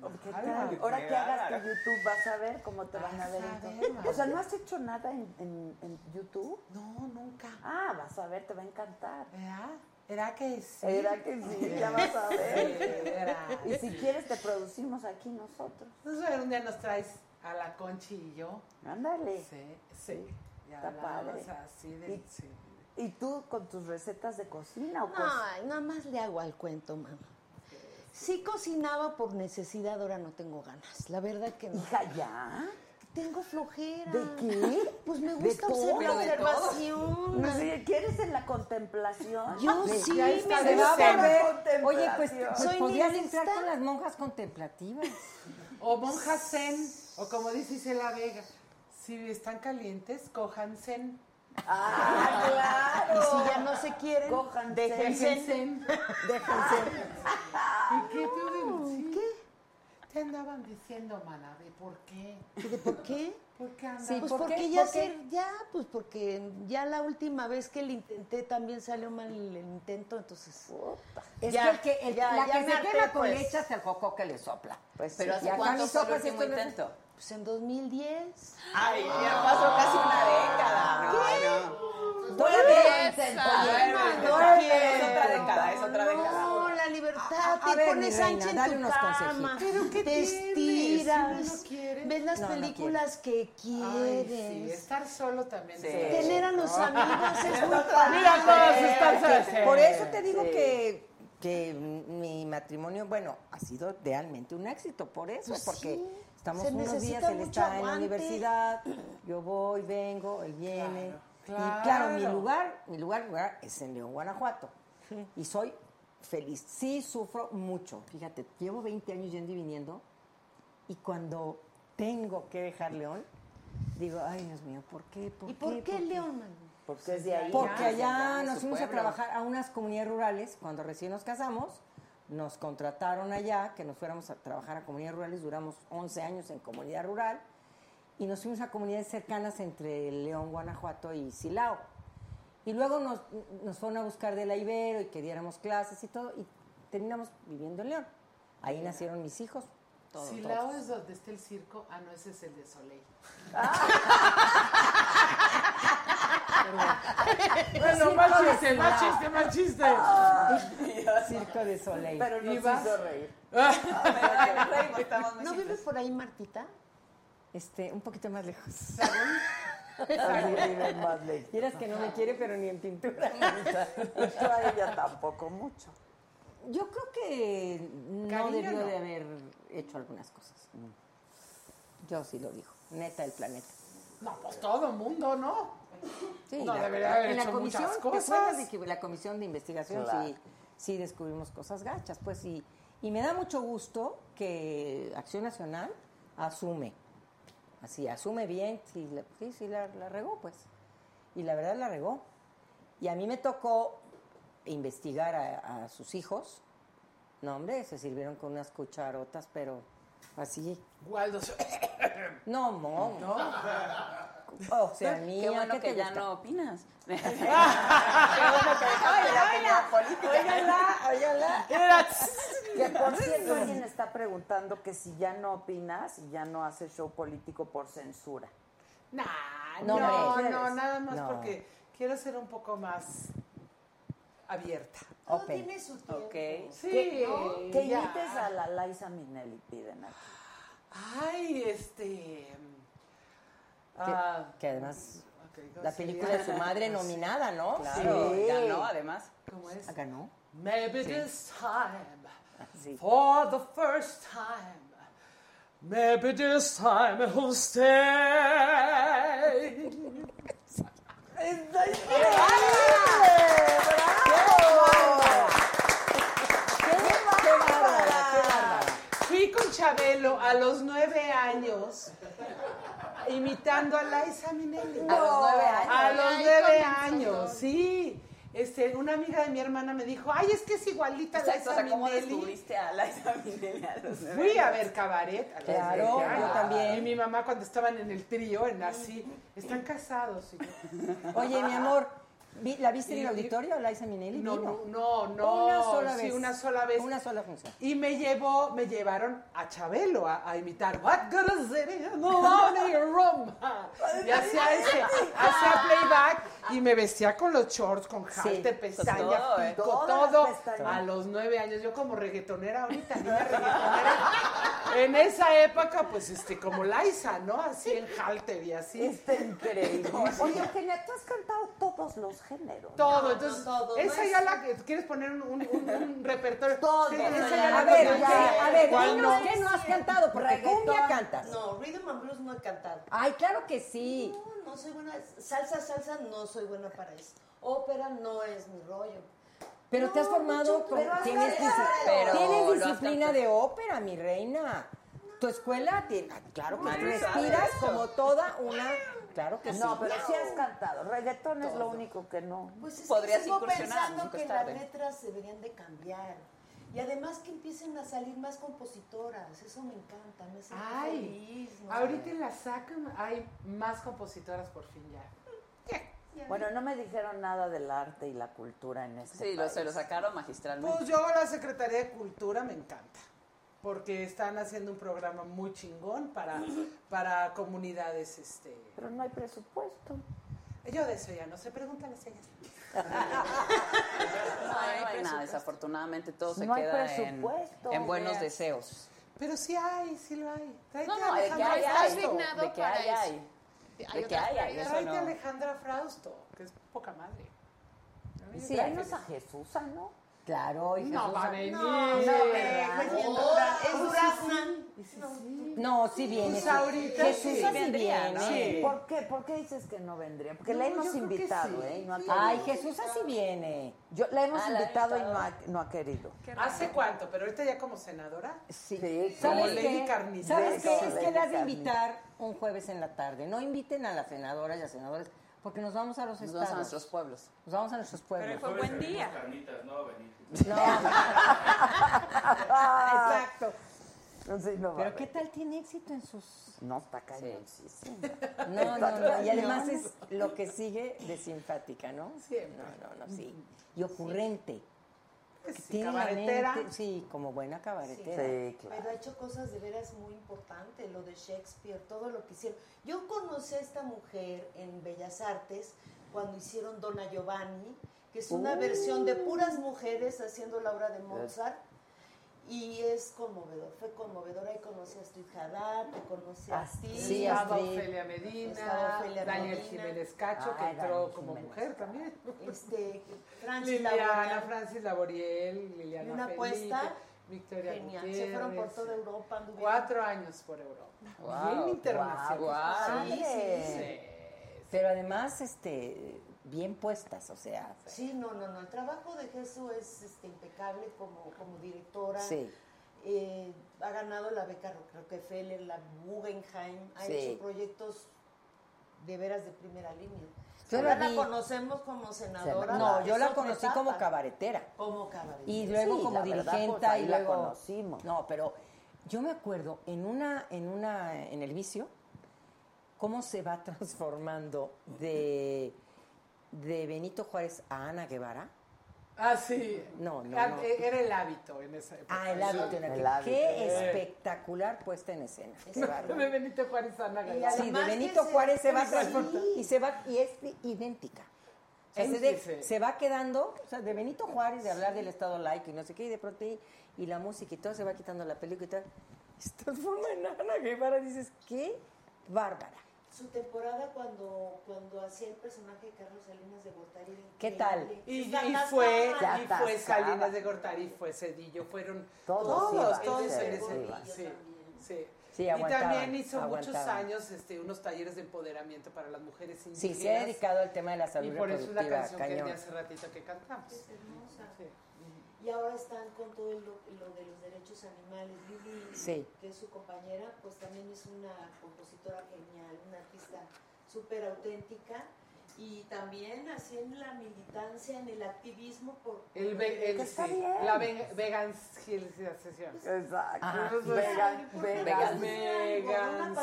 Speaker 6: Oh,
Speaker 9: internacional.
Speaker 3: ¿Qué tal? Ahora que hagas tu YouTube, vas a ver cómo te van a
Speaker 9: Vas
Speaker 3: ver.
Speaker 9: a
Speaker 3: en todo.
Speaker 9: ver, madre.
Speaker 3: o sea, ¿no has hecho nada en, en- en YouTube?
Speaker 9: No, nunca.
Speaker 3: Ah, vas a ver, te va a encantar.
Speaker 9: ¿Era? ¿Era que sí?
Speaker 3: Era que sí, ya vas a ver.
Speaker 9: Era.
Speaker 3: Y si quieres, te producimos aquí nosotros.
Speaker 9: Entonces, a ver, un día nos traes a la Conchi y yo.
Speaker 3: Ándale.
Speaker 9: Sí, sí. Y
Speaker 3: Está
Speaker 9: hablamos
Speaker 3: padre.
Speaker 9: así de...
Speaker 3: Y-
Speaker 9: sí.
Speaker 3: ¿Y tú con tus recetas de cocina o cosas?
Speaker 8: Ay, nada más le hago al cuento, mamá. Sí cocinaba por necesidad, ahora no tengo ganas. La verdad que no.
Speaker 3: Hija, ya.
Speaker 8: Tengo flojera.
Speaker 3: ¿De qué?
Speaker 8: Pues me
Speaker 3: ¿De
Speaker 8: gusta
Speaker 3: todo?
Speaker 8: hacer la
Speaker 3: Pero de todo.
Speaker 8: observación.
Speaker 3: No sé, ¿Quieres en la
Speaker 5: Ah,
Speaker 3: contemplación?
Speaker 8: Yo
Speaker 5: pues,
Speaker 3: De-
Speaker 8: sí,
Speaker 9: ahí
Speaker 8: me
Speaker 9: está,
Speaker 8: gusta.
Speaker 9: de
Speaker 3: Vamos a ver contemplación.
Speaker 5: Oye, pues, pues
Speaker 8: Soy
Speaker 5: podías
Speaker 8: nihilista.
Speaker 5: entrar con las monjas contemplativas.
Speaker 9: O monja zen, o como dice Isela Vega, si están calientes, cojan zen.
Speaker 3: Ah,
Speaker 8: Y
Speaker 3: claro.
Speaker 8: si ya no se quieren,
Speaker 3: Cojan
Speaker 8: déjense.
Speaker 9: Dejen zen.
Speaker 3: Déjense.
Speaker 9: ¿Y qué te, ¿Qué? te andaban diciendo, mana? ¿De por qué?
Speaker 8: ¿Y de por qué?
Speaker 9: ¿Por qué andaban?
Speaker 8: pues
Speaker 5: ¿por
Speaker 8: porque
Speaker 5: qué?
Speaker 8: ya
Speaker 5: ¿Por qué?
Speaker 8: ser, ya, pues porque ya la última vez que le intenté también salió mal el intento, entonces.
Speaker 5: Es
Speaker 8: Ya,
Speaker 5: que, el que el-
Speaker 8: ya,
Speaker 5: la
Speaker 8: ya
Speaker 5: que
Speaker 8: me
Speaker 5: se
Speaker 8: harté,
Speaker 5: queda con
Speaker 8: pues.
Speaker 5: leche hasta el coco que le sopla.
Speaker 3: Pues sí.
Speaker 6: Pero
Speaker 5: Y
Speaker 6: ¿hace
Speaker 5: acá
Speaker 6: cuánto
Speaker 5: mis
Speaker 6: fue el
Speaker 5: ojos
Speaker 6: último
Speaker 5: siempre me-
Speaker 6: intento?
Speaker 8: Pues en 2010.
Speaker 6: Ay,
Speaker 5: Ah.
Speaker 6: ya pasó casi una década. Ah, No, no.
Speaker 3: Todavía
Speaker 6: pues, Bueno,
Speaker 3: intentando.
Speaker 6: entonces, es otra década, es otra década.
Speaker 8: No, la libertad,
Speaker 5: A- a
Speaker 8: te
Speaker 5: ver,
Speaker 8: pones
Speaker 5: mi reina,
Speaker 8: ancha en
Speaker 5: dale
Speaker 8: tu
Speaker 5: unos
Speaker 8: cama,
Speaker 9: ¿Pero qué
Speaker 8: te
Speaker 9: tienes?
Speaker 8: estiras,
Speaker 9: Si uno quiere.
Speaker 8: ves las
Speaker 5: No, no
Speaker 8: películas que
Speaker 9: Ay,
Speaker 8: quieres.
Speaker 9: sí, estar solo también.
Speaker 6: Sí.
Speaker 9: es-
Speaker 8: Tener a los amigos es muy
Speaker 9: Mira, todos están solos.
Speaker 5: Por eso te digo que que mi matrimonio, bueno, ha sido realmente un éxito por eso,
Speaker 19: Pues
Speaker 5: porque
Speaker 19: sí,
Speaker 5: estamos
Speaker 19: se
Speaker 5: unos
Speaker 19: necesita
Speaker 5: días, él
Speaker 19: mucho
Speaker 5: está en la
Speaker 19: aguante.
Speaker 5: universidad, yo voy, vengo, él viene.
Speaker 19: Claro,
Speaker 5: Y claro, mi
Speaker 19: claro.
Speaker 5: lugar, mi lugar, lugar es en León, Guanajuato. Y soy feliz. Sí sufro mucho. Fíjate, llevo 20 años yendo y viniendo y cuando tengo que dejar León, digo, ay Dios mío, ¿por qué? ¿Por
Speaker 8: ¿Y por qué León,
Speaker 3: Porque es de ahí.
Speaker 5: porque
Speaker 3: ¿no?
Speaker 5: allá
Speaker 3: Es de
Speaker 5: nos
Speaker 3: su
Speaker 5: fuimos a
Speaker 3: pueblo.
Speaker 5: trabajar a unas comunidades rurales. Cuando recién nos casamos, nos contrataron allá que nos fuéramos a trabajar a comunidades rurales. Duramos 11 años en comunidad rural y nos fuimos a comunidades cercanas entre León, Guanajuato y Silao. Y luego nos, nos fueron a buscar de la Ibero y que diéramos clases y todo. Y terminamos viviendo en León. Ahí nacieron mis hijos. Todos,
Speaker 9: Si
Speaker 5: todos.
Speaker 9: Lao es donde está el circo, ah, no, ese es el de Soleil.
Speaker 5: Bueno,
Speaker 9: más
Speaker 5: circo de
Speaker 9: chiste,
Speaker 5: Soleil.
Speaker 9: más chiste, más chiste.
Speaker 5: Circo de Soleil.
Speaker 8: Pero nos
Speaker 5: Ibas.
Speaker 8: hizo reír. ¿No vives por ahí, Martita?
Speaker 5: Este, un poquito más lejos.
Speaker 3: Así vive más lejos.
Speaker 5: Vieras que no me quiere, pero ni en pintura.
Speaker 3: Yo a ella tampoco mucho.
Speaker 5: Yo creo que no
Speaker 3: Cariño,
Speaker 5: debió
Speaker 3: no.
Speaker 5: de haber hecho algunas cosas. Yo sí lo digo. Neta del planeta.
Speaker 9: No, pues todo mundo, ¿no?
Speaker 5: Sí,
Speaker 9: no,
Speaker 5: la-
Speaker 9: debería haber
Speaker 5: en la
Speaker 9: hecho
Speaker 5: comisión,
Speaker 9: muchas
Speaker 5: ¿te acuerdas
Speaker 9: cosas.
Speaker 5: de que la comisión de investigación
Speaker 9: Claro.
Speaker 5: sí, sí descubrimos cosas gachas, pues sí. Y me da mucho gusto que Acción Nacional asume, así, asume bien, sí, la, sí, sí la, la regó, pues. Y la verdad la regó. Y a mí me tocó investigar a, a sus hijos. No, hombre, se sirvieron con unas cucharotas, pero así.
Speaker 9: Waldo.
Speaker 5: No, Oh, mo.
Speaker 9: No.
Speaker 5: O sea, niña,
Speaker 6: Qué bueno
Speaker 5: ¿qué
Speaker 6: que
Speaker 5: te
Speaker 6: ya
Speaker 5: gusta?
Speaker 6: no opinas.
Speaker 3: Óigala, óigala.
Speaker 9: Era-
Speaker 3: Que por cierto, alguien está preguntando que si ya no opinas y ya no haces show político por censura.
Speaker 9: Nah,
Speaker 3: No,
Speaker 9: no, no,
Speaker 3: hombre.
Speaker 9: nada más
Speaker 3: No.
Speaker 9: porque quiero ser un poco más abierta.
Speaker 3: Todo Ok. tiene su
Speaker 9: tiempo. Sí.
Speaker 3: Que, que
Speaker 9: ya.
Speaker 3: imites a la Laisa Minelli, piden aquí.
Speaker 9: Ay, este. ah,
Speaker 5: Que además
Speaker 9: ok,
Speaker 5: la
Speaker 9: grosería.
Speaker 5: película de su madre nominada, ¿no?
Speaker 9: Claro,
Speaker 5: Sí.
Speaker 9: ganó,
Speaker 6: además.
Speaker 9: ¿Cómo es?
Speaker 5: Ganó.
Speaker 9: Maybe
Speaker 5: Sí.
Speaker 9: this time, for the first time, maybe this time he'll stay. Fui con Chabelo a los nueve años imitando a Liza Minnelli.
Speaker 6: A los nueve años.
Speaker 9: A los
Speaker 6: Ay,
Speaker 9: nueve
Speaker 6: con razón.
Speaker 9: años, sí. Este, una amiga de mi hermana me dijo, ay, es que es igualita a
Speaker 6: Exacto, o
Speaker 9: Liza
Speaker 6: sea, ¿cómo
Speaker 9: Minnelli.
Speaker 6: descubriste a Liza Minnelli a los nueve
Speaker 9: Fui a
Speaker 6: años?
Speaker 9: ver cabaret. a los
Speaker 6: Claro,
Speaker 9: 20
Speaker 6: yo
Speaker 9: años.
Speaker 6: también.
Speaker 9: Y mi mamá cuando estaban en el trío, en así, están casados. y yo,
Speaker 5: Oye, mi amor, vi- ¿la viste en el
Speaker 9: Y- y-
Speaker 5: auditorio, Liza Minelli?
Speaker 9: No,
Speaker 5: Vino.
Speaker 9: no, no, no,
Speaker 5: Una sola
Speaker 9: sí,
Speaker 5: vez.
Speaker 9: una sola vez.
Speaker 5: Una sola función.
Speaker 9: Y me llevó, me llevaron a Chabelo a, a imitar What good is it in Maloney Room? Y hacía ese, hacía playback y me vestía con los shorts, con halter, pestaña,
Speaker 6: todo, ¿eh?
Speaker 9: pico,
Speaker 6: Todas
Speaker 9: todo.
Speaker 6: las pestañas.
Speaker 9: A los nueve años, yo como reggaetonera ahorita, niña reggaetonera. En esa época, pues, este, como Liza, ¿no? Así en halter y así. Está increíble.
Speaker 3: Oye, Eugenia, tú has cantado todos los géneros.
Speaker 9: Todo,
Speaker 3: No,
Speaker 9: entonces,
Speaker 3: no todo,
Speaker 9: esa
Speaker 3: no es-
Speaker 9: ya la que quieres poner un, un- un- un repertorio. Todo, esa ya la
Speaker 5: A ver,
Speaker 9: que-
Speaker 5: ya, a ver,
Speaker 9: ¿Cuál
Speaker 5: dinos
Speaker 9: no?
Speaker 5: qué no has cantado, porque
Speaker 8: Reggaetón.
Speaker 5: cumbia cantas.
Speaker 8: No, rhythm and blues no he cantado.
Speaker 5: Ay, claro que sí.
Speaker 8: No, no soy buena. Salsa, salsa, no soy buena para eso. Ópera no es mi rollo.
Speaker 5: Pero te has
Speaker 8: No,
Speaker 5: formado,
Speaker 8: mucho,
Speaker 5: con-
Speaker 8: pero has
Speaker 5: tienes,
Speaker 8: cantado.
Speaker 5: disci-
Speaker 8: Pero
Speaker 5: tienes
Speaker 8: lo has
Speaker 5: disciplina de ópera, mi reina. Tu escuela, tiene, ah, claro que
Speaker 3: Madre
Speaker 5: tú
Speaker 3: sabe
Speaker 5: respiras
Speaker 3: eso.
Speaker 5: como toda una... Claro que sí.
Speaker 3: No, pero sí has cantado. Reggaetón es lo único que no.
Speaker 8: Pues es
Speaker 3: Podrías
Speaker 8: que sigo
Speaker 3: incursionar,
Speaker 8: pensando
Speaker 3: nunca
Speaker 8: que
Speaker 3: es
Speaker 8: las
Speaker 3: tarde.
Speaker 8: letras se deberían de cambiar. Y además que empiecen a salir más compositoras. Eso me encanta, me hace
Speaker 9: Ay,
Speaker 8: feliz. no sé.
Speaker 9: ahorita en la sacan, hay más compositoras por fin ya.
Speaker 3: Bueno, no me dijeron nada del arte y la cultura en este
Speaker 6: Sí, lo,
Speaker 3: país.
Speaker 6: se lo sacaron magistralmente.
Speaker 9: Pues yo la Secretaría de Cultura me encanta, porque están haciendo un programa muy chingón para, para comunidades, este...
Speaker 3: Pero no hay presupuesto.
Speaker 9: Yo de eso ya no sé, pregúntale a ellas.
Speaker 6: No hay, no hay nada, desafortunadamente todo se queda en, en buenos deseos.
Speaker 9: Pero sí hay, sí lo hay. Tráete
Speaker 6: No, no,
Speaker 9: a
Speaker 6: de que
Speaker 9: Alejandra
Speaker 6: hay,
Speaker 9: Frausto.
Speaker 6: hay. De que hay, hay. De que hay, hay, eso
Speaker 9: Tráete a
Speaker 6: no.
Speaker 9: Alejandra Frausto, que es poca madre.
Speaker 3: Sí, Tráenos a Jesús, ¿ah, ¿no?
Speaker 5: Claro, hija.
Speaker 9: No,
Speaker 5: Jesús-
Speaker 9: va a venir.
Speaker 5: No, no,
Speaker 3: eh,
Speaker 5: ¿verdad?
Speaker 9: Pues, bien,
Speaker 5: Oh,
Speaker 9: dura-
Speaker 5: pues,
Speaker 9: es durazna.
Speaker 5: No, sí viene.
Speaker 3: Pues
Speaker 5: sí.
Speaker 3: ahorita
Speaker 5: Jesús
Speaker 3: sí
Speaker 5: sí
Speaker 3: vendría,
Speaker 5: viene.
Speaker 3: ¿no? Sí.
Speaker 5: ¿Por qué? ¿Por qué dices que no vendría?
Speaker 3: Porque la hemos invitado, ¿eh? Y no ha querido.
Speaker 5: Ay, Jesús así viene.
Speaker 3: Yo, la hemos
Speaker 5: Ah, la
Speaker 3: invitado y
Speaker 5: invitado.
Speaker 3: no ha, no ha querido.
Speaker 9: ¿Hace cuánto? Pero ahorita ya como senadora.
Speaker 3: Sí.
Speaker 9: Como
Speaker 5: ¿Sabes
Speaker 9: Lady
Speaker 5: qué?
Speaker 9: Carnicero.
Speaker 5: ¿Sabes qué?
Speaker 9: Como
Speaker 5: Es
Speaker 9: Lady
Speaker 5: que le has de
Speaker 9: Carnicero.
Speaker 5: invitar un jueves en la tarde. No inviten a las senadoras y a senadores, porque nos vamos a los
Speaker 3: Nos
Speaker 5: estados.
Speaker 3: vamos a nuestros pueblos.
Speaker 5: Nos vamos a nuestros pueblos.
Speaker 11: Carnitas, no va a venir.
Speaker 5: Exacto.
Speaker 3: Pero
Speaker 5: ¿qué tal tiene éxito en sus
Speaker 3: No, está cañoncísimo.
Speaker 5: No, no, no. Y además es
Speaker 3: Está
Speaker 5: lo que sigue de simpática, ¿no?
Speaker 9: Siempre.
Speaker 5: No, no, no, sí. Y ocurrente. Que
Speaker 9: sí,
Speaker 5: tiene la
Speaker 9: Pues, cabaretera.
Speaker 5: mente- sí, como buena cabaretera.
Speaker 8: Pero ha hecho cosas de veras muy importantes, lo de Shakespeare, todo lo que hicieron. Yo conocí a esta mujer en Bellas Artes cuando hicieron Dona Giovanni, que es una
Speaker 3: Uh.
Speaker 8: versión de puras mujeres haciendo la obra de Mozart. Y es conmovedor, fue conmovedora. Ahí conocí a Astrid Haddad, te conocí a
Speaker 9: Sí,
Speaker 8: ti.
Speaker 9: estaba Ofelia Medina, Daniel Jiménez Cacho, que
Speaker 8: Ay,
Speaker 9: entró
Speaker 8: Daniel
Speaker 9: como
Speaker 8: Jiménez
Speaker 9: mujer también.
Speaker 8: Este, Francis
Speaker 9: Liliana,
Speaker 8: Laboriel.
Speaker 9: Francis Laboriel, Liliana
Speaker 8: Y una
Speaker 9: Felipe,
Speaker 8: apuesta
Speaker 9: Victoria
Speaker 8: genial. Se
Speaker 9: Gutiérrez.
Speaker 8: fueron por toda Europa, anduvieron.
Speaker 9: Cuatro años por Europa.
Speaker 5: Guau,
Speaker 9: bien internacional.
Speaker 5: guau,
Speaker 9: Sí,
Speaker 5: padre.
Speaker 9: sí, sí.
Speaker 5: Pero además, este, bien puestas, o sea.
Speaker 8: Sí, no, no, no. El trabajo de Jesús es este, impecable como, como directora.
Speaker 5: Sí.
Speaker 8: Eh, ha ganado la beca Ro- Rockefeller, la Guggenheim. Ha
Speaker 3: Sí.
Speaker 8: hecho proyectos de veras de primera línea.
Speaker 5: Yo
Speaker 8: Ahora
Speaker 5: la
Speaker 8: la,
Speaker 5: vi-
Speaker 8: conocemos como senadora.
Speaker 5: No,
Speaker 8: es
Speaker 5: yo la
Speaker 8: otra
Speaker 5: conocí
Speaker 8: etapa.
Speaker 5: como cabaretera.
Speaker 8: Como cabaretera.
Speaker 5: Y luego
Speaker 8: Sí,
Speaker 5: como
Speaker 8: la verdad,
Speaker 5: dirigente
Speaker 8: pues, ahí
Speaker 5: y
Speaker 8: la
Speaker 5: luego
Speaker 8: conocimos.
Speaker 5: No, pero yo me acuerdo en una en una en el vicio cómo se va transformando de de Benito Juárez a Ana Guevara.
Speaker 9: Ah, sí.
Speaker 5: No, no,
Speaker 9: Ah,
Speaker 5: no.
Speaker 9: eh, Era el hábito en esa época.
Speaker 5: Ah, el hábito en aquel. Qué espectacular puesta en escena. Qué bárbaro.
Speaker 9: De Benito Juárez Ana Gallardo.
Speaker 5: Sí, de Benito Juárez se va transformando y se va y es idéntica. O sea,
Speaker 9: Sí,
Speaker 5: se, de-
Speaker 9: sí, sí.
Speaker 5: se va quedando, o sea, de Benito Juárez, de hablar del Estado laico y no sé qué, y de pronto y, y la música y todo, se va quitando la película y tal. Se transforma en Ana Guevara, dices, qué bárbara.
Speaker 8: Su temporada cuando, cuando hacía el personaje de Carlos Salinas de Gortari. era
Speaker 5: ¿Qué
Speaker 8: increíble.
Speaker 5: tal?
Speaker 9: Y,
Speaker 8: Se
Speaker 9: y
Speaker 8: atascaba.
Speaker 9: fue, y fue Salinas de Gortari, fue Cedillo, fueron
Speaker 3: Todos
Speaker 9: todos, todos,
Speaker 3: iban, sí,
Speaker 9: en ese
Speaker 3: iban.
Speaker 9: día, sí, sí.
Speaker 5: Sí,
Speaker 9: y
Speaker 5: aguantaban,
Speaker 9: también hizo muchos
Speaker 5: aguantaban.
Speaker 9: años este, unos talleres de empoderamiento para las mujeres indígenas.
Speaker 5: Sí, se ha dedicado al tema de la salud
Speaker 9: Y por eso es la
Speaker 5: reproductiva,
Speaker 9: canción que
Speaker 5: cañón.
Speaker 9: de hace ratito que cantamos.
Speaker 8: Es hermosa. Y ahora están con todo el- lo, lo de los derechos animales. Lili,
Speaker 5: Sí.
Speaker 8: que es su compañera, pues también es una compositora genial, una artista súper auténtica. Y también así en la militancia, en el activismo por...
Speaker 9: El, ve- el-
Speaker 8: Que está
Speaker 9: sí,
Speaker 8: bien.
Speaker 9: la ve- vegancialización.
Speaker 3: Exacto.
Speaker 9: Ajá.
Speaker 3: Eso es vegan- vegan-
Speaker 9: vegan-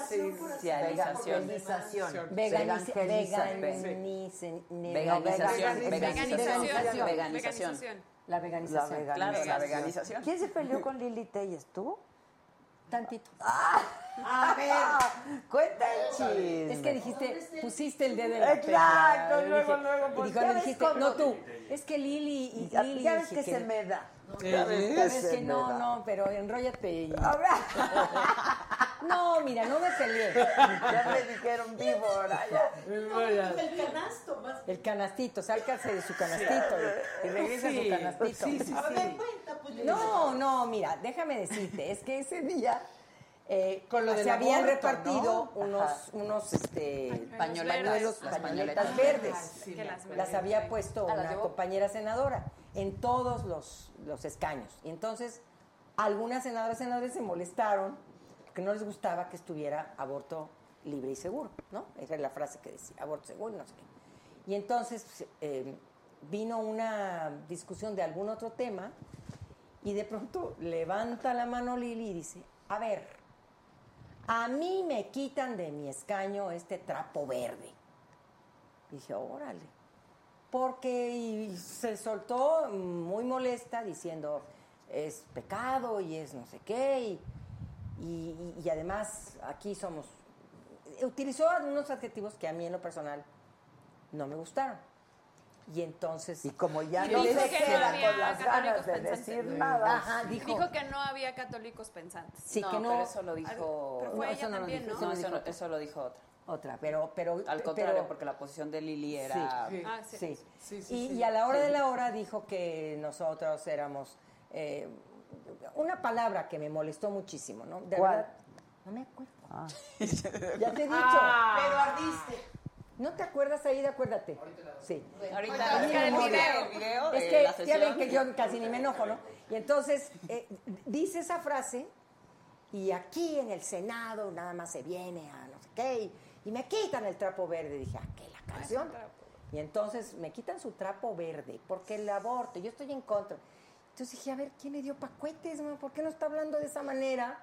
Speaker 3: vegancialización. Veganización.
Speaker 5: Veganiz-
Speaker 3: Veganización.
Speaker 5: veganice- ne-
Speaker 3: Veganización.
Speaker 5: no,
Speaker 3: Veganización.
Speaker 5: La veganización.
Speaker 3: La veganización. ¿Quién se peleó con Lili Telles? ¿Tú?
Speaker 5: Tantito.
Speaker 3: Ah, A ver, cuenta el chisme.
Speaker 5: Es que dijiste, pusiste el dedo en
Speaker 3: Exacto, luego, luego,
Speaker 5: Y
Speaker 3: pues,
Speaker 5: dijo,
Speaker 3: ya
Speaker 5: no
Speaker 3: ves
Speaker 5: dijiste,
Speaker 3: cómo-
Speaker 5: no tú. Es que Lili y
Speaker 3: Ya-
Speaker 5: Lili.
Speaker 3: ya ves
Speaker 5: dije
Speaker 3: que se me da.
Speaker 5: Ya
Speaker 3: Ya
Speaker 5: ves
Speaker 3: ves
Speaker 5: que,
Speaker 3: que se
Speaker 5: no,
Speaker 3: me da.
Speaker 5: no, pero enróllate. y- no, mira, no me peleé.
Speaker 3: Ya me dijeron víbora. ya.
Speaker 8: El canasto más
Speaker 5: El canastito, sálcase de su canastito y, y regresa a
Speaker 3: Sí,
Speaker 5: su canastito.
Speaker 3: sí, sí,
Speaker 8: A ver, cuenta, pues, Lili.
Speaker 5: No, no, mira, déjame decirte, es que ese día eh,
Speaker 9: Con lo
Speaker 5: se
Speaker 9: del
Speaker 5: habían
Speaker 9: aborto,
Speaker 5: repartido
Speaker 9: ¿no?
Speaker 5: unos,
Speaker 9: Ajá.
Speaker 5: unos este,
Speaker 9: Pañuelos
Speaker 5: pañuelos,
Speaker 9: verdes. Las
Speaker 5: pañoletas
Speaker 9: pañoletas.
Speaker 5: verdes.
Speaker 9: Ay, sí, Que me las acuerdo.
Speaker 5: las había puesto
Speaker 9: Ah, ¿las
Speaker 5: una
Speaker 9: llevó?
Speaker 5: compañera senadora en todos los, los escaños. Y entonces, algunas senadoras y senadores se molestaron porque no les gustaba que estuviera aborto libre y seguro, ¿no? Esa es la frase que decía, aborto seguro y no sé qué. Y entonces pues, eh, vino una discusión de algún otro tema y de pronto levanta la mano Lili y dice, a ver, a mí me quitan de mi escaño este trapo verde. Dije, órale. Porque y se soltó muy molesta diciendo, es pecado y es no sé qué. Y, y- y además aquí somos... Utilizó unos adjetivos que a mí en lo personal no me gustaron. Y entonces... Y como
Speaker 3: ya Y no dijo se que no queda había con las ganas
Speaker 2: católicos de pensantes. decir nada.
Speaker 5: Ajá, dijo,
Speaker 2: Dijo que no había católicos pensantes.
Speaker 5: Sí, que no.
Speaker 6: pero eso lo dijo.
Speaker 2: Pero fue ella también, ¿no?
Speaker 6: eso, no- eso lo dijo otra.
Speaker 5: otra, pero... pero
Speaker 6: Al contrario, porque la posición de Lili era...
Speaker 5: Sí,
Speaker 6: Ah, sí.
Speaker 5: sí.
Speaker 6: Sí, sí,
Speaker 5: y,
Speaker 6: sí.
Speaker 5: y a la hora
Speaker 6: Sí.
Speaker 5: de la hora dijo que nosotros éramos... eh, una palabra que me molestó muchísimo, ¿no? De
Speaker 3: ¿Cuál?
Speaker 5: verdad, no me acuerdo. Ya te he dicho.
Speaker 3: Ah. Pero ardiste.
Speaker 5: ¿No te acuerdas, Aida? Acuérdate. Sí.
Speaker 3: Bueno, ahorita la busca
Speaker 5: mi
Speaker 3: el
Speaker 5: memoria.
Speaker 3: video, el video de la
Speaker 5: Es que ya
Speaker 3: sesión.
Speaker 5: ven que yo casi ni me enojo, ¿no? Y entonces eh, dice esa frase y aquí en el Senado nada más se viene a no sé qué y, y me quitan el trapo verde. Dije, ¿a
Speaker 3: Ah,
Speaker 5: qué la canción? Y entonces me quitan su trapo verde porque el aborto, yo estoy en contra. Entonces dije, a ver, ¿quién le dio pacuetes? no? ¿Por qué no está hablando de esa manera?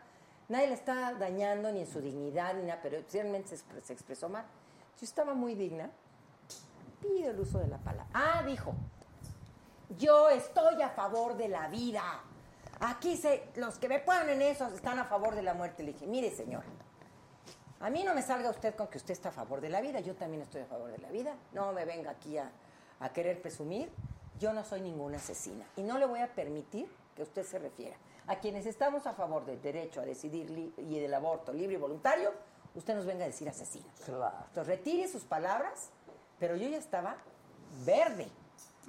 Speaker 5: Nadie le está dañando ni en su dignidad ni nada, pero realmente se, expre- se expresó mal. Yo estaba muy digna. Pido el uso de la palabra. Ah, dijo, yo estoy a favor de la vida. Aquí se, los que me ponen eso están a favor de la muerte. Le dije, mire señora, a mí no me salga usted con que usted está a favor de la vida. Yo también estoy a favor de la vida. No me venga aquí a, a querer presumir. Yo no soy ninguna asesina. Y no le voy a permitir que usted se refiera. A quienes estamos a favor del derecho a decidir li- y del aborto libre y voluntario, usted nos venga a decir asesinos. Entonces retire sus palabras, pero yo ya estaba verde.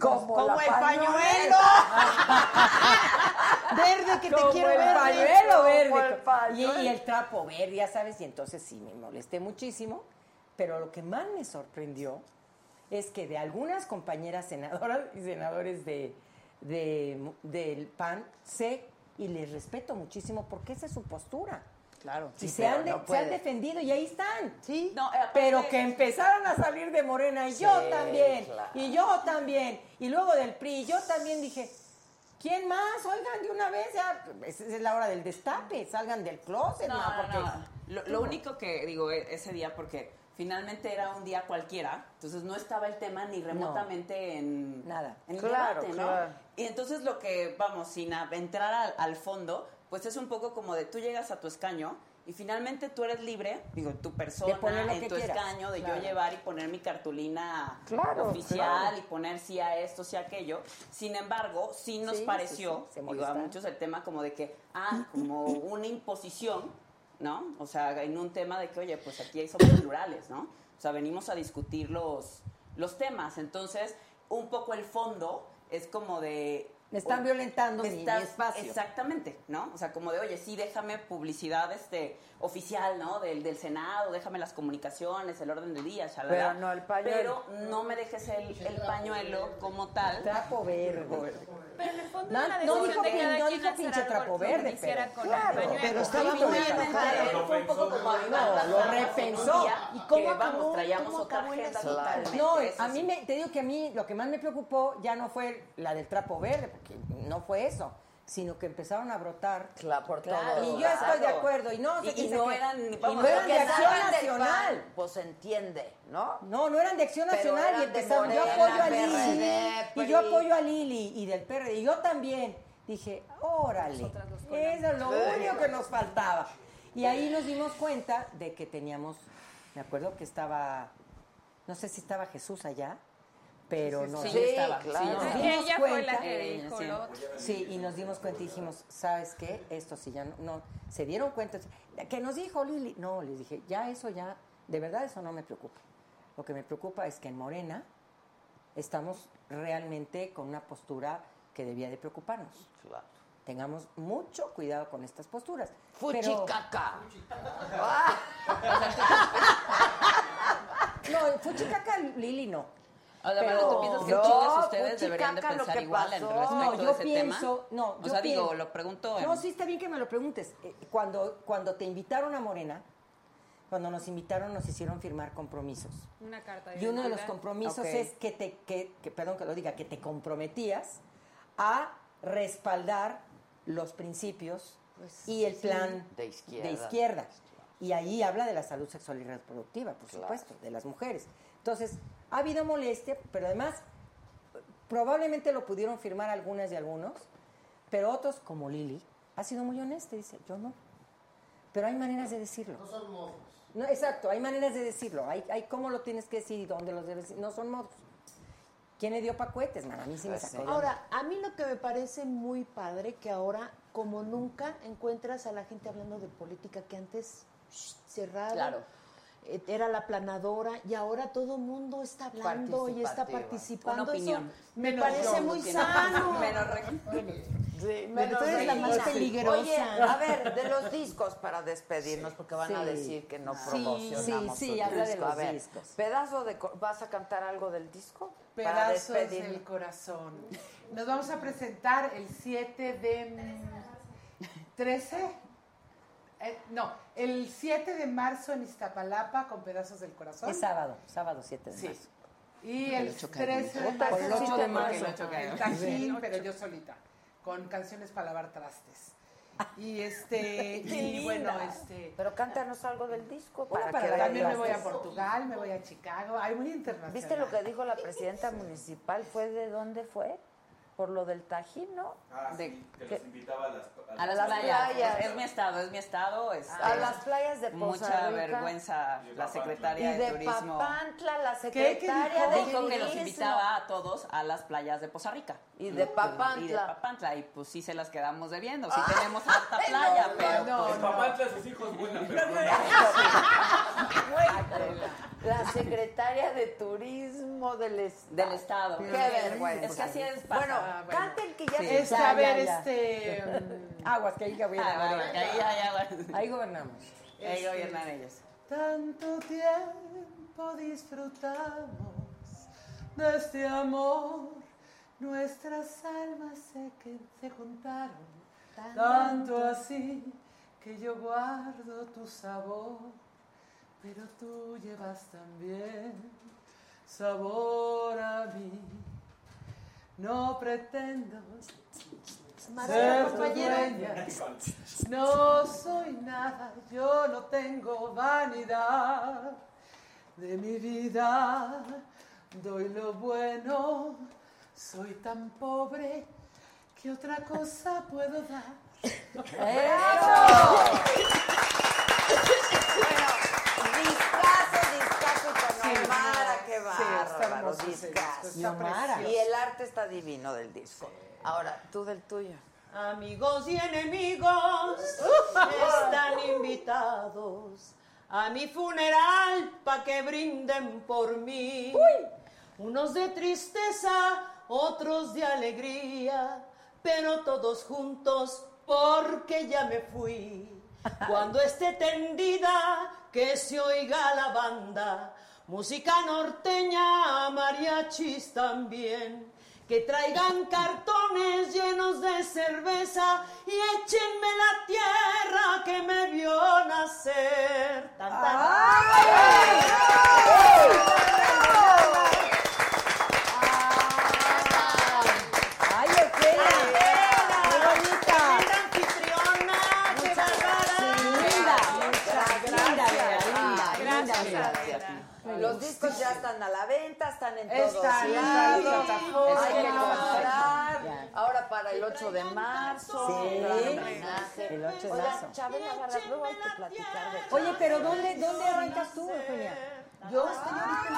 Speaker 3: Como la pañuelo.
Speaker 5: verde que
Speaker 3: te quiero
Speaker 5: el
Speaker 3: verde.
Speaker 5: Pañuelo
Speaker 3: Como
Speaker 5: verde.
Speaker 3: el pañuelo.
Speaker 5: Y, y el trapo verde, ya sabes, y entonces sí me molesté muchísimo. Pero lo que más me sorprendió es que de algunas compañeras senadoras y senadores de, de mu- del PAN sé y les respeto muchísimo porque esa es su postura. Claro.
Speaker 3: Sí,
Speaker 5: se,
Speaker 3: pero
Speaker 5: han de-
Speaker 3: no
Speaker 5: se han
Speaker 3: puede.
Speaker 5: defendido y ahí están. Sí.
Speaker 6: aparte-
Speaker 5: pero que empezaron a salir de Morena, y
Speaker 3: Sí,
Speaker 5: yo también,
Speaker 3: claro.
Speaker 5: y yo también, y luego del PRI, yo también dije, ¿quién más? Oigan, de una vez ya, es, es la hora del destape, salgan del closet,
Speaker 6: No,
Speaker 5: ma,
Speaker 6: no,
Speaker 5: porque...
Speaker 6: no. Lo, lo único que digo e- ese día, porque finalmente era un día cualquiera, entonces no estaba el tema ni remotamente en nada. En
Speaker 3: Claro,
Speaker 6: debate, ¿no?
Speaker 3: claro.
Speaker 6: Y entonces lo que, vamos, sin a- entrar al, al fondo, pues es un poco como de tú llegas a tu escaño y finalmente tú eres libre, digo, tu persona
Speaker 5: De poner lo
Speaker 6: en
Speaker 5: que
Speaker 6: tu
Speaker 5: quieras.
Speaker 6: escaño, de
Speaker 5: Claro.
Speaker 6: yo llevar y poner mi cartulina
Speaker 5: Claro,
Speaker 6: oficial
Speaker 5: claro.
Speaker 6: y poner sí a esto, sí a aquello. Sin embargo, sí nos
Speaker 5: Sí, sí,
Speaker 6: pareció,
Speaker 5: sí, se
Speaker 6: digo, a
Speaker 5: molestaron.
Speaker 6: muchos el tema como de que, ah, como una imposición, ¿no? O sea, en un tema de que, oye, pues aquí somos plurales, ¿no? O sea, venimos a discutir los, los temas. Entonces, un poco el fondo es como de...
Speaker 5: Me están violentando
Speaker 6: me
Speaker 5: mi- mi espacio.
Speaker 6: Exactamente, ¿no? O sea, como de, oye, sí, déjame publicidad este oficial, ¿no? Del, del Senado, déjame las comunicaciones, el orden del día, shalala.
Speaker 3: Pero no el pañuelo.
Speaker 6: Pero no me dejes el, el pañuelo como tal.
Speaker 5: Trapo verde.
Speaker 20: Pero en el fondo
Speaker 6: No,
Speaker 20: era la
Speaker 6: no
Speaker 20: decisión
Speaker 6: dijo
Speaker 20: de
Speaker 6: pin-
Speaker 20: cada
Speaker 6: no
Speaker 20: quien
Speaker 6: dijo
Speaker 20: hacer
Speaker 6: pinche
Speaker 20: algo
Speaker 6: trapo
Speaker 20: que
Speaker 6: verde,
Speaker 20: quisiera
Speaker 6: pero-
Speaker 20: con
Speaker 6: Claro,
Speaker 20: el pañuelo.
Speaker 6: pero estaba muy enojado.
Speaker 20: él fue un poco como
Speaker 5: No, lo repensó.
Speaker 6: ¿Y
Speaker 5: ¿Y
Speaker 6: cómo
Speaker 5: cómo
Speaker 6: acabó-
Speaker 5: acabó,
Speaker 6: cómo acabó el asunto?
Speaker 5: No,
Speaker 6: Totalmente, eso
Speaker 5: a mí me, te digo que a mí lo que más me preocupó ya no fue la del trapo verde, porque no fue eso, sino que empezaron a brotar. Claro, por
Speaker 3: todo.
Speaker 5: Y yo estoy de
Speaker 3: Claro.
Speaker 5: acuerdo, y no sé
Speaker 3: Y-
Speaker 5: qué
Speaker 3: y
Speaker 5: sé
Speaker 3: no
Speaker 5: qué.
Speaker 3: eran-
Speaker 5: Y
Speaker 3: vamos,
Speaker 5: no eran
Speaker 3: que
Speaker 5: de acción
Speaker 3: estaban del
Speaker 5: nacional.
Speaker 3: PAN, pues entiende, ¿no?
Speaker 5: No, no eran de Acción
Speaker 3: Pero
Speaker 5: Nacional y
Speaker 3: eran de
Speaker 5: empezaron. yo
Speaker 3: Morena,
Speaker 5: apoyo a
Speaker 3: PRD, pues,
Speaker 5: Lili.
Speaker 3: PRI.
Speaker 5: Y yo apoyo a Lili y del PRD. Y yo también. Dije, órale.
Speaker 3: Nosotras nos
Speaker 5: Eso es lo
Speaker 3: colamos.
Speaker 5: único que nos faltaba. Y ahí nos dimos cuenta de que teníamos. Me acuerdo que estaba. No sé si estaba Jesús allá. Pero no,
Speaker 3: Sí,
Speaker 5: no estaba.
Speaker 3: claro.
Speaker 5: nos
Speaker 3: Sí,
Speaker 5: dimos
Speaker 3: ella fue la que
Speaker 5: cuenta-
Speaker 3: dijo lo otro.
Speaker 5: Sí, y nos dimos cuenta y dijimos, ¿sabes qué? Esto sí ya no, no- se dieron cuenta. ¿Qué nos dijo Lili? No, les dije, ya eso ya, de verdad eso no me preocupa. Lo que me preocupa es que en Morena estamos realmente con una postura que debía de preocuparnos. Tengamos mucho cuidado con estas posturas. Pero-
Speaker 3: Fuchicaca.
Speaker 5: No, fuchicaca Lili no.
Speaker 6: Ahora, Maru, ¿tú piensas que chicas ustedes deberían de pensar igual en respecto
Speaker 5: no,
Speaker 6: de
Speaker 5: yo
Speaker 6: ese
Speaker 5: pienso,
Speaker 6: tema?
Speaker 5: No,
Speaker 6: O
Speaker 5: yo
Speaker 6: sea, digo,
Speaker 5: pienso-
Speaker 6: lo pregunto en-
Speaker 5: No, sí está bien que me lo preguntes. Eh, Cuando, cuando te invitaron a Morena, cuando nos invitaron nos hicieron firmar compromisos.
Speaker 11: Una carta.
Speaker 5: Y uno de los
Speaker 11: identidad.
Speaker 5: compromisos es que te, que, que- perdón que lo diga, que te comprometías a respaldar los principios y el
Speaker 3: Pues, sí.
Speaker 5: plan
Speaker 3: De izquierda.
Speaker 5: de izquierda. Y ahí habla de la salud sexual y reproductiva, por
Speaker 3: Claro.
Speaker 5: supuesto, de las mujeres. Entonces, ha habido molestia, pero además, probablemente lo pudieron firmar algunas y algunos, pero otros, como Lili, ha sido muy honesta y dice, yo no. Pero hay maneras de decirlo.
Speaker 8: No son mofos.
Speaker 5: No, exacto, hay maneras de decirlo, hay, hay cómo lo tienes que decir y dónde lo debes decir. No son modos. ¿Quién le dio pacuetes, man? A mí sí me sacó. de onda.
Speaker 8: Ahora, a mí lo que me parece muy padre que ahora, como nunca, encuentras a la gente hablando de política que antes shh, cerrado.
Speaker 6: Claro.
Speaker 8: eh, era la planadora y ahora todo el mundo está hablando y está
Speaker 3: Participativa.
Speaker 8: participando.
Speaker 3: Una opinión.
Speaker 8: Eso me
Speaker 3: Menos
Speaker 8: parece
Speaker 3: yo,
Speaker 8: muy
Speaker 3: que no.
Speaker 8: sano.
Speaker 3: Menos
Speaker 8: Pero tú eres la más peligrosa.
Speaker 3: Oye, a ver, de los discos para despedirnos, porque van
Speaker 8: Sí.
Speaker 3: a decir que no
Speaker 8: Sí,
Speaker 3: promocionamos
Speaker 8: sí, sí,
Speaker 3: tu
Speaker 8: habla de
Speaker 3: disco. A
Speaker 8: los
Speaker 3: ver,
Speaker 8: discos.
Speaker 3: Pedazo de cor- ¿Vas a cantar algo del disco? para
Speaker 9: Pedazos
Speaker 3: despedirnos?
Speaker 9: del corazón. Nos vamos a presentar el 7 de... 13. Eh, no, el 7 de marzo en Iztapalapa con Pedazos del Corazón.
Speaker 5: Es sábado, sábado 7 de
Speaker 9: Sí.
Speaker 5: marzo.
Speaker 9: Y
Speaker 5: El
Speaker 9: el,
Speaker 5: ocho cae
Speaker 9: 13 de
Speaker 5: bonito.
Speaker 9: marzo.
Speaker 5: Por el ocho de
Speaker 9: Ah,
Speaker 5: marzo.
Speaker 9: el ocho
Speaker 5: Ah,
Speaker 9: cae bonito.
Speaker 5: el
Speaker 9: Tajín,
Speaker 5: ocho.
Speaker 9: pero yo solita. Con canciones para lavar trastes. Y este,
Speaker 3: Qué
Speaker 9: y bueno,
Speaker 3: linda.
Speaker 9: este.
Speaker 3: Pero cántanos algo del disco.
Speaker 9: Bueno,
Speaker 3: para
Speaker 9: para
Speaker 3: que
Speaker 9: también me
Speaker 3: veas
Speaker 9: voy a
Speaker 3: eso.
Speaker 9: Portugal, me voy a Chicago, hay muy internacional.
Speaker 3: ¿Viste lo que dijo la presidenta municipal? ¿Fue de dónde fue? Por lo del Tajín, ¿no?
Speaker 11: Ah,
Speaker 3: De-
Speaker 11: sí, que
Speaker 3: que-
Speaker 11: los invitaba a las,
Speaker 6: A las, playas. Es mi estado, es mi estado. este,
Speaker 3: A las playas de Poza
Speaker 6: Mucha
Speaker 3: Rica.
Speaker 6: vergüenza la
Speaker 3: Y
Speaker 6: secretaria de,
Speaker 3: de
Speaker 6: Turismo.
Speaker 3: Papantla, la
Speaker 6: ¿Qué? ¿Qué
Speaker 3: secretaria de
Speaker 6: dijo que los
Speaker 3: Turismo.
Speaker 6: invitaba a todos a las playas de Poza Rica.
Speaker 3: Y de Papantla. Ah,
Speaker 6: Y de Papantla. Y pues sí se las quedamos debiendo. Sí tenemos harta playa, pero... pues,
Speaker 11: Papantla, sus hijos, buena persona.
Speaker 3: La secretaria de Turismo del,
Speaker 6: Del Estado.
Speaker 3: Qué
Speaker 6: Es que
Speaker 3: vergüenza.
Speaker 6: así es, pasa.
Speaker 3: Bueno,
Speaker 6: Ah, bueno.
Speaker 3: canten que ya
Speaker 6: Sí.
Speaker 3: se
Speaker 6: Este,
Speaker 3: Ya,
Speaker 6: a ver,
Speaker 3: ya, ya.
Speaker 6: este,
Speaker 5: Aguas, que ahí ya voy a
Speaker 6: Ah,
Speaker 5: ganar
Speaker 6: bueno,
Speaker 5: yo.
Speaker 6: que ahí ya,
Speaker 5: Ahí gobernamos.
Speaker 6: Ahí gobiernan ellos.
Speaker 9: Tanto tiempo disfrutamos de este amor, nuestras almas se, que- se juntaron, tanto así que yo guardo tu sabor, pero tú llevas también sabor a mí. No pretendo ser tu dueña. No soy nada, yo no tengo vanidad de mi vida. Doy lo bueno, soy tan pobre que otra cosa puedo dar.
Speaker 3: ¡Eso! Discazo, discazo y con
Speaker 9: Sí,
Speaker 3: Omara,
Speaker 9: no,
Speaker 3: qué
Speaker 9: sí, está
Speaker 3: bárbaro,
Speaker 9: hermoso ese
Speaker 3: discazo.
Speaker 9: disco, está Y Omara. precioso.
Speaker 3: Y el arte está divino del disco. Ahora, tú del tuyo.
Speaker 8: Amigos y enemigos están invitados a mi funeral pa' que brinden por mí. Unos de tristeza, otros de alegría, pero todos juntos porque ya me fui. Cuando esté tendida, que se oiga la banda, música norteña, mariachis también. Que traigan cartones llenos de cerveza y échenme la tierra que me vio nacer. Tan, tan.
Speaker 5: ¡Ay, Ortega! ¡Qué bonita!
Speaker 8: ¡Qué
Speaker 5: linda! Linda, Vera, linda, linda, Vera.
Speaker 3: Los discos ya están a la venta, están en
Speaker 5: Están
Speaker 3: todos
Speaker 5: en
Speaker 3: lados.
Speaker 5: las plataformas.
Speaker 3: Hay que
Speaker 5: Ya.
Speaker 3: comprar. Ahora para el 8 de marzo.
Speaker 5: Sí.
Speaker 3: El 8 de marzo. Oiga, Chávez Navarra, luego hay que platicar de
Speaker 5: Oye, pero ¿dónde, dónde arrancas tú, Eugenia?
Speaker 8: Yo estoy ahorita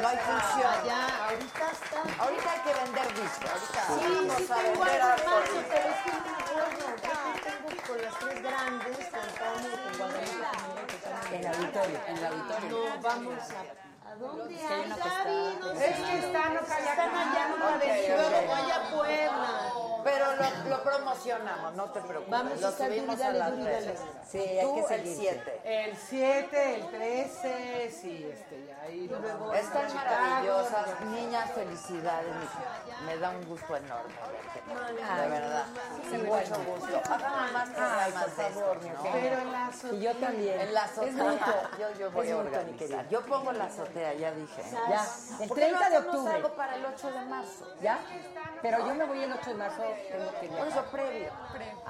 Speaker 3: No hay función.
Speaker 8: Ya, ahorita está.
Speaker 3: Ahorita hay que vender discos. Ahorita
Speaker 8: Sí,
Speaker 3: vamos
Speaker 8: sí
Speaker 3: a
Speaker 8: tengo
Speaker 3: vender
Speaker 8: algo
Speaker 3: a
Speaker 8: más, pero es que no me acuerdo. Creo que tengo con las tres grandes, con Pablo y con Guadalupe.
Speaker 5: En el auditorio.
Speaker 6: En el auditorio.
Speaker 8: No, vamos a... ¿A dónde
Speaker 6: que hay
Speaker 8: hay,
Speaker 6: una que
Speaker 8: Gaby? No sé.
Speaker 9: Es que está, no calla
Speaker 8: Están
Speaker 9: acá.
Speaker 8: allá, no la ven.
Speaker 3: Ok,
Speaker 8: Luego
Speaker 3: ok.
Speaker 8: voy a Puebla.
Speaker 3: Pero lo, lo promocionamos, no te preocupes.
Speaker 8: Vamos a
Speaker 3: lo
Speaker 8: estar
Speaker 3: subimos a
Speaker 8: duro y
Speaker 3: las
Speaker 8: dale, duro y dale.
Speaker 3: redes. Sí,
Speaker 5: hay
Speaker 3: Tú
Speaker 5: que
Speaker 3: el
Speaker 5: seguirse.
Speaker 3: 7.
Speaker 9: El 7, el 13, sí, este, ya ahí. nos vamos a
Speaker 3: Están
Speaker 9: Chicago,
Speaker 3: maravillosas. Niñas, felicidades, mija. Me da un gusto enorme verte. De verdad. Sí, mucho gusto. Hagamos más programas de estos, ¿no?
Speaker 9: Pero en la azotea.
Speaker 5: Y yo también.
Speaker 3: En la
Speaker 5: Es bonito.
Speaker 3: azotea. Yo, yo voy
Speaker 5: Es
Speaker 3: a
Speaker 5: bonito, mi
Speaker 3: organizar.
Speaker 5: querida.
Speaker 3: Yo pongo la azotea, ya dije.
Speaker 5: Ya. El
Speaker 3: ¿Por qué no
Speaker 5: 30 de
Speaker 3: hacemos
Speaker 5: octubre.
Speaker 3: algo para el 8 de marzo?
Speaker 5: ¿Ya? Pero yo me voy el 8 de marzo, tengo que
Speaker 3: Por
Speaker 5: viajar.
Speaker 3: eso, previo.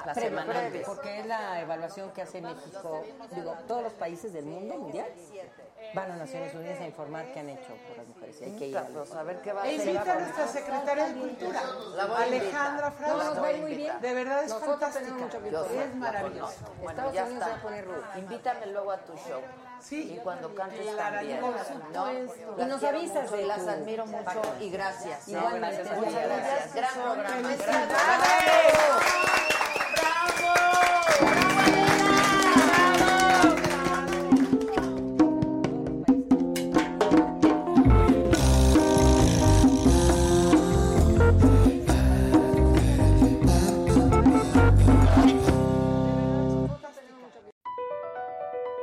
Speaker 5: La
Speaker 3: Previo,
Speaker 5: semana
Speaker 3: previo.
Speaker 5: antes, porque es la evaluación que hace México, digo, todos los países del mundo mundial van a Naciones Unidas a informar qué han hecho por las mujeres. y Hay que ir a los-
Speaker 3: pues, A ver qué va a
Speaker 9: E invita a
Speaker 3: hacer.
Speaker 9: nuestra secretaria de Cultura,
Speaker 3: La voy a
Speaker 9: Alejandra
Speaker 3: invitar.
Speaker 9: Frausto.
Speaker 3: Nos va a ir muy bien.
Speaker 9: De verdad es
Speaker 5: Nosotros
Speaker 9: fantástica.
Speaker 5: tenemos mucho que
Speaker 3: Yo sé,
Speaker 9: es
Speaker 3: la
Speaker 9: maravilloso.
Speaker 3: conozco. Bueno,
Speaker 5: Estados
Speaker 3: ya
Speaker 5: Unidos se va
Speaker 3: está.
Speaker 5: a poner rudo.
Speaker 3: Invítame luego a tu show.
Speaker 9: Sí.
Speaker 3: Y cuando cantes
Speaker 9: El
Speaker 3: también.
Speaker 9: Arañuela.
Speaker 3: ¿no?
Speaker 5: Y nos
Speaker 3: quiero
Speaker 5: avisas
Speaker 3: mucho,
Speaker 5: de
Speaker 3: Las
Speaker 5: tu-
Speaker 3: admiro mucho y gracias.
Speaker 5: Igual,
Speaker 3: ¿no?
Speaker 5: gracias a ti.
Speaker 3: Muchas gracias.
Speaker 5: Gracias,
Speaker 3: Gran
Speaker 5: son
Speaker 3: programa.
Speaker 5: felices.
Speaker 3: gran programa.
Speaker 9: ¡Felicidades!
Speaker 3: ¡Bravo! ¡Bravo, Elena! ¡Bravo!